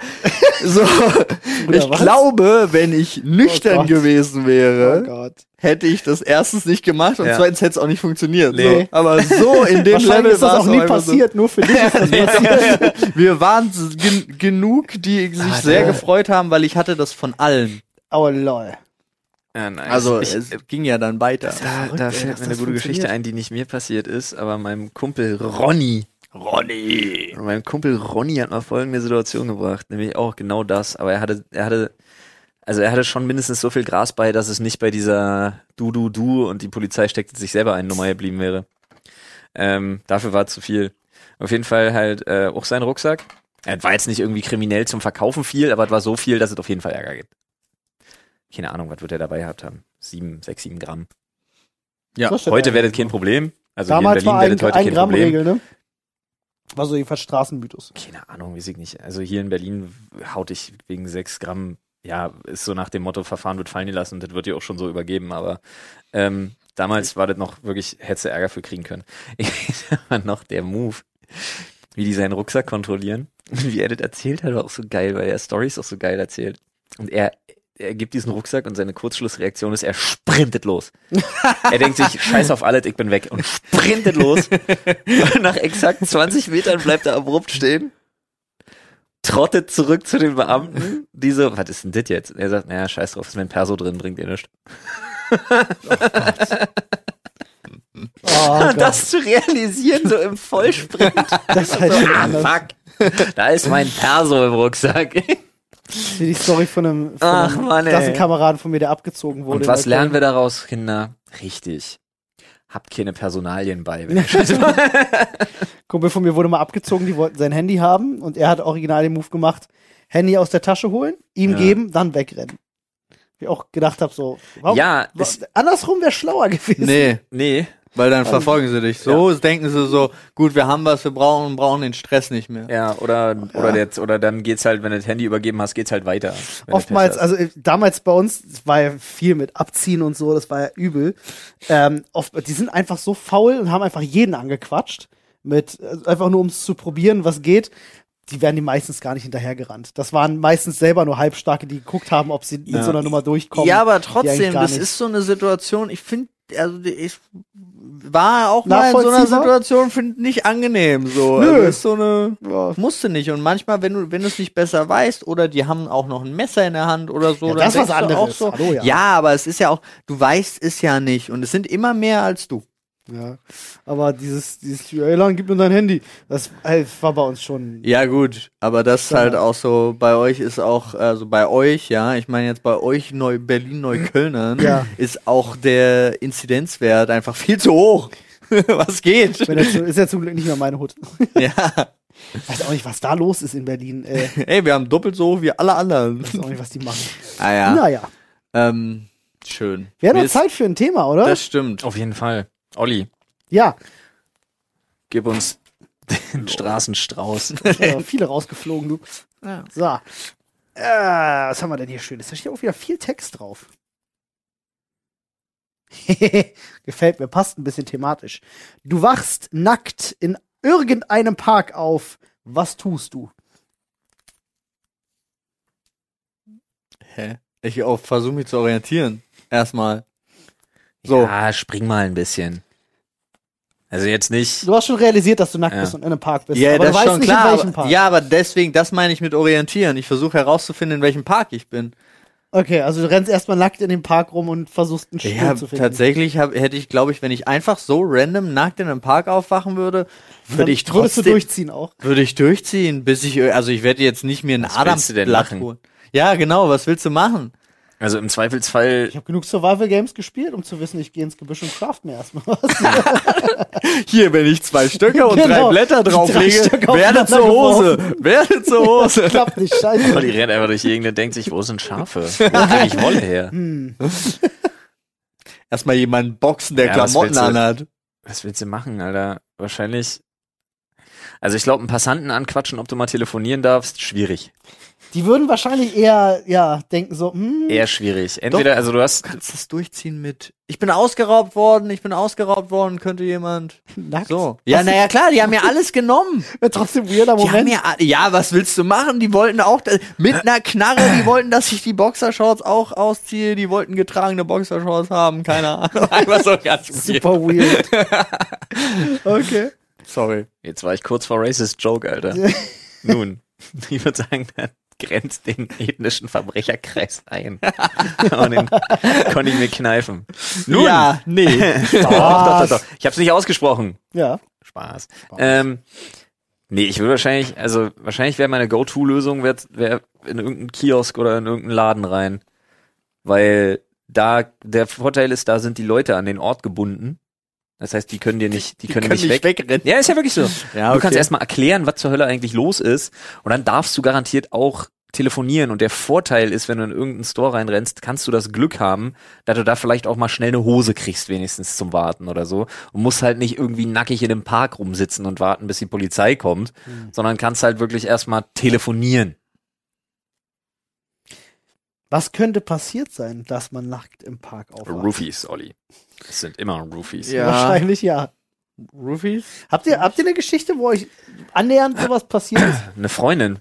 [SPEAKER 1] so, ich
[SPEAKER 3] was? Oh
[SPEAKER 1] glaube, wenn ich nüchtern
[SPEAKER 3] Gott.
[SPEAKER 1] gewesen
[SPEAKER 3] Oh
[SPEAKER 1] wäre,
[SPEAKER 3] Gott.
[SPEAKER 1] hätte ich das erstens nicht gemacht und
[SPEAKER 2] Ja.
[SPEAKER 1] zweitens hätte es auch nicht funktioniert.
[SPEAKER 2] Nee.
[SPEAKER 1] So. Aber so in dem Level
[SPEAKER 3] Wahrscheinlich ist das
[SPEAKER 1] war
[SPEAKER 3] auch
[SPEAKER 1] es
[SPEAKER 3] nie
[SPEAKER 1] einfach
[SPEAKER 3] passiert, nur für dich ist das
[SPEAKER 1] So. Wir waren s- gen genug, die sich sehr gefreut haben, weil ich hatte das von allen.
[SPEAKER 3] Oh
[SPEAKER 2] Also
[SPEAKER 3] lol.
[SPEAKER 2] Ja, nice.
[SPEAKER 1] Also
[SPEAKER 2] ich,
[SPEAKER 1] es ging ja dann weiter.
[SPEAKER 2] da, da
[SPEAKER 3] ey, dass
[SPEAKER 2] fällt mir eine
[SPEAKER 3] das
[SPEAKER 2] gute Geschichte
[SPEAKER 3] funktioniert.
[SPEAKER 2] ein, die nicht mir passiert ist, aber meinem Kumpel Ronny. Ronny. Meinem Kumpel Ronny hat mal folgende Situation gebracht, nämlich auch genau das. Aber er hatte, er hatte, also er hatte schon mindestens so viel Gras bei, dass es nicht bei dieser Du, Du, Du und die Polizei steckt sich selber ein Nummer geblieben wäre. Ähm, dafür war zu viel. Auf jeden Fall halt äh, auch sein Rucksack. Er war jetzt nicht irgendwie kriminell zum Verkaufen viel, aber es war so viel, dass es auf jeden Fall Ärger gibt. Keine Ahnung, was wird er dabei gehabt haben? Sieben, sechs, sieben Gramm.
[SPEAKER 1] Ja,
[SPEAKER 3] Das steht
[SPEAKER 2] Heute
[SPEAKER 3] da.
[SPEAKER 2] werdet kein Problem. Also
[SPEAKER 3] Damals
[SPEAKER 2] hier in
[SPEAKER 3] war
[SPEAKER 2] Berlin
[SPEAKER 3] ein,
[SPEAKER 2] werdet heute
[SPEAKER 3] ein
[SPEAKER 2] kein
[SPEAKER 3] Gramm
[SPEAKER 2] Problem.
[SPEAKER 3] Regel, ne? War so jedenfalls Straßenmythos.
[SPEAKER 2] Keine Ahnung, weiß ich nicht. Also hier in Berlin haut ich wegen sechs Gramm, ja, ist so nach dem Motto, Verfahren wird fallen gelassen und das wird dir auch schon so übergeben, aber ähm, damals war das noch wirklich, hättest du Ärger für kriegen können. Ich weiß aber noch der Move, wie die seinen Rucksack kontrollieren. Und wie er das erzählt hat, war auch so geil, weil er Stories auch so geil erzählt. Und er, er gibt diesen Rucksack und seine Kurzschlussreaktion ist, er sprintet los. er denkt sich, scheiß auf alles, ich bin weg und sprintet los. Und nach exakt 20 Metern bleibt er abrupt stehen, trottet zurück zu den Beamten, die so, was ist denn das jetzt? Und er sagt, naja, scheiß drauf, ist mein Perso drin, bringt ihr nichts.
[SPEAKER 3] Oh, Gott,
[SPEAKER 2] Das zu realisieren, so im Vollsprint.
[SPEAKER 3] das ist halt schon
[SPEAKER 2] ah,
[SPEAKER 3] anders.
[SPEAKER 2] fuck. Da ist mein Perso im Rucksack.
[SPEAKER 3] Wie die Story von einem, von
[SPEAKER 2] Ach,
[SPEAKER 3] einem
[SPEAKER 2] Mann, ey.
[SPEAKER 3] Klassenkameraden von mir, der abgezogen wurde.
[SPEAKER 2] Und was lernen wir daraus, Kinder? Richtig. Habt keine Personalien bei. wenn ihr Scheiße macht.
[SPEAKER 3] Kumpel von mir wurde mal abgezogen, die wollten sein Handy haben und er hat original den Move gemacht, Handy aus der Tasche holen, ihm
[SPEAKER 2] Ja.
[SPEAKER 3] geben, dann wegrennen. Ich auch gedacht habe so, warum,
[SPEAKER 2] ja,
[SPEAKER 3] wa-
[SPEAKER 2] ist,
[SPEAKER 3] andersrum wäre schlauer gewesen.
[SPEAKER 1] Nee,
[SPEAKER 2] nee.
[SPEAKER 1] weil
[SPEAKER 3] Also
[SPEAKER 1] dann verfolgen sie dich. So denken sie so, gut, wir haben was wir brauchen und brauchen den Stress nicht mehr.
[SPEAKER 2] Ja, oder, oder, Der, oder dann geht's halt, wenn du das Handy übergeben hast, geht's halt weiter. wenn du
[SPEAKER 3] Oftmals,
[SPEAKER 2] Pech hast.
[SPEAKER 3] also äh, damals bei uns es war ja viel mit Abziehen und so, das war ja übel. Ähm, oft, die sind einfach so faul und haben einfach jeden angequatscht. Mit, also einfach nur um es zu probieren, was geht. Die werden die meistens gar nicht hinterhergerannt. Das waren meistens selber nur Halbstarke, die geguckt haben, ob sie mit so einer Nummer durchkommen.
[SPEAKER 1] Ja, aber
[SPEAKER 3] Die eigentlich
[SPEAKER 1] trotzdem,
[SPEAKER 3] gar
[SPEAKER 1] das
[SPEAKER 3] nicht.
[SPEAKER 1] ist so eine Situation, ich finde, also die- ich, war auch mal in so einer
[SPEAKER 3] Nachvollziehbar?
[SPEAKER 1] Situation find, nicht angenehm. So.
[SPEAKER 3] Nö.
[SPEAKER 1] Also ist so eine.
[SPEAKER 3] Ja.
[SPEAKER 1] Musste nicht. Und manchmal, wenn du, wenn du es nicht besser weißt, oder die haben auch noch ein Messer in der Hand oder so,
[SPEAKER 3] Ja,
[SPEAKER 1] dann
[SPEAKER 3] das ist was
[SPEAKER 1] denkst du
[SPEAKER 3] anderes.
[SPEAKER 1] Auch so,
[SPEAKER 3] Hallo, ja.
[SPEAKER 1] ja. aber es ist ja auch, du weißt es ja nicht. Und es sind immer mehr als du.
[SPEAKER 3] Ja. Aber dieses, dieses Elan, gib mir dein Handy. Das ey, war bei uns schon.
[SPEAKER 1] Ja, gut, aber das ist halt auch so, bei euch ist auch, also bei euch, ja, ich meine jetzt bei euch Neu Berlin-Neuköllnern
[SPEAKER 3] Ja.
[SPEAKER 1] ist auch der Inzidenzwert einfach viel zu hoch. was geht?
[SPEAKER 3] Wenn das, so- ist ja zum Glück nicht mehr meine Hut.
[SPEAKER 1] ja.
[SPEAKER 3] Weiß auch nicht, was da los ist in Berlin. Äh,
[SPEAKER 1] Ey, wir haben doppelt so hoch wie alle anderen.
[SPEAKER 3] weiß auch nicht, was die machen.
[SPEAKER 1] Ah ja.
[SPEAKER 3] Naja.
[SPEAKER 1] Ähm, schön.
[SPEAKER 3] Wir haben
[SPEAKER 1] Mir
[SPEAKER 3] noch
[SPEAKER 1] ist-
[SPEAKER 3] Zeit für ein Thema, oder?
[SPEAKER 1] Das stimmt.
[SPEAKER 2] Auf jeden Fall. Olli,
[SPEAKER 3] ja.
[SPEAKER 2] gib uns den Straßenstrauß.
[SPEAKER 3] Äh, viele rausgeflogen, du.
[SPEAKER 1] Ja.
[SPEAKER 3] So. Äh, was haben wir denn hier Schönes? Da steht auch wieder viel Text drauf. Gefällt mir, passt ein bisschen thematisch. Du wachst nackt in irgendeinem Park auf. Was tust du?
[SPEAKER 1] Hä? Ich auch versuche mich zu orientieren. Erstmal. So.
[SPEAKER 2] Ja, spring mal ein bisschen. Also jetzt nicht.
[SPEAKER 3] Du hast schon realisiert, dass du nackt
[SPEAKER 2] Ja.
[SPEAKER 3] bist und in einem Park bist.
[SPEAKER 1] Ja, das
[SPEAKER 3] aber du
[SPEAKER 1] ist
[SPEAKER 3] weißt
[SPEAKER 1] schon
[SPEAKER 3] nicht,
[SPEAKER 1] klar.
[SPEAKER 3] in welchem
[SPEAKER 1] aber,
[SPEAKER 3] Park.
[SPEAKER 1] Ja, aber deswegen, das meine ich mit orientieren. Ich versuche herauszufinden, in welchem Park ich bin.
[SPEAKER 3] Okay, also du rennst erstmal nackt in dem Park rum und versuchst einen Stuhl
[SPEAKER 1] Ja,
[SPEAKER 3] zu finden.
[SPEAKER 1] tatsächlich hab, hätte ich, glaube ich, wenn ich einfach so random nackt in einem Park aufwachen würde,
[SPEAKER 3] Dann
[SPEAKER 1] würde ich
[SPEAKER 3] Würdest du
[SPEAKER 1] trotzdem
[SPEAKER 3] durchziehen auch.
[SPEAKER 1] würde ich durchziehen, bis ich also ich werde jetzt nicht mir einen
[SPEAKER 2] Was willst du denn
[SPEAKER 1] Adamsblatt
[SPEAKER 2] machen?
[SPEAKER 1] holen. Ja, genau, was willst du machen?
[SPEAKER 2] Also im Zweifelsfall.
[SPEAKER 3] Ich habe genug Survival Games gespielt, um zu wissen, ich gehe ins Gebüsch und craft mir erstmal was.
[SPEAKER 1] Hier, wenn ich zwei Stöcker und drei
[SPEAKER 3] Genau.
[SPEAKER 1] Blätter
[SPEAKER 3] Die drei
[SPEAKER 1] drauflege,
[SPEAKER 3] Stöcker
[SPEAKER 1] werde zur
[SPEAKER 3] aufeinander
[SPEAKER 1] Hose, werde zur Hose.
[SPEAKER 3] Klappt nicht, scheiße.
[SPEAKER 2] Olli rennt einfach durch die Gegend und denkt sich, wo sind Schafe? Wo kriege ich Wolle her?
[SPEAKER 3] Hm.
[SPEAKER 1] Erstmal jemanden boxen, der
[SPEAKER 2] Ja, was
[SPEAKER 1] Klamotten
[SPEAKER 2] willst du?
[SPEAKER 1] anhat.
[SPEAKER 2] Was willst du machen, Alter? Wahrscheinlich. Also ich glaube, einen Passanten anquatschen, ob du mal telefonieren darfst, schwierig.
[SPEAKER 3] Die würden wahrscheinlich eher, ja, denken so, hm,
[SPEAKER 2] Eher schwierig. Entweder, also du hast.
[SPEAKER 1] Du kannst das durchziehen mit. Ich bin ausgeraubt worden, ich bin ausgeraubt worden, könnte jemand.
[SPEAKER 3] nackt.
[SPEAKER 1] So. Ja, naja, klar, die haben mir alles genommen.
[SPEAKER 3] Wäre trotzdem weirder
[SPEAKER 1] Die haben
[SPEAKER 3] Moment.
[SPEAKER 1] mir, a- ja, was willst du machen? Die wollten auch, da- mit einer Knarre, die wollten, dass ich die Boxershorts auch ausziehe, die wollten getragene Boxershorts haben, keine Ahnung. Einfach so ganz weird.
[SPEAKER 3] Super weird. okay.
[SPEAKER 1] Sorry.
[SPEAKER 2] Jetzt war ich kurz vor Racist Joke, Alter. Nun, ich würde sagen, dann grenzt den ethnischen Verbrecherkreis ein. Und den konnte ich mir kneifen. Nun,
[SPEAKER 1] Ja, nee.
[SPEAKER 2] doch, doch, doch, doch. Ich habe es nicht ausgesprochen.
[SPEAKER 3] Ja.
[SPEAKER 2] Spaß. Ähm, nee, ich würde wahrscheinlich, also wahrscheinlich wäre meine Go-To-Lösung wär, wär in irgendeinen Kiosk oder in irgendeinen Laden rein. Weil da, der Vorteil ist, da sind die Leute an den Ort gebunden. Das heißt, die können dir nicht, die, können, nicht weg.
[SPEAKER 1] wegrennen.
[SPEAKER 2] Ja, ist ja wirklich so.
[SPEAKER 1] Ja,
[SPEAKER 2] Du kannst
[SPEAKER 1] okay.
[SPEAKER 2] erstmal erklären, was zur Hölle eigentlich los ist. Und dann darfst du garantiert auch telefonieren. Und der Vorteil ist, wenn du in irgendeinen Store reinrennst, kannst du das Glück haben, dass du da vielleicht auch mal schnell eine Hose kriegst, wenigstens zum Warten oder so. Und musst halt nicht irgendwie nackig in einem Park rumsitzen und warten, bis die Polizei kommt,
[SPEAKER 1] Hm.
[SPEAKER 2] sondern kannst halt wirklich erstmal telefonieren.
[SPEAKER 3] Was könnte passiert sein, dass man nackt im Park aufwacht?
[SPEAKER 2] Roofies, Olli. Es sind immer Roofies.
[SPEAKER 1] Oh, Ja.
[SPEAKER 3] Wahrscheinlich ja.
[SPEAKER 1] Roofies?
[SPEAKER 3] Habt ihr, habt ihr eine Geschichte, wo euch annähernd sowas passiert ist?
[SPEAKER 2] eine Freundin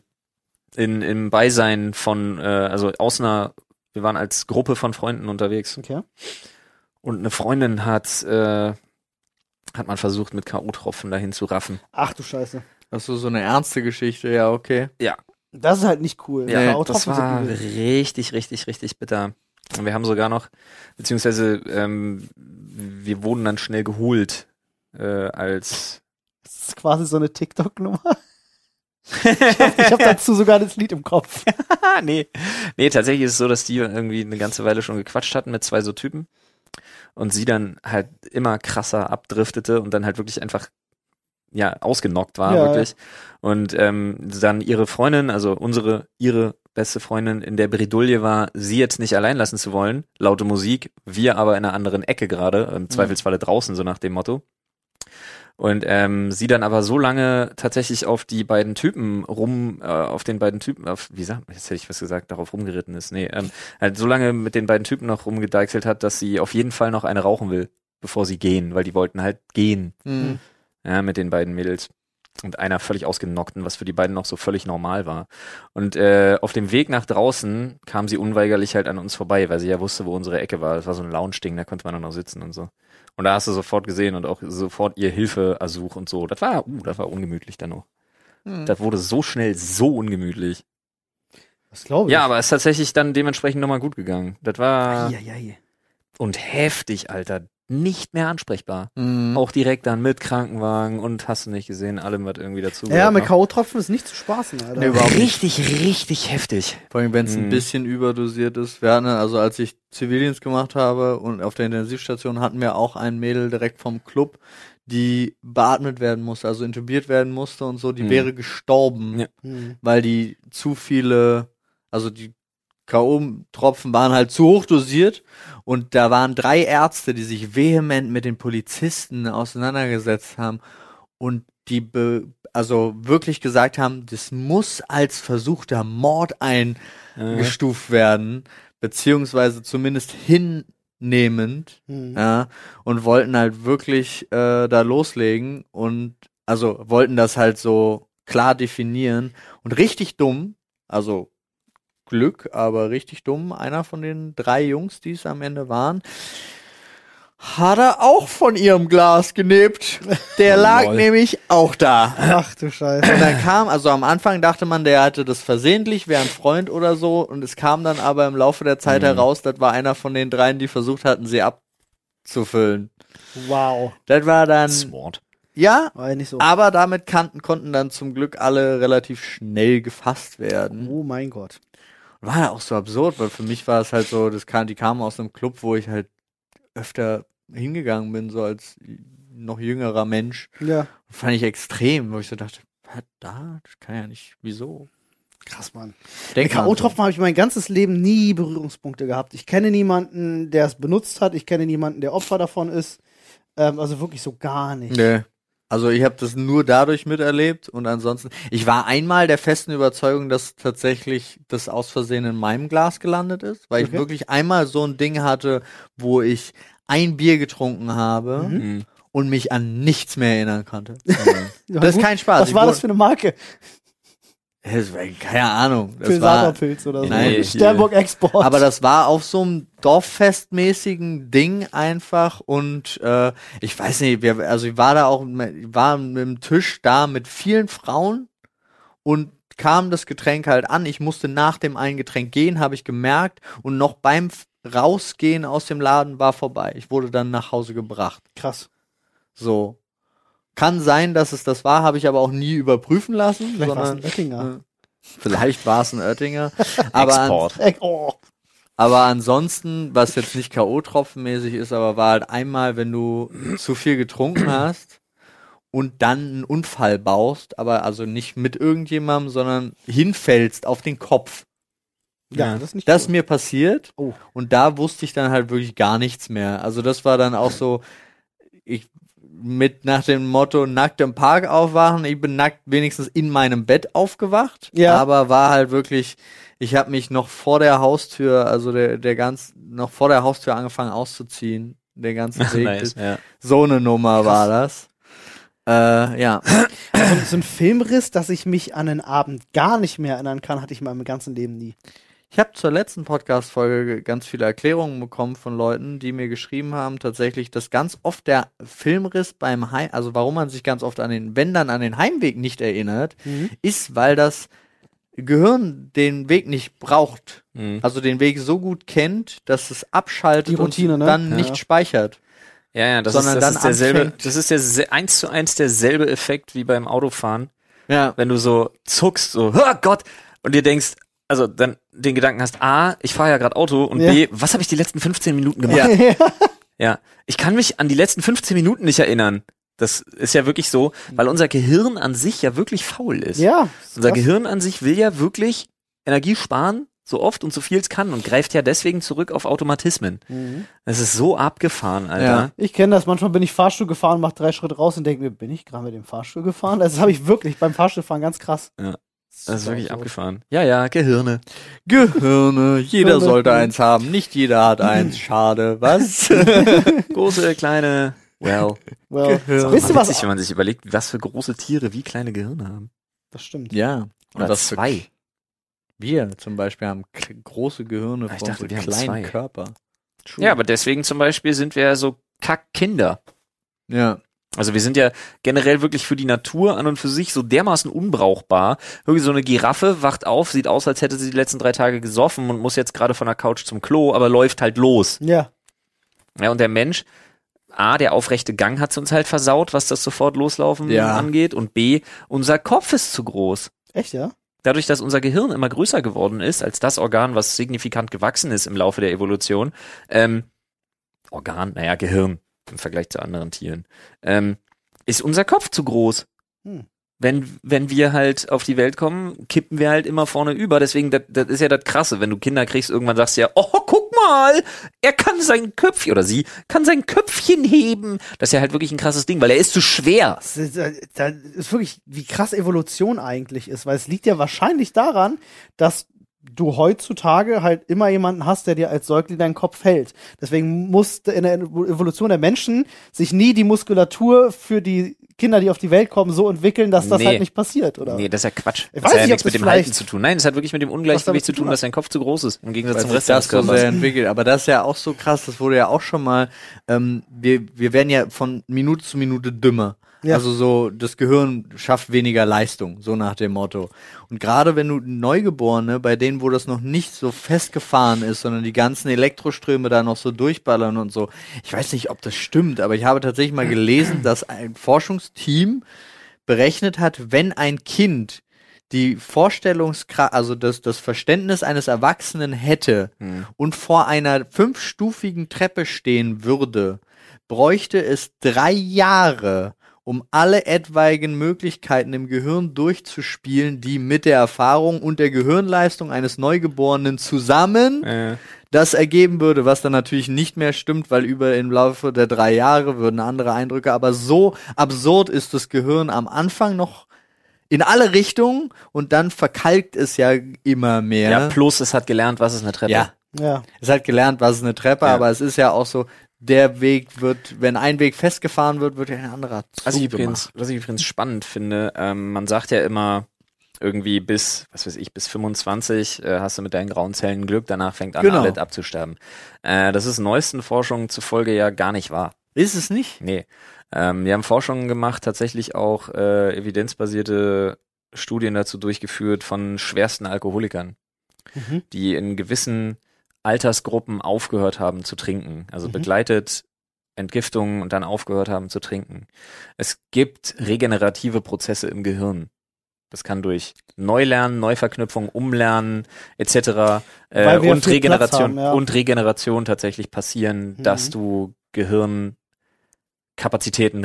[SPEAKER 2] in, im Beisein von, äh, also aus einer, wir waren als Gruppe von Freunden unterwegs.
[SPEAKER 3] Okay.
[SPEAKER 2] Und eine Freundin hat, äh, hat man versucht, mit K.O.-Tropfen dahin zu raffen.
[SPEAKER 3] Ach du Scheiße.
[SPEAKER 1] Hast du so eine ernste Geschichte? Ja, okay.
[SPEAKER 3] Das ist halt nicht cool.
[SPEAKER 1] Ja,
[SPEAKER 3] Aber auch
[SPEAKER 2] das
[SPEAKER 3] trotzdem sind
[SPEAKER 2] war
[SPEAKER 3] übel.
[SPEAKER 2] richtig, richtig, richtig bitter. Und wir haben sogar noch, beziehungsweise ähm, wir wurden dann schnell geholt äh, als
[SPEAKER 3] Das ist quasi so eine TikTok-Nummer. Ich habe hab dazu sogar das Lied im Kopf.
[SPEAKER 2] Ah, nee. Nee, tatsächlich ist es so, dass die irgendwie eine ganze Weile schon gequatscht hatten mit zwei so Typen. Und sie dann halt immer krasser abdriftete und dann halt wirklich einfach, ja, ausgenockt war,
[SPEAKER 3] Ja.
[SPEAKER 2] wirklich. Und ähm, dann ihre Freundin, also unsere, ihre beste Freundin in der Bredouille war, sie jetzt nicht allein lassen zu wollen, laute Musik, wir aber in einer anderen Ecke gerade, im Zweifelsfalle draußen, so nach dem Motto. Und ähm, sie dann aber so lange tatsächlich auf die beiden Typen rum, äh, auf den beiden Typen, auf, wie sagt man, jetzt hätte ich was gesagt, darauf rumgeritten ist. Nee, ähm, halt so lange mit den beiden Typen noch rumgedeichselt hat, dass sie auf jeden Fall noch eine rauchen will, bevor sie gehen, weil die wollten halt gehen,
[SPEAKER 1] Hm.
[SPEAKER 2] ja, mit den beiden Mädels. und einer völlig ausgenockten, was für die beiden noch so völlig normal war. Und äh, auf dem Weg nach draußen kam sie unweigerlich halt an uns vorbei, weil sie ja wusste, wo unsere Ecke war. Das war so ein Lounge-Ding, da konnte man dann noch sitzen und so. Und da hast du sofort gesehen und auch sofort ihr Hilfeersuch und so. Das war, uh, das war ungemütlich dann noch. Hm.
[SPEAKER 1] Hm.
[SPEAKER 2] Das wurde so schnell so ungemütlich.
[SPEAKER 3] Das glaube Oh, ich.
[SPEAKER 2] Ja, aber es ist tatsächlich dann dementsprechend nochmal gut gegangen. Das war
[SPEAKER 3] Ja, ja, ja.
[SPEAKER 2] und heftig, Alter. Nicht mehr ansprechbar.
[SPEAKER 3] Hm.
[SPEAKER 1] Mhm.
[SPEAKER 2] Auch direkt dann mit Krankenwagen und hast du nicht gesehen, allem was irgendwie dazu. ne?
[SPEAKER 3] Ja, mit K.O.-Tropfen ist nicht zu spaßen, Alter.
[SPEAKER 1] Nee, überhaupt nicht.
[SPEAKER 2] Richtig, richtig heftig.
[SPEAKER 1] Vor allem, wenn es ein
[SPEAKER 2] Mhm.
[SPEAKER 1] bisschen überdosiert ist. Wir hatten, also als ich Zivildienst gemacht habe und auf der Intensivstation hatten wir auch ein Mädel direkt vom Club, die beatmet werden musste, also intubiert werden musste und so, die
[SPEAKER 2] Mhm.
[SPEAKER 1] wäre gestorben,
[SPEAKER 2] Ja.
[SPEAKER 3] Hm.
[SPEAKER 1] weil die zu viele, also die K.O.-Tropfen waren halt zu hoch dosiert und da waren drei Ärzte, die sich vehement mit den Polizisten auseinandergesetzt haben und die be also wirklich gesagt haben, das muss als versuchter Mord ein
[SPEAKER 2] Äh,
[SPEAKER 1] gestuft werden, beziehungsweise zumindest hinnehmend,
[SPEAKER 3] Hm.
[SPEAKER 1] ja, und wollten halt wirklich äh, da loslegen und also wollten das halt so klar definieren und richtig dumm, also Glück, aber richtig dumm, einer von den drei Jungs, die es am Ende waren, hat er auch von ihrem Glas genebt. Der lag
[SPEAKER 2] lol.
[SPEAKER 1] nämlich auch da.
[SPEAKER 3] Ach du Scheiße.
[SPEAKER 1] Und dann kam, also am Anfang dachte man, der hatte das versehentlich, wäre ein Freund oder so. Und es kam dann aber im Laufe der Zeit heraus, das war einer von den dreien, die versucht hatten, sie abzufüllen.
[SPEAKER 3] Wow.
[SPEAKER 1] Das war dann,
[SPEAKER 2] Sword.
[SPEAKER 1] ja,
[SPEAKER 3] War ja nicht so.
[SPEAKER 1] aber damit kannten, konnten dann zum Glück alle relativ schnell gefasst werden.
[SPEAKER 3] Oh mein Gott.
[SPEAKER 1] War ja auch so absurd, weil für mich war es halt so, das kam, die kamen aus einem Club, wo ich halt öfter hingegangen bin, so als noch jüngerer Mensch.
[SPEAKER 3] Ja.
[SPEAKER 1] Fand ich extrem, wo ich so dachte, was da? Das kann ja nicht, wieso?
[SPEAKER 3] Krass, Mann. Mit
[SPEAKER 1] Denk mal so.
[SPEAKER 3] K.O.-Tropfen habe ich mein ganzes Leben nie Berührungspunkte gehabt. Ich kenne niemanden, der es benutzt hat. Ich kenne niemanden, der Opfer davon ist. Ähm, also wirklich so gar nicht.
[SPEAKER 1] Nee. Also ich habe das nur dadurch miterlebt und ansonsten, ich war einmal der festen Überzeugung, dass tatsächlich das aus Versehen in meinem Glas gelandet ist, weil ich
[SPEAKER 3] Okay.
[SPEAKER 1] wirklich einmal so ein Ding hatte, wo ich ein Bier getrunken habe
[SPEAKER 2] Mhm.
[SPEAKER 1] und mich an nichts mehr erinnern konnte.
[SPEAKER 3] Ja,
[SPEAKER 1] Das ist
[SPEAKER 3] gut.
[SPEAKER 1] kein Spaß.
[SPEAKER 3] Was
[SPEAKER 1] Ich
[SPEAKER 3] war
[SPEAKER 1] wurde-
[SPEAKER 3] das für eine Marke?
[SPEAKER 1] Es war- Keine Ahnung. Das
[SPEAKER 3] Für
[SPEAKER 1] war,
[SPEAKER 3] Pilz oder so.
[SPEAKER 1] Nein, hier.
[SPEAKER 3] Sternburg Export.
[SPEAKER 1] aber das war auf so einem Dorffestmäßigen Ding einfach und äh, ich weiß nicht, wir, also ich war da auch, ich war mit dem Tisch da mit vielen Frauen und kam das Getränk halt an. Ich musste nach dem einen Getränk gehen, habe ich gemerkt und noch beim F- Rausgehen aus dem Laden war vorbei. Ich wurde dann nach Hause gebracht.
[SPEAKER 3] krass.
[SPEAKER 1] So. Kann sein, dass es das war, habe ich aber auch nie überprüfen lassen.
[SPEAKER 3] Vielleicht war es
[SPEAKER 1] sondern,
[SPEAKER 3] ein Oettinger.
[SPEAKER 1] vielleicht war es ein Oettinger. aber an,
[SPEAKER 2] Export.
[SPEAKER 3] Äh, oh.
[SPEAKER 1] aber ansonsten, was jetzt nicht K.O.-Tropfenmäßig ist, aber war halt einmal, wenn du zu viel getrunken hast und dann einen Unfall baust, aber also nicht mit irgendjemandem, sondern hinfällst auf den Kopf.
[SPEAKER 3] Ja,
[SPEAKER 2] Ja.
[SPEAKER 3] das ist nicht
[SPEAKER 1] Das ist
[SPEAKER 3] cool.
[SPEAKER 1] mir passiert
[SPEAKER 3] Oh.
[SPEAKER 1] und da wusste ich dann halt wirklich gar nichts mehr. Also das war dann auch so, ich mit nach dem Motto nackt im Park aufwachen, ich bin nackt wenigstens in meinem Bett aufgewacht,
[SPEAKER 3] Ja.
[SPEAKER 1] aber war halt wirklich, ich habe mich noch vor der Haustür, also der, der ganz, noch vor der Haustür angefangen auszuziehen, den ganzen Weg.
[SPEAKER 2] Nice. Ja.
[SPEAKER 1] So eine Nummer war das. Äh, ja.
[SPEAKER 3] Also, so ein Filmriss, dass ich mich an einen Abend gar nicht mehr erinnern kann, hatte ich in meinem ganzen Leben nie.
[SPEAKER 1] Ich habe zur letzten Podcast-Folge ganz viele Erklärungen bekommen von Leuten, die mir geschrieben haben, tatsächlich, dass ganz oft der Filmriss beim Heim, also warum man sich ganz oft an den, wenn dann an den Heimweg nicht erinnert,
[SPEAKER 3] Mhm.
[SPEAKER 1] ist, weil das Gehirn den Weg nicht braucht.
[SPEAKER 2] Mhm.
[SPEAKER 1] Also den Weg so gut kennt, dass es abschaltet
[SPEAKER 3] Die Routine,
[SPEAKER 1] und
[SPEAKER 3] ne?
[SPEAKER 1] dann
[SPEAKER 3] Ja.
[SPEAKER 1] nicht speichert.
[SPEAKER 2] Ja, ja, das
[SPEAKER 1] Sondern
[SPEAKER 2] ist, das
[SPEAKER 1] dann
[SPEAKER 2] ist derselbe,
[SPEAKER 1] anfängt-
[SPEAKER 2] das ist der se- eins zu eins derselbe Effekt wie beim Autofahren,
[SPEAKER 1] Ja.
[SPEAKER 2] wenn du so zuckst, so, oh Gott, und dir denkst, also dann den Gedanken hast, A, ich fahre ja gerade Auto und
[SPEAKER 3] Ja.
[SPEAKER 2] B, was habe ich die letzten 15 Minuten gemacht?
[SPEAKER 1] Ja.
[SPEAKER 2] Ja, ich kann mich an die letzten 15 Minuten nicht erinnern. Das ist ja wirklich so, weil unser Gehirn an sich ja wirklich faul ist.
[SPEAKER 3] Ja.
[SPEAKER 2] Unser
[SPEAKER 3] krass.
[SPEAKER 2] Gehirn an sich will ja wirklich Energie sparen, so oft und so viel es kann und greift ja deswegen zurück auf Automatismen.
[SPEAKER 3] Mhm.
[SPEAKER 2] Das ist so abgefahren, Alter.
[SPEAKER 1] Ja.
[SPEAKER 3] Ich kenne das. Manchmal bin ich Fahrstuhl gefahren, mache drei Schritte raus und denke mir, bin ich gerade mit dem Fahrstuhl gefahren? Also, das habe ich wirklich beim Fahrstuhlfahren ganz krass.
[SPEAKER 2] Ja. Das ist
[SPEAKER 3] Super
[SPEAKER 2] wirklich
[SPEAKER 3] absurd.
[SPEAKER 2] abgefahren. Ja, ja, Gehirne.
[SPEAKER 1] Gehirne, jeder
[SPEAKER 3] Gehirne.
[SPEAKER 1] sollte eins haben, nicht jeder hat eins. Schade, was?
[SPEAKER 2] Große, kleine, well,
[SPEAKER 3] Well.
[SPEAKER 1] Gehirn.
[SPEAKER 3] Wisst
[SPEAKER 2] Witzig,
[SPEAKER 3] ihr was?
[SPEAKER 2] wenn man sich überlegt, was für große Tiere wie kleine Gehirne haben.
[SPEAKER 3] Das stimmt.
[SPEAKER 1] Ja.
[SPEAKER 2] Oder
[SPEAKER 1] das für
[SPEAKER 2] zwei.
[SPEAKER 1] Wir zum Beispiel haben k- große Gehirne
[SPEAKER 2] Ah, ich
[SPEAKER 1] von
[SPEAKER 2] dachte,
[SPEAKER 1] so
[SPEAKER 2] wir haben
[SPEAKER 1] kleinen
[SPEAKER 2] zwei.
[SPEAKER 1] Körper.
[SPEAKER 2] Ja, aber deswegen zum Beispiel sind wir ja so Kackkinder.
[SPEAKER 1] Ja.
[SPEAKER 2] Also wir sind ja generell wirklich für die Natur an und für sich so dermaßen unbrauchbar. Irgendwie so eine Giraffe wacht auf, sieht aus, als hätte sie die letzten drei Tage gesoffen und muss jetzt gerade von der Couch zum Klo, aber läuft halt los.
[SPEAKER 3] Ja.
[SPEAKER 2] Ja, und der Mensch, A, der aufrechte Gang hat's uns halt versaut, was das sofort loslaufen
[SPEAKER 1] Ja.
[SPEAKER 2] angeht. Und B, unser Kopf ist zu groß.
[SPEAKER 3] Echt, ja?
[SPEAKER 2] Dadurch, dass unser Gehirn immer größer geworden ist als das Organ, was signifikant gewachsen ist im Laufe der Evolution, ähm, Organ, naja, Gehirn im Vergleich zu anderen Tieren, ähm, ist unser Kopf zu groß.
[SPEAKER 3] Hm.
[SPEAKER 2] Wenn, wenn wir halt auf die Welt kommen, kippen wir halt immer vorne über. Deswegen, das, das ist ja das Krasse. Wenn du Kinder kriegst, irgendwann sagst du ja, oh, guck mal, er kann sein Köpfchen, oder sie kann sein Köpfchen heben. Das ist ja halt wirklich ein krasses Ding, weil er ist zu schwer.
[SPEAKER 3] Das ist, äh, das ist wirklich, wie krass Evolution eigentlich ist, weil es liegt ja wahrscheinlich daran, dass du heutzutage halt immer jemanden hast, der dir als Säugling deinen Kopf hält. Deswegen muss in der Evolution der Menschen sich nie die Muskulatur für die Kinder, die auf die Welt kommen, so entwickeln, dass das
[SPEAKER 2] Nee.
[SPEAKER 3] halt nicht passiert, oder?
[SPEAKER 2] Nee, das ist ja Quatsch.
[SPEAKER 3] Ich
[SPEAKER 2] das
[SPEAKER 3] weiß
[SPEAKER 2] hat ja
[SPEAKER 3] nicht,
[SPEAKER 2] nichts
[SPEAKER 3] ob
[SPEAKER 2] mit
[SPEAKER 3] das
[SPEAKER 2] dem Halten
[SPEAKER 3] vielleicht-
[SPEAKER 2] zu tun. Nein, das hat wirklich mit dem
[SPEAKER 3] Was damit
[SPEAKER 2] Ungleichgewicht
[SPEAKER 3] zu
[SPEAKER 2] zu
[SPEAKER 3] tun
[SPEAKER 2] tun, dass dein Kopf zu groß ist. Im Gegensatz
[SPEAKER 1] Weil
[SPEAKER 2] zum
[SPEAKER 1] sich
[SPEAKER 2] Rest
[SPEAKER 1] das
[SPEAKER 2] deines
[SPEAKER 1] so
[SPEAKER 2] Körpers.
[SPEAKER 1] sehr entwickelt. Aber das ist ja auch so krass, das wurde ja auch schon mal, ähm, wir, wir werden ja von Minute zu Minute dümmer.
[SPEAKER 3] Ja.
[SPEAKER 1] Also so, das Gehirn schafft weniger Leistung, so nach dem Motto. Und gerade wenn du Neugeborene, bei denen, wo das noch nicht so festgefahren ist, sondern die ganzen Elektroströme da noch so durchballern und so, ich weiß nicht, ob das stimmt, aber ich habe tatsächlich mal gelesen, dass ein Forschungsteam berechnet hat, wenn ein Kind die Vorstellungskraft, also das, das Verständnis eines Erwachsenen hätte und vor einer fünfstufigen Treppe stehen würde, bräuchte es drei Jahre, um alle etwaigen Möglichkeiten im Gehirn durchzuspielen, die mit der Erfahrung und der Gehirnleistung eines Neugeborenen zusammen
[SPEAKER 2] Äh,
[SPEAKER 1] das ergeben würde, was dann natürlich nicht mehr stimmt, weil über im Laufe der drei Jahre würden andere Eindrücke, aber so absurd ist das Gehirn am Anfang noch in alle Richtungen und dann verkalkt es ja immer mehr.
[SPEAKER 2] ja, plus es hat gelernt, was ist eine Treppe.
[SPEAKER 1] Ja.
[SPEAKER 3] Ja.
[SPEAKER 1] Es hat gelernt, was ist eine Treppe,
[SPEAKER 2] Ja.
[SPEAKER 1] aber es ist ja auch so, der Weg wird, wenn ein Weg festgefahren wird, wird ja ein anderer
[SPEAKER 2] Was ich,
[SPEAKER 1] zugemacht.
[SPEAKER 2] übrigens, was ich übrigens spannend finde, ähm, man sagt ja immer, irgendwie bis, was weiß ich, bis 25 äh, hast du mit deinen grauen Zellen Glück, danach fängt an,
[SPEAKER 1] Genau.
[SPEAKER 2] alles abzusterben. Äh, das ist neuesten Forschungen zufolge ja gar nicht wahr.
[SPEAKER 1] Ist es nicht?
[SPEAKER 2] Nee. Ähm, wir haben Forschungen gemacht, tatsächlich auch äh, evidenzbasierte Studien dazu durchgeführt von schwersten Alkoholikern,
[SPEAKER 3] Mhm.
[SPEAKER 2] die in gewissen Altersgruppen aufgehört haben zu trinken. Also
[SPEAKER 3] Mhm.
[SPEAKER 2] begleitet Entgiftungen und dann aufgehört haben zu trinken. Es gibt regenerative Prozesse im Gehirn. Das kann durch Neulernen, Neuverknüpfung, Umlernen etc. Äh,
[SPEAKER 3] Weil wir
[SPEAKER 2] und
[SPEAKER 3] viel Platz
[SPEAKER 2] Regeneration
[SPEAKER 3] haben, ja.
[SPEAKER 2] und Regeneration tatsächlich passieren,
[SPEAKER 3] Mhm.
[SPEAKER 2] dass du Gehirnkapazitäten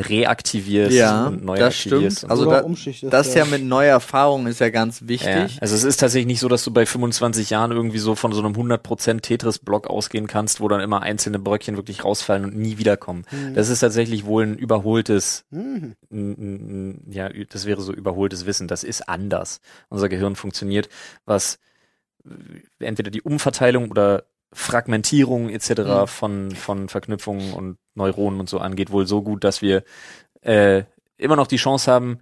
[SPEAKER 2] reaktivierst
[SPEAKER 1] Ja,
[SPEAKER 2] und neu
[SPEAKER 1] das
[SPEAKER 2] aktivierst.
[SPEAKER 1] stimmt.
[SPEAKER 2] und
[SPEAKER 1] Also
[SPEAKER 2] so.
[SPEAKER 3] Oder
[SPEAKER 1] da-
[SPEAKER 3] umschichtest,
[SPEAKER 1] Das ja mit neuer Erfahrung ist ja ganz
[SPEAKER 2] ja.
[SPEAKER 1] wichtig.
[SPEAKER 2] Also es ist tatsächlich nicht so, dass du bei 25 Jahren irgendwie so von so einem 100% Tetris-Block ausgehen kannst, wo dann immer einzelne Bröckchen wirklich rausfallen und nie wiederkommen.
[SPEAKER 3] Mhm.
[SPEAKER 2] Das ist tatsächlich wohl ein überholtes
[SPEAKER 3] Mhm.
[SPEAKER 2] n- n- n- ja, ü- das wäre so überholtes Wissen. Das ist anders. Unser Gehirn funktioniert, was äh, entweder die Umverteilung oder Fragmentierung etc.
[SPEAKER 1] Mhm.
[SPEAKER 2] von von Verknüpfungen und Neuronen und so angeht, wohl so gut, dass wir äh, immer noch die Chance haben,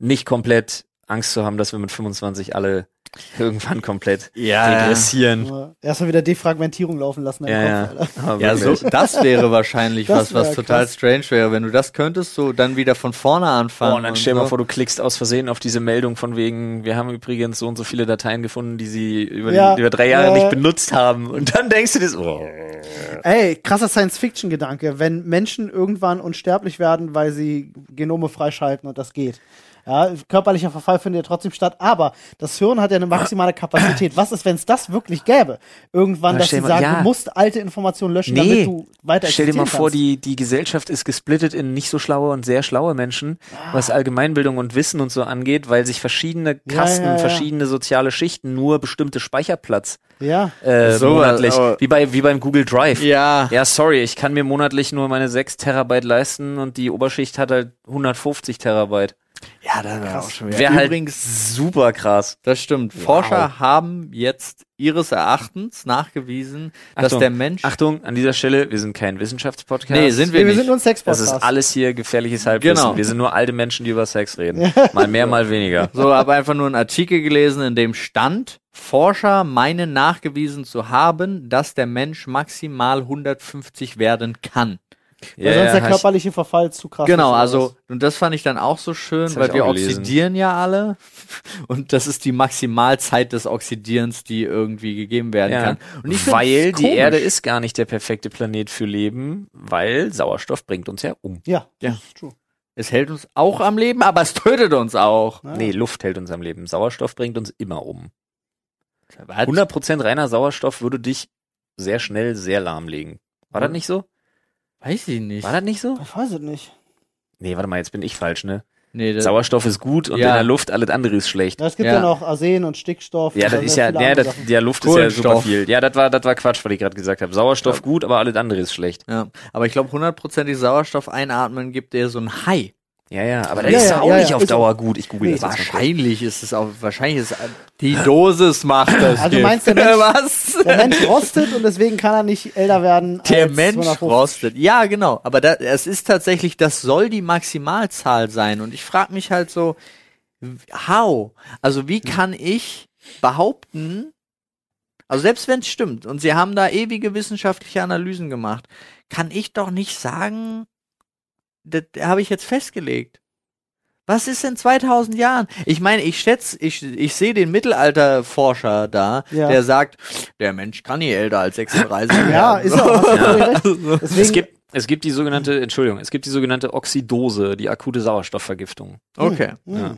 [SPEAKER 2] nicht komplett Angst zu haben, dass wir mit 25 alle irgendwann komplett
[SPEAKER 1] Ja,
[SPEAKER 2] regressieren.
[SPEAKER 3] Ja. Erstmal wieder Defragmentierung laufen lassen. im
[SPEAKER 2] Ah. Ja, ja.
[SPEAKER 3] Kopf, Alter.
[SPEAKER 2] Aber
[SPEAKER 1] Ja, so,
[SPEAKER 2] wirklich.
[SPEAKER 1] das wäre wahrscheinlich
[SPEAKER 3] Das
[SPEAKER 1] was, was
[SPEAKER 3] wär
[SPEAKER 1] total
[SPEAKER 3] krass.
[SPEAKER 1] strange wäre, wenn du das könntest, so dann wieder von vorne anfangen.
[SPEAKER 2] Oh, und dann stell mal
[SPEAKER 1] so.
[SPEAKER 2] vor, du klickst aus Versehen auf diese Meldung von wegen, wir haben übrigens so und so viele Dateien gefunden, die sie über,
[SPEAKER 3] Ja,
[SPEAKER 2] die, über drei Jahre
[SPEAKER 3] ja.
[SPEAKER 2] nicht benutzt haben. Und dann denkst du dir so, oh.
[SPEAKER 3] Ey, krasser Science-Fiction-Gedanke, wenn Menschen irgendwann unsterblich werden, weil sie Genome freischalten und das geht. Ja, körperlicher Verfall findet ja trotzdem statt, aber das Hirn hat ja eine maximale Kapazität. Was ist, wenn es das wirklich gäbe? Irgendwann,
[SPEAKER 2] Aber
[SPEAKER 3] dass
[SPEAKER 2] stell
[SPEAKER 3] sie
[SPEAKER 2] mal-
[SPEAKER 3] sagen,
[SPEAKER 2] ja.
[SPEAKER 3] du musst alte Informationen löschen,
[SPEAKER 2] Nee.
[SPEAKER 3] damit du weiter
[SPEAKER 2] Stell dir mal
[SPEAKER 3] existieren
[SPEAKER 2] vor,
[SPEAKER 3] kannst.
[SPEAKER 2] die, die Gesellschaft ist gesplittet in nicht so schlaue und sehr schlaue Menschen, was Allgemeinbildung und Wissen und so angeht, weil sich verschiedene Kasten,
[SPEAKER 3] Ah. ja, ja.
[SPEAKER 2] verschiedene soziale Schichten nur bestimmte Speicherplatz
[SPEAKER 3] Ja,
[SPEAKER 2] äh,
[SPEAKER 1] So,
[SPEAKER 2] monatlich,
[SPEAKER 1] aber-
[SPEAKER 2] wie bei, wie beim Google Drive.
[SPEAKER 1] ja.
[SPEAKER 2] Ja, sorry, ich kann mir monatlich nur meine 6 Terabyte leisten und die Oberschicht hat halt 150 Terabyte.
[SPEAKER 1] Ja, da war auch schon wieder.
[SPEAKER 2] Wäre halt
[SPEAKER 1] Übrigens,
[SPEAKER 2] super krass.
[SPEAKER 1] das stimmt. Forscher haben jetzt ihres Erachtens nachgewiesen, dass
[SPEAKER 2] Achtung,
[SPEAKER 1] der Mensch.
[SPEAKER 2] Achtung, an dieser Stelle, wir sind kein Wissenschaftspodcast.
[SPEAKER 1] nee, sind wir
[SPEAKER 3] Wir
[SPEAKER 1] nicht.
[SPEAKER 3] sind nur ein
[SPEAKER 2] Das
[SPEAKER 3] Sex-Podcast.
[SPEAKER 2] ist alles hier gefährliches Halbwissen.
[SPEAKER 1] Genau.
[SPEAKER 2] Wir sind nur alte Menschen, die über Sex reden. Mal mehr, mal weniger.
[SPEAKER 1] so, habe einfach nur einen Artikel gelesen, in dem stand, Forscher meinen nachgewiesen zu haben, dass der Mensch maximal 150 werden kann.
[SPEAKER 3] Weil sonst der
[SPEAKER 2] hast-
[SPEAKER 3] körperliche Verfall zu krass ist
[SPEAKER 1] Genau,
[SPEAKER 3] oder
[SPEAKER 1] also, und das fand ich dann auch so schön,
[SPEAKER 2] Das hab
[SPEAKER 1] weil
[SPEAKER 2] ich
[SPEAKER 1] wir
[SPEAKER 2] auch gelesen.
[SPEAKER 1] oxidieren ja alle. Und das ist die Maximalzeit des Oxidierens, die irgendwie gegeben werden
[SPEAKER 2] ja.
[SPEAKER 1] kann. Und ich find's
[SPEAKER 2] weil die
[SPEAKER 1] komisch.
[SPEAKER 2] Erde ist gar nicht der perfekte Planet für Leben, weil Sauerstoff bringt uns ja um.
[SPEAKER 3] was. Ja,
[SPEAKER 1] Ja.
[SPEAKER 3] das ist true.
[SPEAKER 1] Es hält uns auch am Leben, aber es tötet uns auch.
[SPEAKER 3] Ja.
[SPEAKER 2] Nee, Luft hält uns am Leben. Sauerstoff bringt uns immer um.
[SPEAKER 1] Was?
[SPEAKER 2] 100% reiner Sauerstoff würde dich sehr schnell sehr lahmlegen. War das nicht so?
[SPEAKER 1] Weiß ich nicht.
[SPEAKER 2] War das nicht so?
[SPEAKER 3] Hm. Ich weiß es nicht.
[SPEAKER 2] Nee, warte mal, jetzt bin ich falsch, ne?
[SPEAKER 1] Nee, das,
[SPEAKER 2] Sauerstoff ist gut und
[SPEAKER 1] Ja.
[SPEAKER 2] in der Luft alles andere ist schlecht.
[SPEAKER 3] Es gibt
[SPEAKER 1] Ja.
[SPEAKER 3] ja, noch Arsen und Stickstoff.
[SPEAKER 2] Ja,
[SPEAKER 3] und
[SPEAKER 2] das
[SPEAKER 3] dann
[SPEAKER 2] ist ja,
[SPEAKER 3] viele
[SPEAKER 2] ja,
[SPEAKER 3] andere
[SPEAKER 2] das,
[SPEAKER 3] Sachen.
[SPEAKER 2] der Luft ist ja super
[SPEAKER 1] Kohlenstoff.
[SPEAKER 2] viel. Ja, das war, das war Quatsch, was ich gerade gesagt habe. Sauerstoff gut, aber alles andere ist schlecht.
[SPEAKER 1] ja. Aber ich glaube, hundertprozentig Sauerstoff einatmen gibt dir so ein High.
[SPEAKER 2] Ja, ja, aber das
[SPEAKER 3] Ja,
[SPEAKER 2] ist
[SPEAKER 3] ja,
[SPEAKER 2] auch
[SPEAKER 3] ja,
[SPEAKER 2] nicht
[SPEAKER 3] ja,
[SPEAKER 2] auf
[SPEAKER 3] ist
[SPEAKER 2] Dauer gut. Ich google
[SPEAKER 3] Nee,
[SPEAKER 2] das jetzt mal kurz.
[SPEAKER 1] Also Wahrscheinlich ist es auch, wahrscheinlich ist die Dosis macht das.
[SPEAKER 3] Also
[SPEAKER 1] Gift.
[SPEAKER 3] meinst du, der Mensch-
[SPEAKER 1] was?
[SPEAKER 3] Der Mensch rostet und deswegen kann er nicht älter werden.
[SPEAKER 1] Der
[SPEAKER 3] als
[SPEAKER 1] Mensch
[SPEAKER 3] 250.
[SPEAKER 1] rostet. Ja, genau. Aber da, es ist tatsächlich, das soll die Maximalzahl sein. Und ich frage mich halt so, w- how? Also wie
[SPEAKER 3] Hm.
[SPEAKER 1] kann ich behaupten, also selbst wenn es stimmt, und sie haben da ewige wissenschaftliche Analysen gemacht, kann ich doch nicht sagen, das habe ich jetzt festgelegt. Was ist in 2000 Jahren? Ich meine, ich schätze, ich, ich sehe den Mittelalterforscher da,
[SPEAKER 3] Ja.
[SPEAKER 1] der sagt, der Mensch kann nie älter als 36 werden.
[SPEAKER 3] Ja, ist er auch. Hast du völlig recht. Deswegen,
[SPEAKER 2] Es gibt, es gibt die sogenannte, Entschuldigung, es gibt die sogenannte Oxidose, die akute Sauerstoffvergiftung.
[SPEAKER 1] Okay.
[SPEAKER 3] Hm.
[SPEAKER 2] Ja.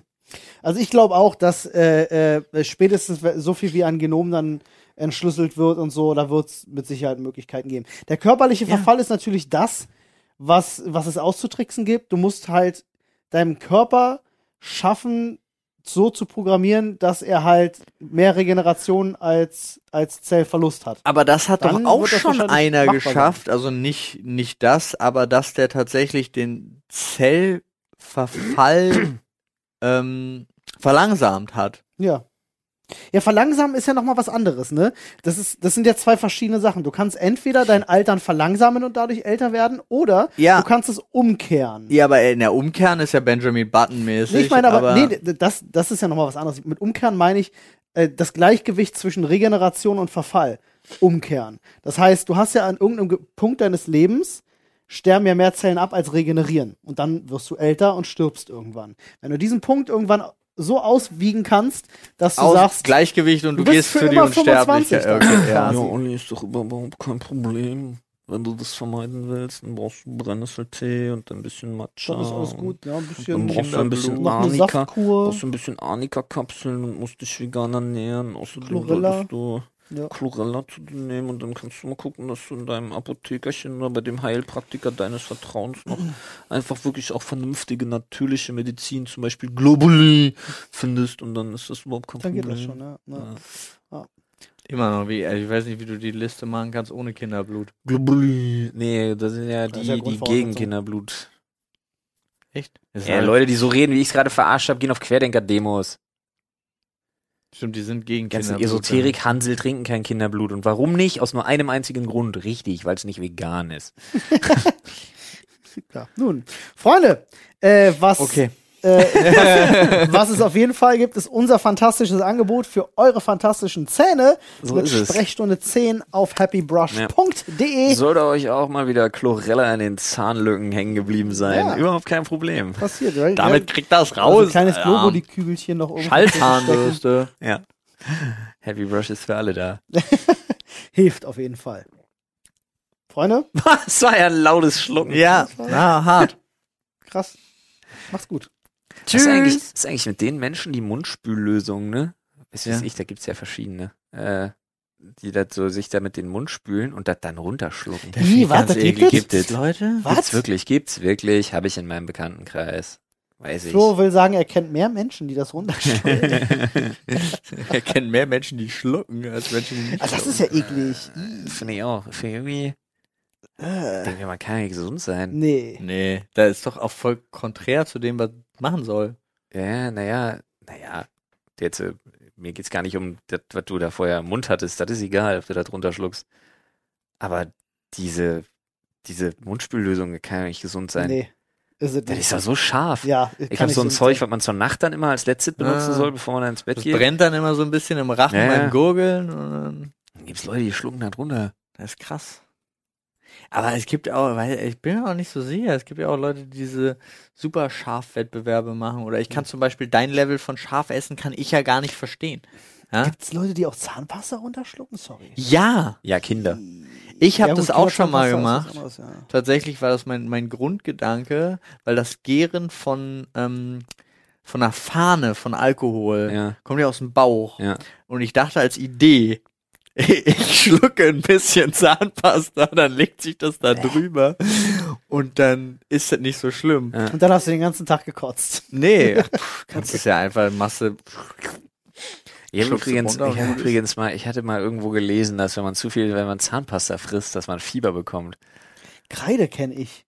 [SPEAKER 3] Also ich glaube auch, dass äh, äh, spätestens we- so viel wie an Genom dann entschlüsselt wird und so, da wird es mit Sicherheit Möglichkeiten geben. Der körperliche
[SPEAKER 1] Ja.
[SPEAKER 3] Verfall ist natürlich das, was, was es auszutricksen gibt. Du musst halt deinem Körper schaffen, so zu programmieren, dass er halt mehr Regeneration als, als Zellverlust hat.
[SPEAKER 1] Aber das hat
[SPEAKER 3] Dann
[SPEAKER 1] doch auch
[SPEAKER 3] wird das
[SPEAKER 1] schon
[SPEAKER 3] wahrscheinlich
[SPEAKER 1] einer
[SPEAKER 3] machbar sein.
[SPEAKER 1] geschafft, also nicht, nicht das, aber dass der tatsächlich den Zellverfall ähm, verlangsamt hat.
[SPEAKER 3] Ja. Ja, verlangsamen ist ja nochmal was anderes, ne? Das, ist, das sind ja zwei verschiedene Sachen. Du kannst entweder dein Altern verlangsamen und dadurch älter werden, oder
[SPEAKER 1] Ja.
[SPEAKER 3] du kannst es umkehren.
[SPEAKER 1] Ja, aber in der Umkehren ist ja Benjamin Button-mäßig.
[SPEAKER 3] Nee, ich meine aber, nee, d- das, das ist ja nochmal was anderes. Mit umkehren meine ich äh, das Gleichgewicht zwischen Regeneration und Verfall umkehren. Das heißt, du hast ja an irgendeinem Ge- Punkt deines Lebens sterben ja mehr Zellen ab als regenerieren. Und dann wirst du älter und stirbst irgendwann. Wenn du diesen Punkt irgendwann so auswiegen kannst, dass du
[SPEAKER 1] aus
[SPEAKER 3] sagst,
[SPEAKER 1] Gleichgewicht und du,
[SPEAKER 3] du
[SPEAKER 1] gehst
[SPEAKER 3] bist für
[SPEAKER 1] für die
[SPEAKER 3] immer 25
[SPEAKER 1] Unsterblichkeit. Okay, ja.
[SPEAKER 3] dann.
[SPEAKER 5] Olli, ist doch überhaupt kein Problem. Wenn du das vermeiden willst, dann brauchst du Brennnesseltee und ein bisschen Matcha.
[SPEAKER 3] dann ist alles
[SPEAKER 5] Ähm, und
[SPEAKER 3] gut. Ja, ein
[SPEAKER 5] Dann brauchst du ein bisschen
[SPEAKER 3] bisschen noch eine
[SPEAKER 5] Arnika.
[SPEAKER 3] Saftkur.
[SPEAKER 5] Brauchst du ein bisschen Arnika-Kapseln und musst dich vegan ernähren. Außerdem
[SPEAKER 3] Chlorella.
[SPEAKER 5] solltest du
[SPEAKER 3] Ja.
[SPEAKER 5] Chlorella zu dir nehmen und dann kannst du mal gucken, dass du in deinem Apothekerchen oder bei dem Heilpraktiker deines Vertrauens noch einfach wirklich auch vernünftige, natürliche Medizin, zum Beispiel Globuli, findest und dann ist das überhaupt kein
[SPEAKER 3] Dann geht das schon,
[SPEAKER 5] Problem.
[SPEAKER 3] ja. ja.
[SPEAKER 5] Ja.
[SPEAKER 1] Immer noch, wie, äh, ich weiß nicht, wie du die Liste machen kannst ohne Kinderblut.
[SPEAKER 2] Globuli. Nee, das sind ja
[SPEAKER 3] Das
[SPEAKER 2] die,
[SPEAKER 3] ist ja
[SPEAKER 2] die
[SPEAKER 3] Grundvoraussetzung.
[SPEAKER 2] gegen Kinderblut.
[SPEAKER 1] Echt? Das
[SPEAKER 2] Ja, Leute, die so reden, wie ich es gerade verarscht habe, gehen auf Querdenker-Demos.
[SPEAKER 1] Stimmt, die sind gegen
[SPEAKER 2] Die Ganzen
[SPEAKER 1] Kinderblut.
[SPEAKER 2] Esoterik, Hansel trinken kein Kinderblut. Und warum nicht? Aus nur einem einzigen Grund. Richtig, weil es nicht vegan ist.
[SPEAKER 3] Klar. Nun, Freunde, äh, was,
[SPEAKER 1] Okay.
[SPEAKER 3] äh, was, was es auf jeden Fall gibt, ist unser fantastisches Angebot für eure fantastischen Zähne
[SPEAKER 2] So
[SPEAKER 3] mit
[SPEAKER 2] ist es.
[SPEAKER 3] Sprechstunde 10 auf happybrush.de.
[SPEAKER 2] Sollte euch auch mal wieder Chlorella in den Zahnlücken hängen geblieben sein.
[SPEAKER 3] Ja.
[SPEAKER 2] Überhaupt kein Problem.
[SPEAKER 3] Passiert, right?
[SPEAKER 1] Damit kriegt das
[SPEAKER 3] ja, so
[SPEAKER 1] raus.
[SPEAKER 3] ein kleines
[SPEAKER 1] Alter.
[SPEAKER 3] Globuli-Kügelchen noch oben.
[SPEAKER 1] Schallzahnbürste.
[SPEAKER 2] Ja. Happy Brush ist für alle da.
[SPEAKER 3] Hilft auf jeden Fall. Freunde,
[SPEAKER 2] Das war ja ein lautes Schlucken.
[SPEAKER 1] Ja, na, hart.
[SPEAKER 3] krass. Macht's gut.
[SPEAKER 2] Was ist eigentlich, was ist eigentlich mit den Menschen die Mundspüllösung, ne? Was weiß
[SPEAKER 1] Ja.
[SPEAKER 2] ich, da gibt's ja verschiedene. Äh, die das so sich da mit den Mund spülen und das dann runterschlucken.
[SPEAKER 3] Ih,
[SPEAKER 1] Finde ich
[SPEAKER 3] was,
[SPEAKER 1] ganz
[SPEAKER 3] das
[SPEAKER 1] eklig.
[SPEAKER 3] gibt es?
[SPEAKER 1] Gibt es Leute?
[SPEAKER 2] Gibt's
[SPEAKER 3] Was?
[SPEAKER 2] wirklich, gibt's wirklich, habe ich in meinem Bekanntenkreis. Weiß ich.
[SPEAKER 3] Flo will sagen, er kennt mehr Menschen, die das runterschlucken.
[SPEAKER 2] Also
[SPEAKER 1] Er kennt mehr Menschen, die schlucken, als Menschen, die nicht
[SPEAKER 3] Also das ist ja eklig. Ah,
[SPEAKER 2] Finde ich auch. Finde ich irgendwie. Ich denke, man kann ja gesund sein.
[SPEAKER 3] Nee.
[SPEAKER 1] Nee, da ist doch auch voll konträr zu dem, was machen soll.
[SPEAKER 2] Ja, naja, naja. Jetzt, äh, mir geht's gar nicht um das, was du da vorher im Mund hattest. Das ist egal, ob du da drunter schluckst. Aber diese, diese Mundspüllösung kann ja nicht gesund sein.
[SPEAKER 3] Nee. Ist es
[SPEAKER 2] Das
[SPEAKER 3] nicht.
[SPEAKER 2] ist ja so scharf.
[SPEAKER 3] Ja,
[SPEAKER 2] ich
[SPEAKER 3] kann
[SPEAKER 2] habe so ein
[SPEAKER 3] nicht
[SPEAKER 2] Zeug, was man zur Nacht dann immer als letztes benutzen
[SPEAKER 1] Ah.
[SPEAKER 2] soll, bevor man dann ins Bett
[SPEAKER 1] Das
[SPEAKER 2] geht.
[SPEAKER 1] brennt dann immer so ein bisschen im Rachen
[SPEAKER 2] Ja, ja.
[SPEAKER 1] beim Gurgeln und dann
[SPEAKER 2] Dann gibt's Leute, die schlucken da drunter.
[SPEAKER 1] Das ist krass. Aber es gibt auch, weil ich bin mir auch nicht so sicher, es gibt ja auch Leute, die diese super Schafwettbewerbe machen. Oder ich kann zum Beispiel dein Level von Schafessen kann ich ja gar nicht verstehen. Ja,
[SPEAKER 3] Gibt's Leute, die auch Zahnpasta runterschlucken? Sorry.
[SPEAKER 1] ja
[SPEAKER 2] Ja, Kinder.
[SPEAKER 1] ich habe
[SPEAKER 3] Ja,
[SPEAKER 1] das
[SPEAKER 3] gut,
[SPEAKER 1] auch
[SPEAKER 3] Kinder-
[SPEAKER 1] schon mal
[SPEAKER 3] Zahnpasta
[SPEAKER 1] gemacht.
[SPEAKER 3] ist was anderes, ja.
[SPEAKER 1] Tatsächlich war das mein, mein Grundgedanke, weil das Gären von, ähm, von einer Fahne von Alkohol
[SPEAKER 2] Ja.
[SPEAKER 1] kommt ja aus dem Bauch.
[SPEAKER 2] Ja.
[SPEAKER 1] Und ich dachte als Idee, ich schlucke ein bisschen Zahnpasta, dann legt sich das da drüber und dann ist das nicht so schlimm.
[SPEAKER 2] Ja.
[SPEAKER 3] Und dann hast du den ganzen Tag gekotzt.
[SPEAKER 1] Nee, pff, kannst es ja einfach Masse.
[SPEAKER 2] Ich habe
[SPEAKER 1] Schluckst du
[SPEAKER 2] übrigens, ich
[SPEAKER 1] runter und
[SPEAKER 2] hab
[SPEAKER 1] gut ist.
[SPEAKER 2] übrigens mal, ich hatte mal irgendwo gelesen, dass wenn man zu viel, wenn man Zahnpasta frisst, dass man Fieber bekommt.
[SPEAKER 3] Kreide kenne ich.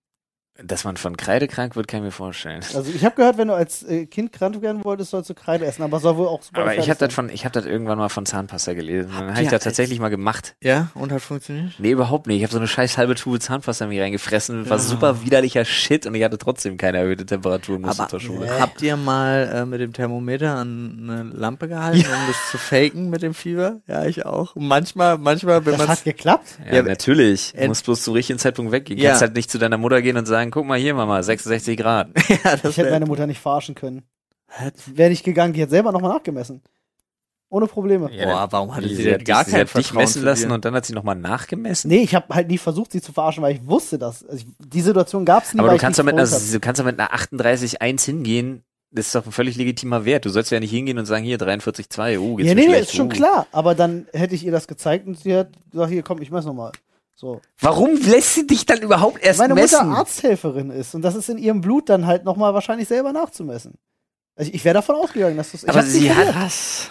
[SPEAKER 2] Dass man von Kreide krank wird, kann ich mir vorstellen.
[SPEAKER 3] Also ich habe gehört, wenn du als äh, Kind krank werden wolltest, sollst du Kreide essen, aber es soll wohl auch super
[SPEAKER 2] Aber ich habe das
[SPEAKER 3] gefährlich
[SPEAKER 2] von, ich habe das irgendwann mal von Zahnpasta gelesen. Dann habe
[SPEAKER 1] ihr
[SPEAKER 2] ich das
[SPEAKER 1] als-
[SPEAKER 2] tatsächlich mal gemacht.
[SPEAKER 1] Ja, und hat funktioniert?
[SPEAKER 2] Nee, überhaupt nicht. Ich habe so eine scheiß halbe Tube Zahnpasta in mich reingefressen. War super widerlicher Shit und ich hatte trotzdem keine erhöhte Temperatur und musste
[SPEAKER 1] Aber
[SPEAKER 2] zur Schule.
[SPEAKER 1] habt ihr mal äh, mit dem Thermometer an eine Lampe gehalten, um das zu faken mit dem Fieber? Ja, ich auch. Manchmal, manchmal, wenn
[SPEAKER 3] sein. Das
[SPEAKER 1] man
[SPEAKER 3] hat geklappt.
[SPEAKER 2] Ja, natürlich. Du
[SPEAKER 1] Ent-
[SPEAKER 2] musst bloß zum richtigen Zeitpunkt weggehen.
[SPEAKER 1] Ja.
[SPEAKER 2] Kannst halt nicht zu deiner Mutter gehen und sagen, guck mal hier, Mama, 66 Grad.
[SPEAKER 1] ja, das
[SPEAKER 3] Ich hätte
[SPEAKER 1] wär-
[SPEAKER 3] meine Mutter nicht verarschen können. Wäre nicht gegangen, die hat selber nochmal nachgemessen. Ohne Probleme.
[SPEAKER 2] Ja,
[SPEAKER 1] Boah, warum hatte sie,
[SPEAKER 2] Sie
[SPEAKER 1] denn
[SPEAKER 2] hat
[SPEAKER 1] gar
[SPEAKER 2] dich- sie
[SPEAKER 1] kein
[SPEAKER 2] hat dich
[SPEAKER 1] Vertrauen
[SPEAKER 2] messen
[SPEAKER 1] zu
[SPEAKER 2] lassen
[SPEAKER 1] dir?
[SPEAKER 2] und dann hat sie nochmal nachgemessen.
[SPEAKER 3] Nee, ich habe halt nie versucht, sie zu verarschen, weil ich wusste das. Also ich, die Situation gab es nie.
[SPEAKER 2] Aber
[SPEAKER 3] weil
[SPEAKER 2] du
[SPEAKER 3] ich
[SPEAKER 2] kannst, doch
[SPEAKER 3] nicht
[SPEAKER 2] mit einer,
[SPEAKER 3] verurteilt
[SPEAKER 2] du kannst doch mit einer 38,1 hingehen. Das ist doch ein völlig legitimer Wert. Du sollst ja nicht hingehen und sagen, hier 43,2, oh,
[SPEAKER 3] bin.
[SPEAKER 2] geht's mir
[SPEAKER 3] Ja, nee, nee,
[SPEAKER 2] schlecht,
[SPEAKER 3] ist schon
[SPEAKER 2] oh.
[SPEAKER 3] klar. Aber dann hätte ich ihr das gezeigt und sie hat gesagt, hier komm, ich messe nochmal. So.
[SPEAKER 2] Warum lässt sie dich dann überhaupt erst
[SPEAKER 3] Meine
[SPEAKER 2] messen?
[SPEAKER 3] Mutter Arzthelferin ist und das ist in ihrem Blut dann halt nochmal wahrscheinlich selber nachzumessen. Also ich wäre davon ausgegangen, dass das. ich
[SPEAKER 2] Aber
[SPEAKER 3] hab's nicht
[SPEAKER 2] sie hat-
[SPEAKER 3] probiert.
[SPEAKER 1] Krass.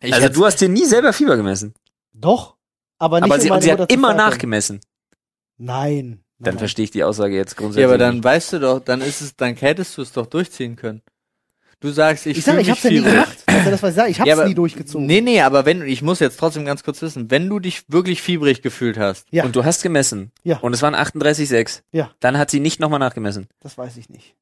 [SPEAKER 1] Ich
[SPEAKER 2] also
[SPEAKER 1] hätte-
[SPEAKER 2] du hast dir nie selber Fieber gemessen.
[SPEAKER 3] Doch. Aber nicht
[SPEAKER 2] Aber
[SPEAKER 3] um
[SPEAKER 2] sie, und
[SPEAKER 3] meine
[SPEAKER 2] sie
[SPEAKER 3] Mutter
[SPEAKER 2] hat
[SPEAKER 3] zu
[SPEAKER 2] immer
[SPEAKER 3] verärgern.
[SPEAKER 2] nachgemessen.
[SPEAKER 3] Nein.
[SPEAKER 2] Dann
[SPEAKER 3] nein.
[SPEAKER 2] verstehe ich die Aussage jetzt grundsätzlich.
[SPEAKER 1] Ja, aber dann
[SPEAKER 2] nicht.
[SPEAKER 1] weißt du doch, dann ist es, dann hättest du es doch durchziehen können. Du sagst, ich,
[SPEAKER 3] Ich sage,
[SPEAKER 1] fühle
[SPEAKER 3] ich
[SPEAKER 1] mich
[SPEAKER 3] hab's ja nie
[SPEAKER 1] viel.
[SPEAKER 3] gemacht. Das ist ja das, was ich sage. Ich hab's
[SPEAKER 1] Ja, aber-
[SPEAKER 3] nie durchgezogen.
[SPEAKER 1] Nee, nee, aber wenn, ich muss jetzt trotzdem ganz kurz wissen, wenn du dich wirklich fiebrig gefühlt hast,
[SPEAKER 3] Ja.
[SPEAKER 2] Und du hast gemessen.
[SPEAKER 3] Ja.
[SPEAKER 2] Und es waren 38,6.
[SPEAKER 3] Ja.
[SPEAKER 2] Dann hat sie nicht nochmal nachgemessen.
[SPEAKER 3] Das weiß ich nicht.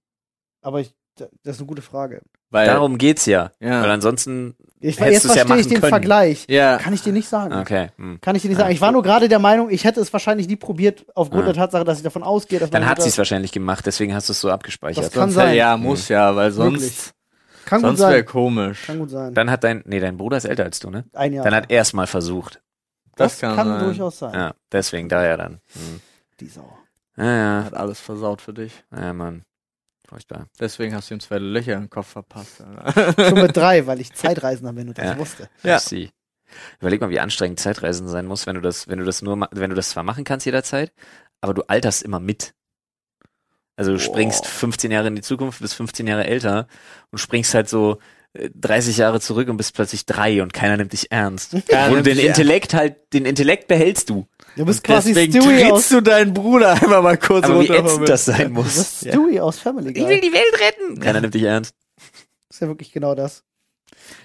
[SPEAKER 3] Aber ich, das ist eine gute Frage.
[SPEAKER 1] weil,
[SPEAKER 2] Darum geht's ja.
[SPEAKER 1] Ja.
[SPEAKER 2] Weil ansonsten
[SPEAKER 3] Ich,
[SPEAKER 2] Hättest
[SPEAKER 3] jetzt
[SPEAKER 2] du's ja
[SPEAKER 3] verstehe ich
[SPEAKER 2] machen
[SPEAKER 3] den
[SPEAKER 2] können.
[SPEAKER 3] Vergleich.
[SPEAKER 2] Ah.
[SPEAKER 1] ja,
[SPEAKER 3] Kann ich dir nicht sagen.
[SPEAKER 2] Okay. hm.
[SPEAKER 3] Kann ich dir nicht sagen. Ich war nur gerade der Meinung, ich hätte es wahrscheinlich nie probiert, aufgrund
[SPEAKER 2] Ja.
[SPEAKER 3] der Tatsache, dass ich davon ausgehe, dass
[SPEAKER 2] Ah. Dann
[SPEAKER 3] meine
[SPEAKER 2] hat
[SPEAKER 3] Mutter-
[SPEAKER 2] sie es wahrscheinlich gemacht, deswegen hast du es so abgespeichert.
[SPEAKER 3] Das kann
[SPEAKER 1] sonst,
[SPEAKER 3] sein.
[SPEAKER 1] ja,
[SPEAKER 2] Mhm.
[SPEAKER 1] muss ja, weil
[SPEAKER 3] Möglich.
[SPEAKER 1] sonst,
[SPEAKER 3] Kann gut
[SPEAKER 1] sonst wäre
[SPEAKER 3] sein.
[SPEAKER 1] komisch.
[SPEAKER 3] Kann gut sein.
[SPEAKER 2] Dann hat dein, nee, dein Bruder ist älter als du, ne?
[SPEAKER 3] Ein Jahr.
[SPEAKER 2] Dann hat er es mal versucht.
[SPEAKER 1] Das,
[SPEAKER 3] das
[SPEAKER 1] kann,
[SPEAKER 3] kann,
[SPEAKER 1] sein.
[SPEAKER 3] durchaus sein.
[SPEAKER 2] Ja, deswegen daher dann. Hm.
[SPEAKER 3] Die Sau.
[SPEAKER 2] Ja,
[SPEAKER 1] Hat alles versaut für dich.
[SPEAKER 2] ja, ja, Mann. Furchtbar.
[SPEAKER 1] Deswegen hast du ihm zwei Löcher im Kopf verpasst. Alter.
[SPEAKER 3] Schon mit drei, weil ich Zeitreisender bin und das
[SPEAKER 2] Ja.
[SPEAKER 3] wusste.
[SPEAKER 1] Ja.
[SPEAKER 2] I see. Überleg mal, wie anstrengend Zeitreisen sein muss, wenn du das, wenn du das nur, ma- wenn du das zwar machen kannst jederzeit, aber du alterst immer mit. Also du
[SPEAKER 1] Boah.
[SPEAKER 2] springst 15 Jahre in die Zukunft, bist 15 Jahre älter und springst halt so äh, 30 Jahre zurück und bist plötzlich drei und keiner nimmt dich ernst.
[SPEAKER 1] Keiner
[SPEAKER 2] Obwohl du
[SPEAKER 1] nimmt
[SPEAKER 2] den
[SPEAKER 1] dich ernst.
[SPEAKER 2] Intellekt halt, den Intellekt behälst du.
[SPEAKER 3] Du bist quasi
[SPEAKER 1] Deswegen
[SPEAKER 3] Stewie aus,
[SPEAKER 1] trittst du deinen Bruder einmal mal kurz
[SPEAKER 2] Aber wie
[SPEAKER 1] runter. vom
[SPEAKER 2] ätzend
[SPEAKER 1] Bett.
[SPEAKER 2] das sein
[SPEAKER 3] du bist
[SPEAKER 2] muss.
[SPEAKER 3] Stewie aus Family Guy.
[SPEAKER 2] die Welt retten. Keiner nimmt dich ernst.
[SPEAKER 3] Das ist ja wirklich genau das.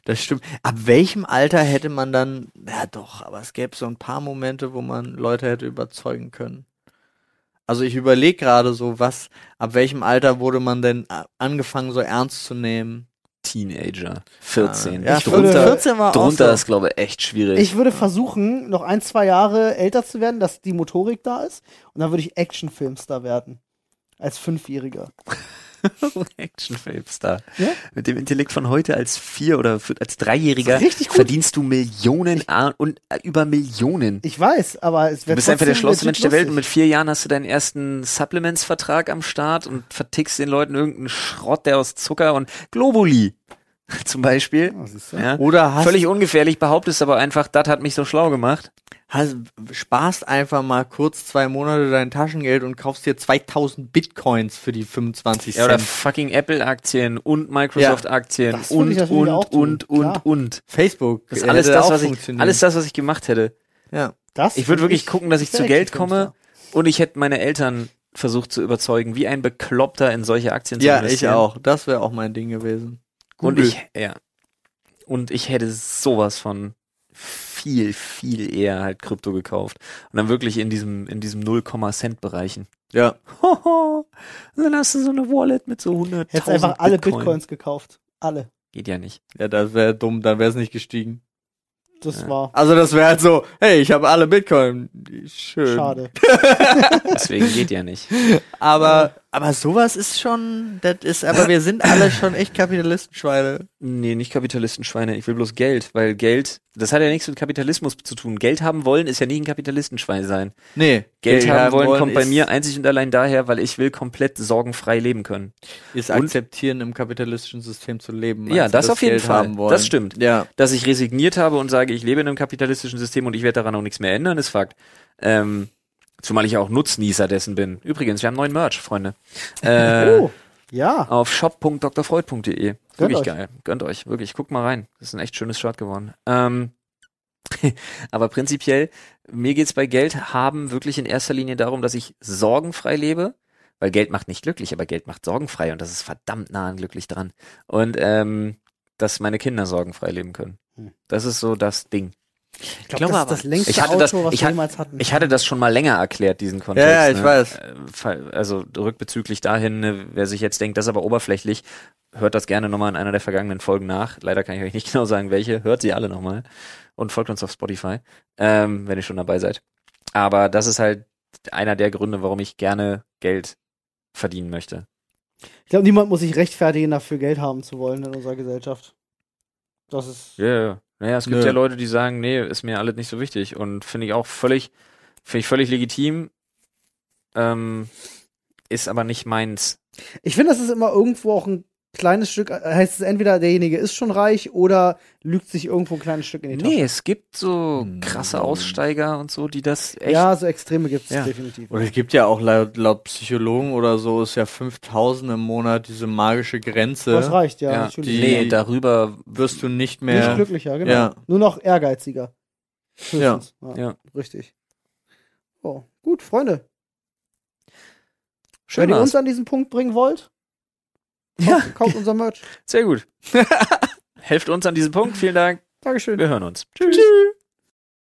[SPEAKER 1] Das stimmt. Ab welchem Alter hätte man dann, ja doch, aber es gäbe so ein paar Momente, wo man Leute hätte überzeugen können. Also ich überlege gerade so, was, ab welchem Alter wurde man denn a- angefangen, so ernst zu nehmen?
[SPEAKER 2] Teenager. 14.
[SPEAKER 1] Ah, Ja, Ah,
[SPEAKER 3] Ich
[SPEAKER 1] drunter,
[SPEAKER 3] würde-
[SPEAKER 1] 14 war
[SPEAKER 2] drunter
[SPEAKER 1] auch
[SPEAKER 2] ist, glaube ich, echt schwierig.
[SPEAKER 3] Ich würde versuchen, noch ein, zwei Jahre älter zu werden, dass die Motorik da ist. Und dann würde ich Actionfilmstar werden. Als Fünfjähriger.
[SPEAKER 2] Action-Filmstar.
[SPEAKER 3] Ja?
[SPEAKER 2] Mit dem Intellekt von heute als Vier- oder fü- als Dreijähriger
[SPEAKER 3] Richtig gut.
[SPEAKER 2] verdienst du Millionen A- und äh, über Millionen.
[SPEAKER 3] Ich weiß, aber es
[SPEAKER 2] Du
[SPEAKER 3] wäre
[SPEAKER 2] bist einfach der schlauste Mensch der Welt und mit vier Jahren hast du deinen ersten Supplements-Vertrag am Start und vertickst den Leuten irgendeinen Schrott, der aus Zucker und Globuli zum Beispiel.
[SPEAKER 3] Ah,
[SPEAKER 2] Ja.
[SPEAKER 3] Oh,
[SPEAKER 1] so. Oder hast,
[SPEAKER 2] Völlig ungefährlich behauptest aber einfach, das hat mich so schlau gemacht.
[SPEAKER 1] hast, sparst einfach mal kurz zwei Monate dein Taschengeld und kaufst dir 2000 Bitcoins für die 25
[SPEAKER 2] Ja,
[SPEAKER 1] Cent.
[SPEAKER 2] oder fucking Apple-Aktien und Microsoft-Aktien
[SPEAKER 3] Das würde
[SPEAKER 2] und,
[SPEAKER 3] ich natürlich
[SPEAKER 2] und,
[SPEAKER 3] auch tun,
[SPEAKER 2] und, und,
[SPEAKER 3] klar.
[SPEAKER 2] und.
[SPEAKER 1] Facebook.
[SPEAKER 2] Das ist alles das, was ich,
[SPEAKER 1] funktioniert.
[SPEAKER 2] alles das, was ich gemacht hätte.
[SPEAKER 1] ja.
[SPEAKER 3] Das
[SPEAKER 2] Ich würde wirklich gucken, dass ich
[SPEAKER 3] wär
[SPEAKER 2] zu Geld
[SPEAKER 3] Actionfilmstar.
[SPEAKER 2] komme und ich hätte meine Eltern versucht zu überzeugen, wie ein Bekloppter in solche Aktien zu
[SPEAKER 1] Ja, ich
[SPEAKER 2] investieren.
[SPEAKER 1] auch. Das wäre auch mein Ding gewesen.
[SPEAKER 2] Und
[SPEAKER 1] Google.
[SPEAKER 2] ich, ja. Und ich hätte sowas von viel, viel eher halt Krypto gekauft. Und dann wirklich in diesem, in diesem 0, Cent Bereichen.
[SPEAKER 1] Ja.
[SPEAKER 2] Hoho. Und dann hast du so eine Wallet mit so 100.000
[SPEAKER 3] Hättest einfach alle
[SPEAKER 2] Bitcoin.
[SPEAKER 3] Bitcoins gekauft. Alle.
[SPEAKER 2] Geht ja nicht.
[SPEAKER 1] Ja, das wäre dumm, dann wäre es nicht gestiegen.
[SPEAKER 3] Das
[SPEAKER 2] Ja.
[SPEAKER 3] war
[SPEAKER 1] Also das wäre halt so, hey, ich habe alle Bitcoin. Schön.
[SPEAKER 3] schade.
[SPEAKER 2] Deswegen geht ja nicht.
[SPEAKER 1] Aber, aber sowas ist schon, das ist, aber wir sind alle schon echt Kapitalistenschweine.
[SPEAKER 2] Nee, nicht Kapitalistenschweine. Ich will bloß Geld, weil Geld, das hat ja nichts mit Kapitalismus zu tun. Geld haben wollen ist ja nicht ein Kapitalistenschwein sein.
[SPEAKER 1] Nee.
[SPEAKER 2] Geld, haben, wollen, kommt bei
[SPEAKER 1] ist-
[SPEAKER 2] mir einzig und allein daher, weil ich will komplett sorgenfrei leben können.
[SPEAKER 1] Ist
[SPEAKER 2] Und-
[SPEAKER 1] akzeptieren, im kapitalistischen System zu leben.
[SPEAKER 2] Ja,
[SPEAKER 1] als
[SPEAKER 2] das auf jeden
[SPEAKER 1] Geld
[SPEAKER 2] Fall.
[SPEAKER 1] haben wollen.
[SPEAKER 2] Das stimmt.
[SPEAKER 1] Ja.
[SPEAKER 2] Dass ich resigniert habe und sage, ich lebe in einem kapitalistischen System und ich werde daran auch nichts mehr ändern, ist Fakt. Ähm, zumal ich ja auch Nutznießer dessen bin. Übrigens, wir haben neuen Merch, Freunde. Äh,
[SPEAKER 3] oh, ja.
[SPEAKER 2] auf shop.drfreud.de. Wirklich
[SPEAKER 3] euch.
[SPEAKER 2] geil. Gönnt euch, wirklich. Guckt mal rein. Das ist ein echt schönes Shirt geworden. Ähm, aber prinzipiell, mir geht's bei Geld haben wirklich in erster Linie darum, dass ich sorgenfrei lebe, weil Geld macht nicht glücklich, aber Geld macht sorgenfrei und das ist verdammt nah an glücklich dran. Und ähm, dass meine Kinder sorgenfrei leben können.
[SPEAKER 3] Hm.
[SPEAKER 2] Das ist so das Ding.
[SPEAKER 3] Ich
[SPEAKER 2] glaube
[SPEAKER 3] glaube, das
[SPEAKER 2] aber-
[SPEAKER 3] ist das längste
[SPEAKER 2] Ich hatte
[SPEAKER 3] Auto,
[SPEAKER 2] das-
[SPEAKER 3] was
[SPEAKER 2] ich
[SPEAKER 3] wir
[SPEAKER 2] hat-
[SPEAKER 3] jemals hatten.
[SPEAKER 2] Ich hatte das schon mal länger erklärt, diesen Kontext.
[SPEAKER 1] Ja, ja, ich
[SPEAKER 2] ne?
[SPEAKER 1] weiß.
[SPEAKER 2] Äh, fall- Also rückbezüglich dahin, ne, wer sich jetzt denkt, das ist aber oberflächlich, hört das gerne nochmal in einer der vergangenen Folgen nach. Leider kann ich euch nicht genau sagen, welche. Hört sie alle nochmal und folgt uns auf Spotify, ähm, wenn ihr schon dabei seid. Aber das ist halt einer der Gründe, warum ich gerne Geld verdienen möchte.
[SPEAKER 3] Ich glaube, niemand muss sich rechtfertigen, dafür Geld haben zu wollen in unserer Gesellschaft. Das ist.
[SPEAKER 2] Ja, ja. Naja, es gibt
[SPEAKER 1] Nö.
[SPEAKER 2] ja Leute, die sagen, nee, ist mir alles nicht so wichtig und finde ich auch völlig, finde ich völlig legitim, ähm, ist aber nicht meins.
[SPEAKER 3] Ich finde, das ist immer irgendwo auch ein kleines Stück. äh, Heißt es entweder derjenige ist schon reich oder lügt sich irgendwo ein kleines Stück in die Tasche.
[SPEAKER 2] Nee, es gibt so
[SPEAKER 1] Hm.
[SPEAKER 2] krasse Aussteiger und so, die das echt.
[SPEAKER 3] ja, so Extreme gibt es
[SPEAKER 2] Ja.
[SPEAKER 3] definitiv.
[SPEAKER 1] Und es gibt ja auch laut, laut Psychologen oder so, ist ja 5000 im Monat diese magische Grenze.
[SPEAKER 3] das reicht, ja,
[SPEAKER 2] äh, Ja,
[SPEAKER 3] natürlich.
[SPEAKER 1] die-
[SPEAKER 2] nee, darüber.
[SPEAKER 1] wirst du nicht
[SPEAKER 3] Nicht
[SPEAKER 1] mehr.
[SPEAKER 3] glücklicher, genau.
[SPEAKER 1] Ja.
[SPEAKER 3] Nur noch ehrgeiziger. Höchstens. Ja.
[SPEAKER 2] Ja.
[SPEAKER 3] Richtig. Oh, gut, Freunde.
[SPEAKER 2] Schön
[SPEAKER 3] wenn ihr
[SPEAKER 2] war's.
[SPEAKER 3] uns an diesen Punkt bringen wollt, kauft,
[SPEAKER 2] Ja.
[SPEAKER 3] kauft unser Merch.
[SPEAKER 2] Sehr gut. Helft uns an diesem Punkt. Vielen Dank.
[SPEAKER 3] Dankeschön.
[SPEAKER 2] Wir hören uns.
[SPEAKER 3] Tschüss.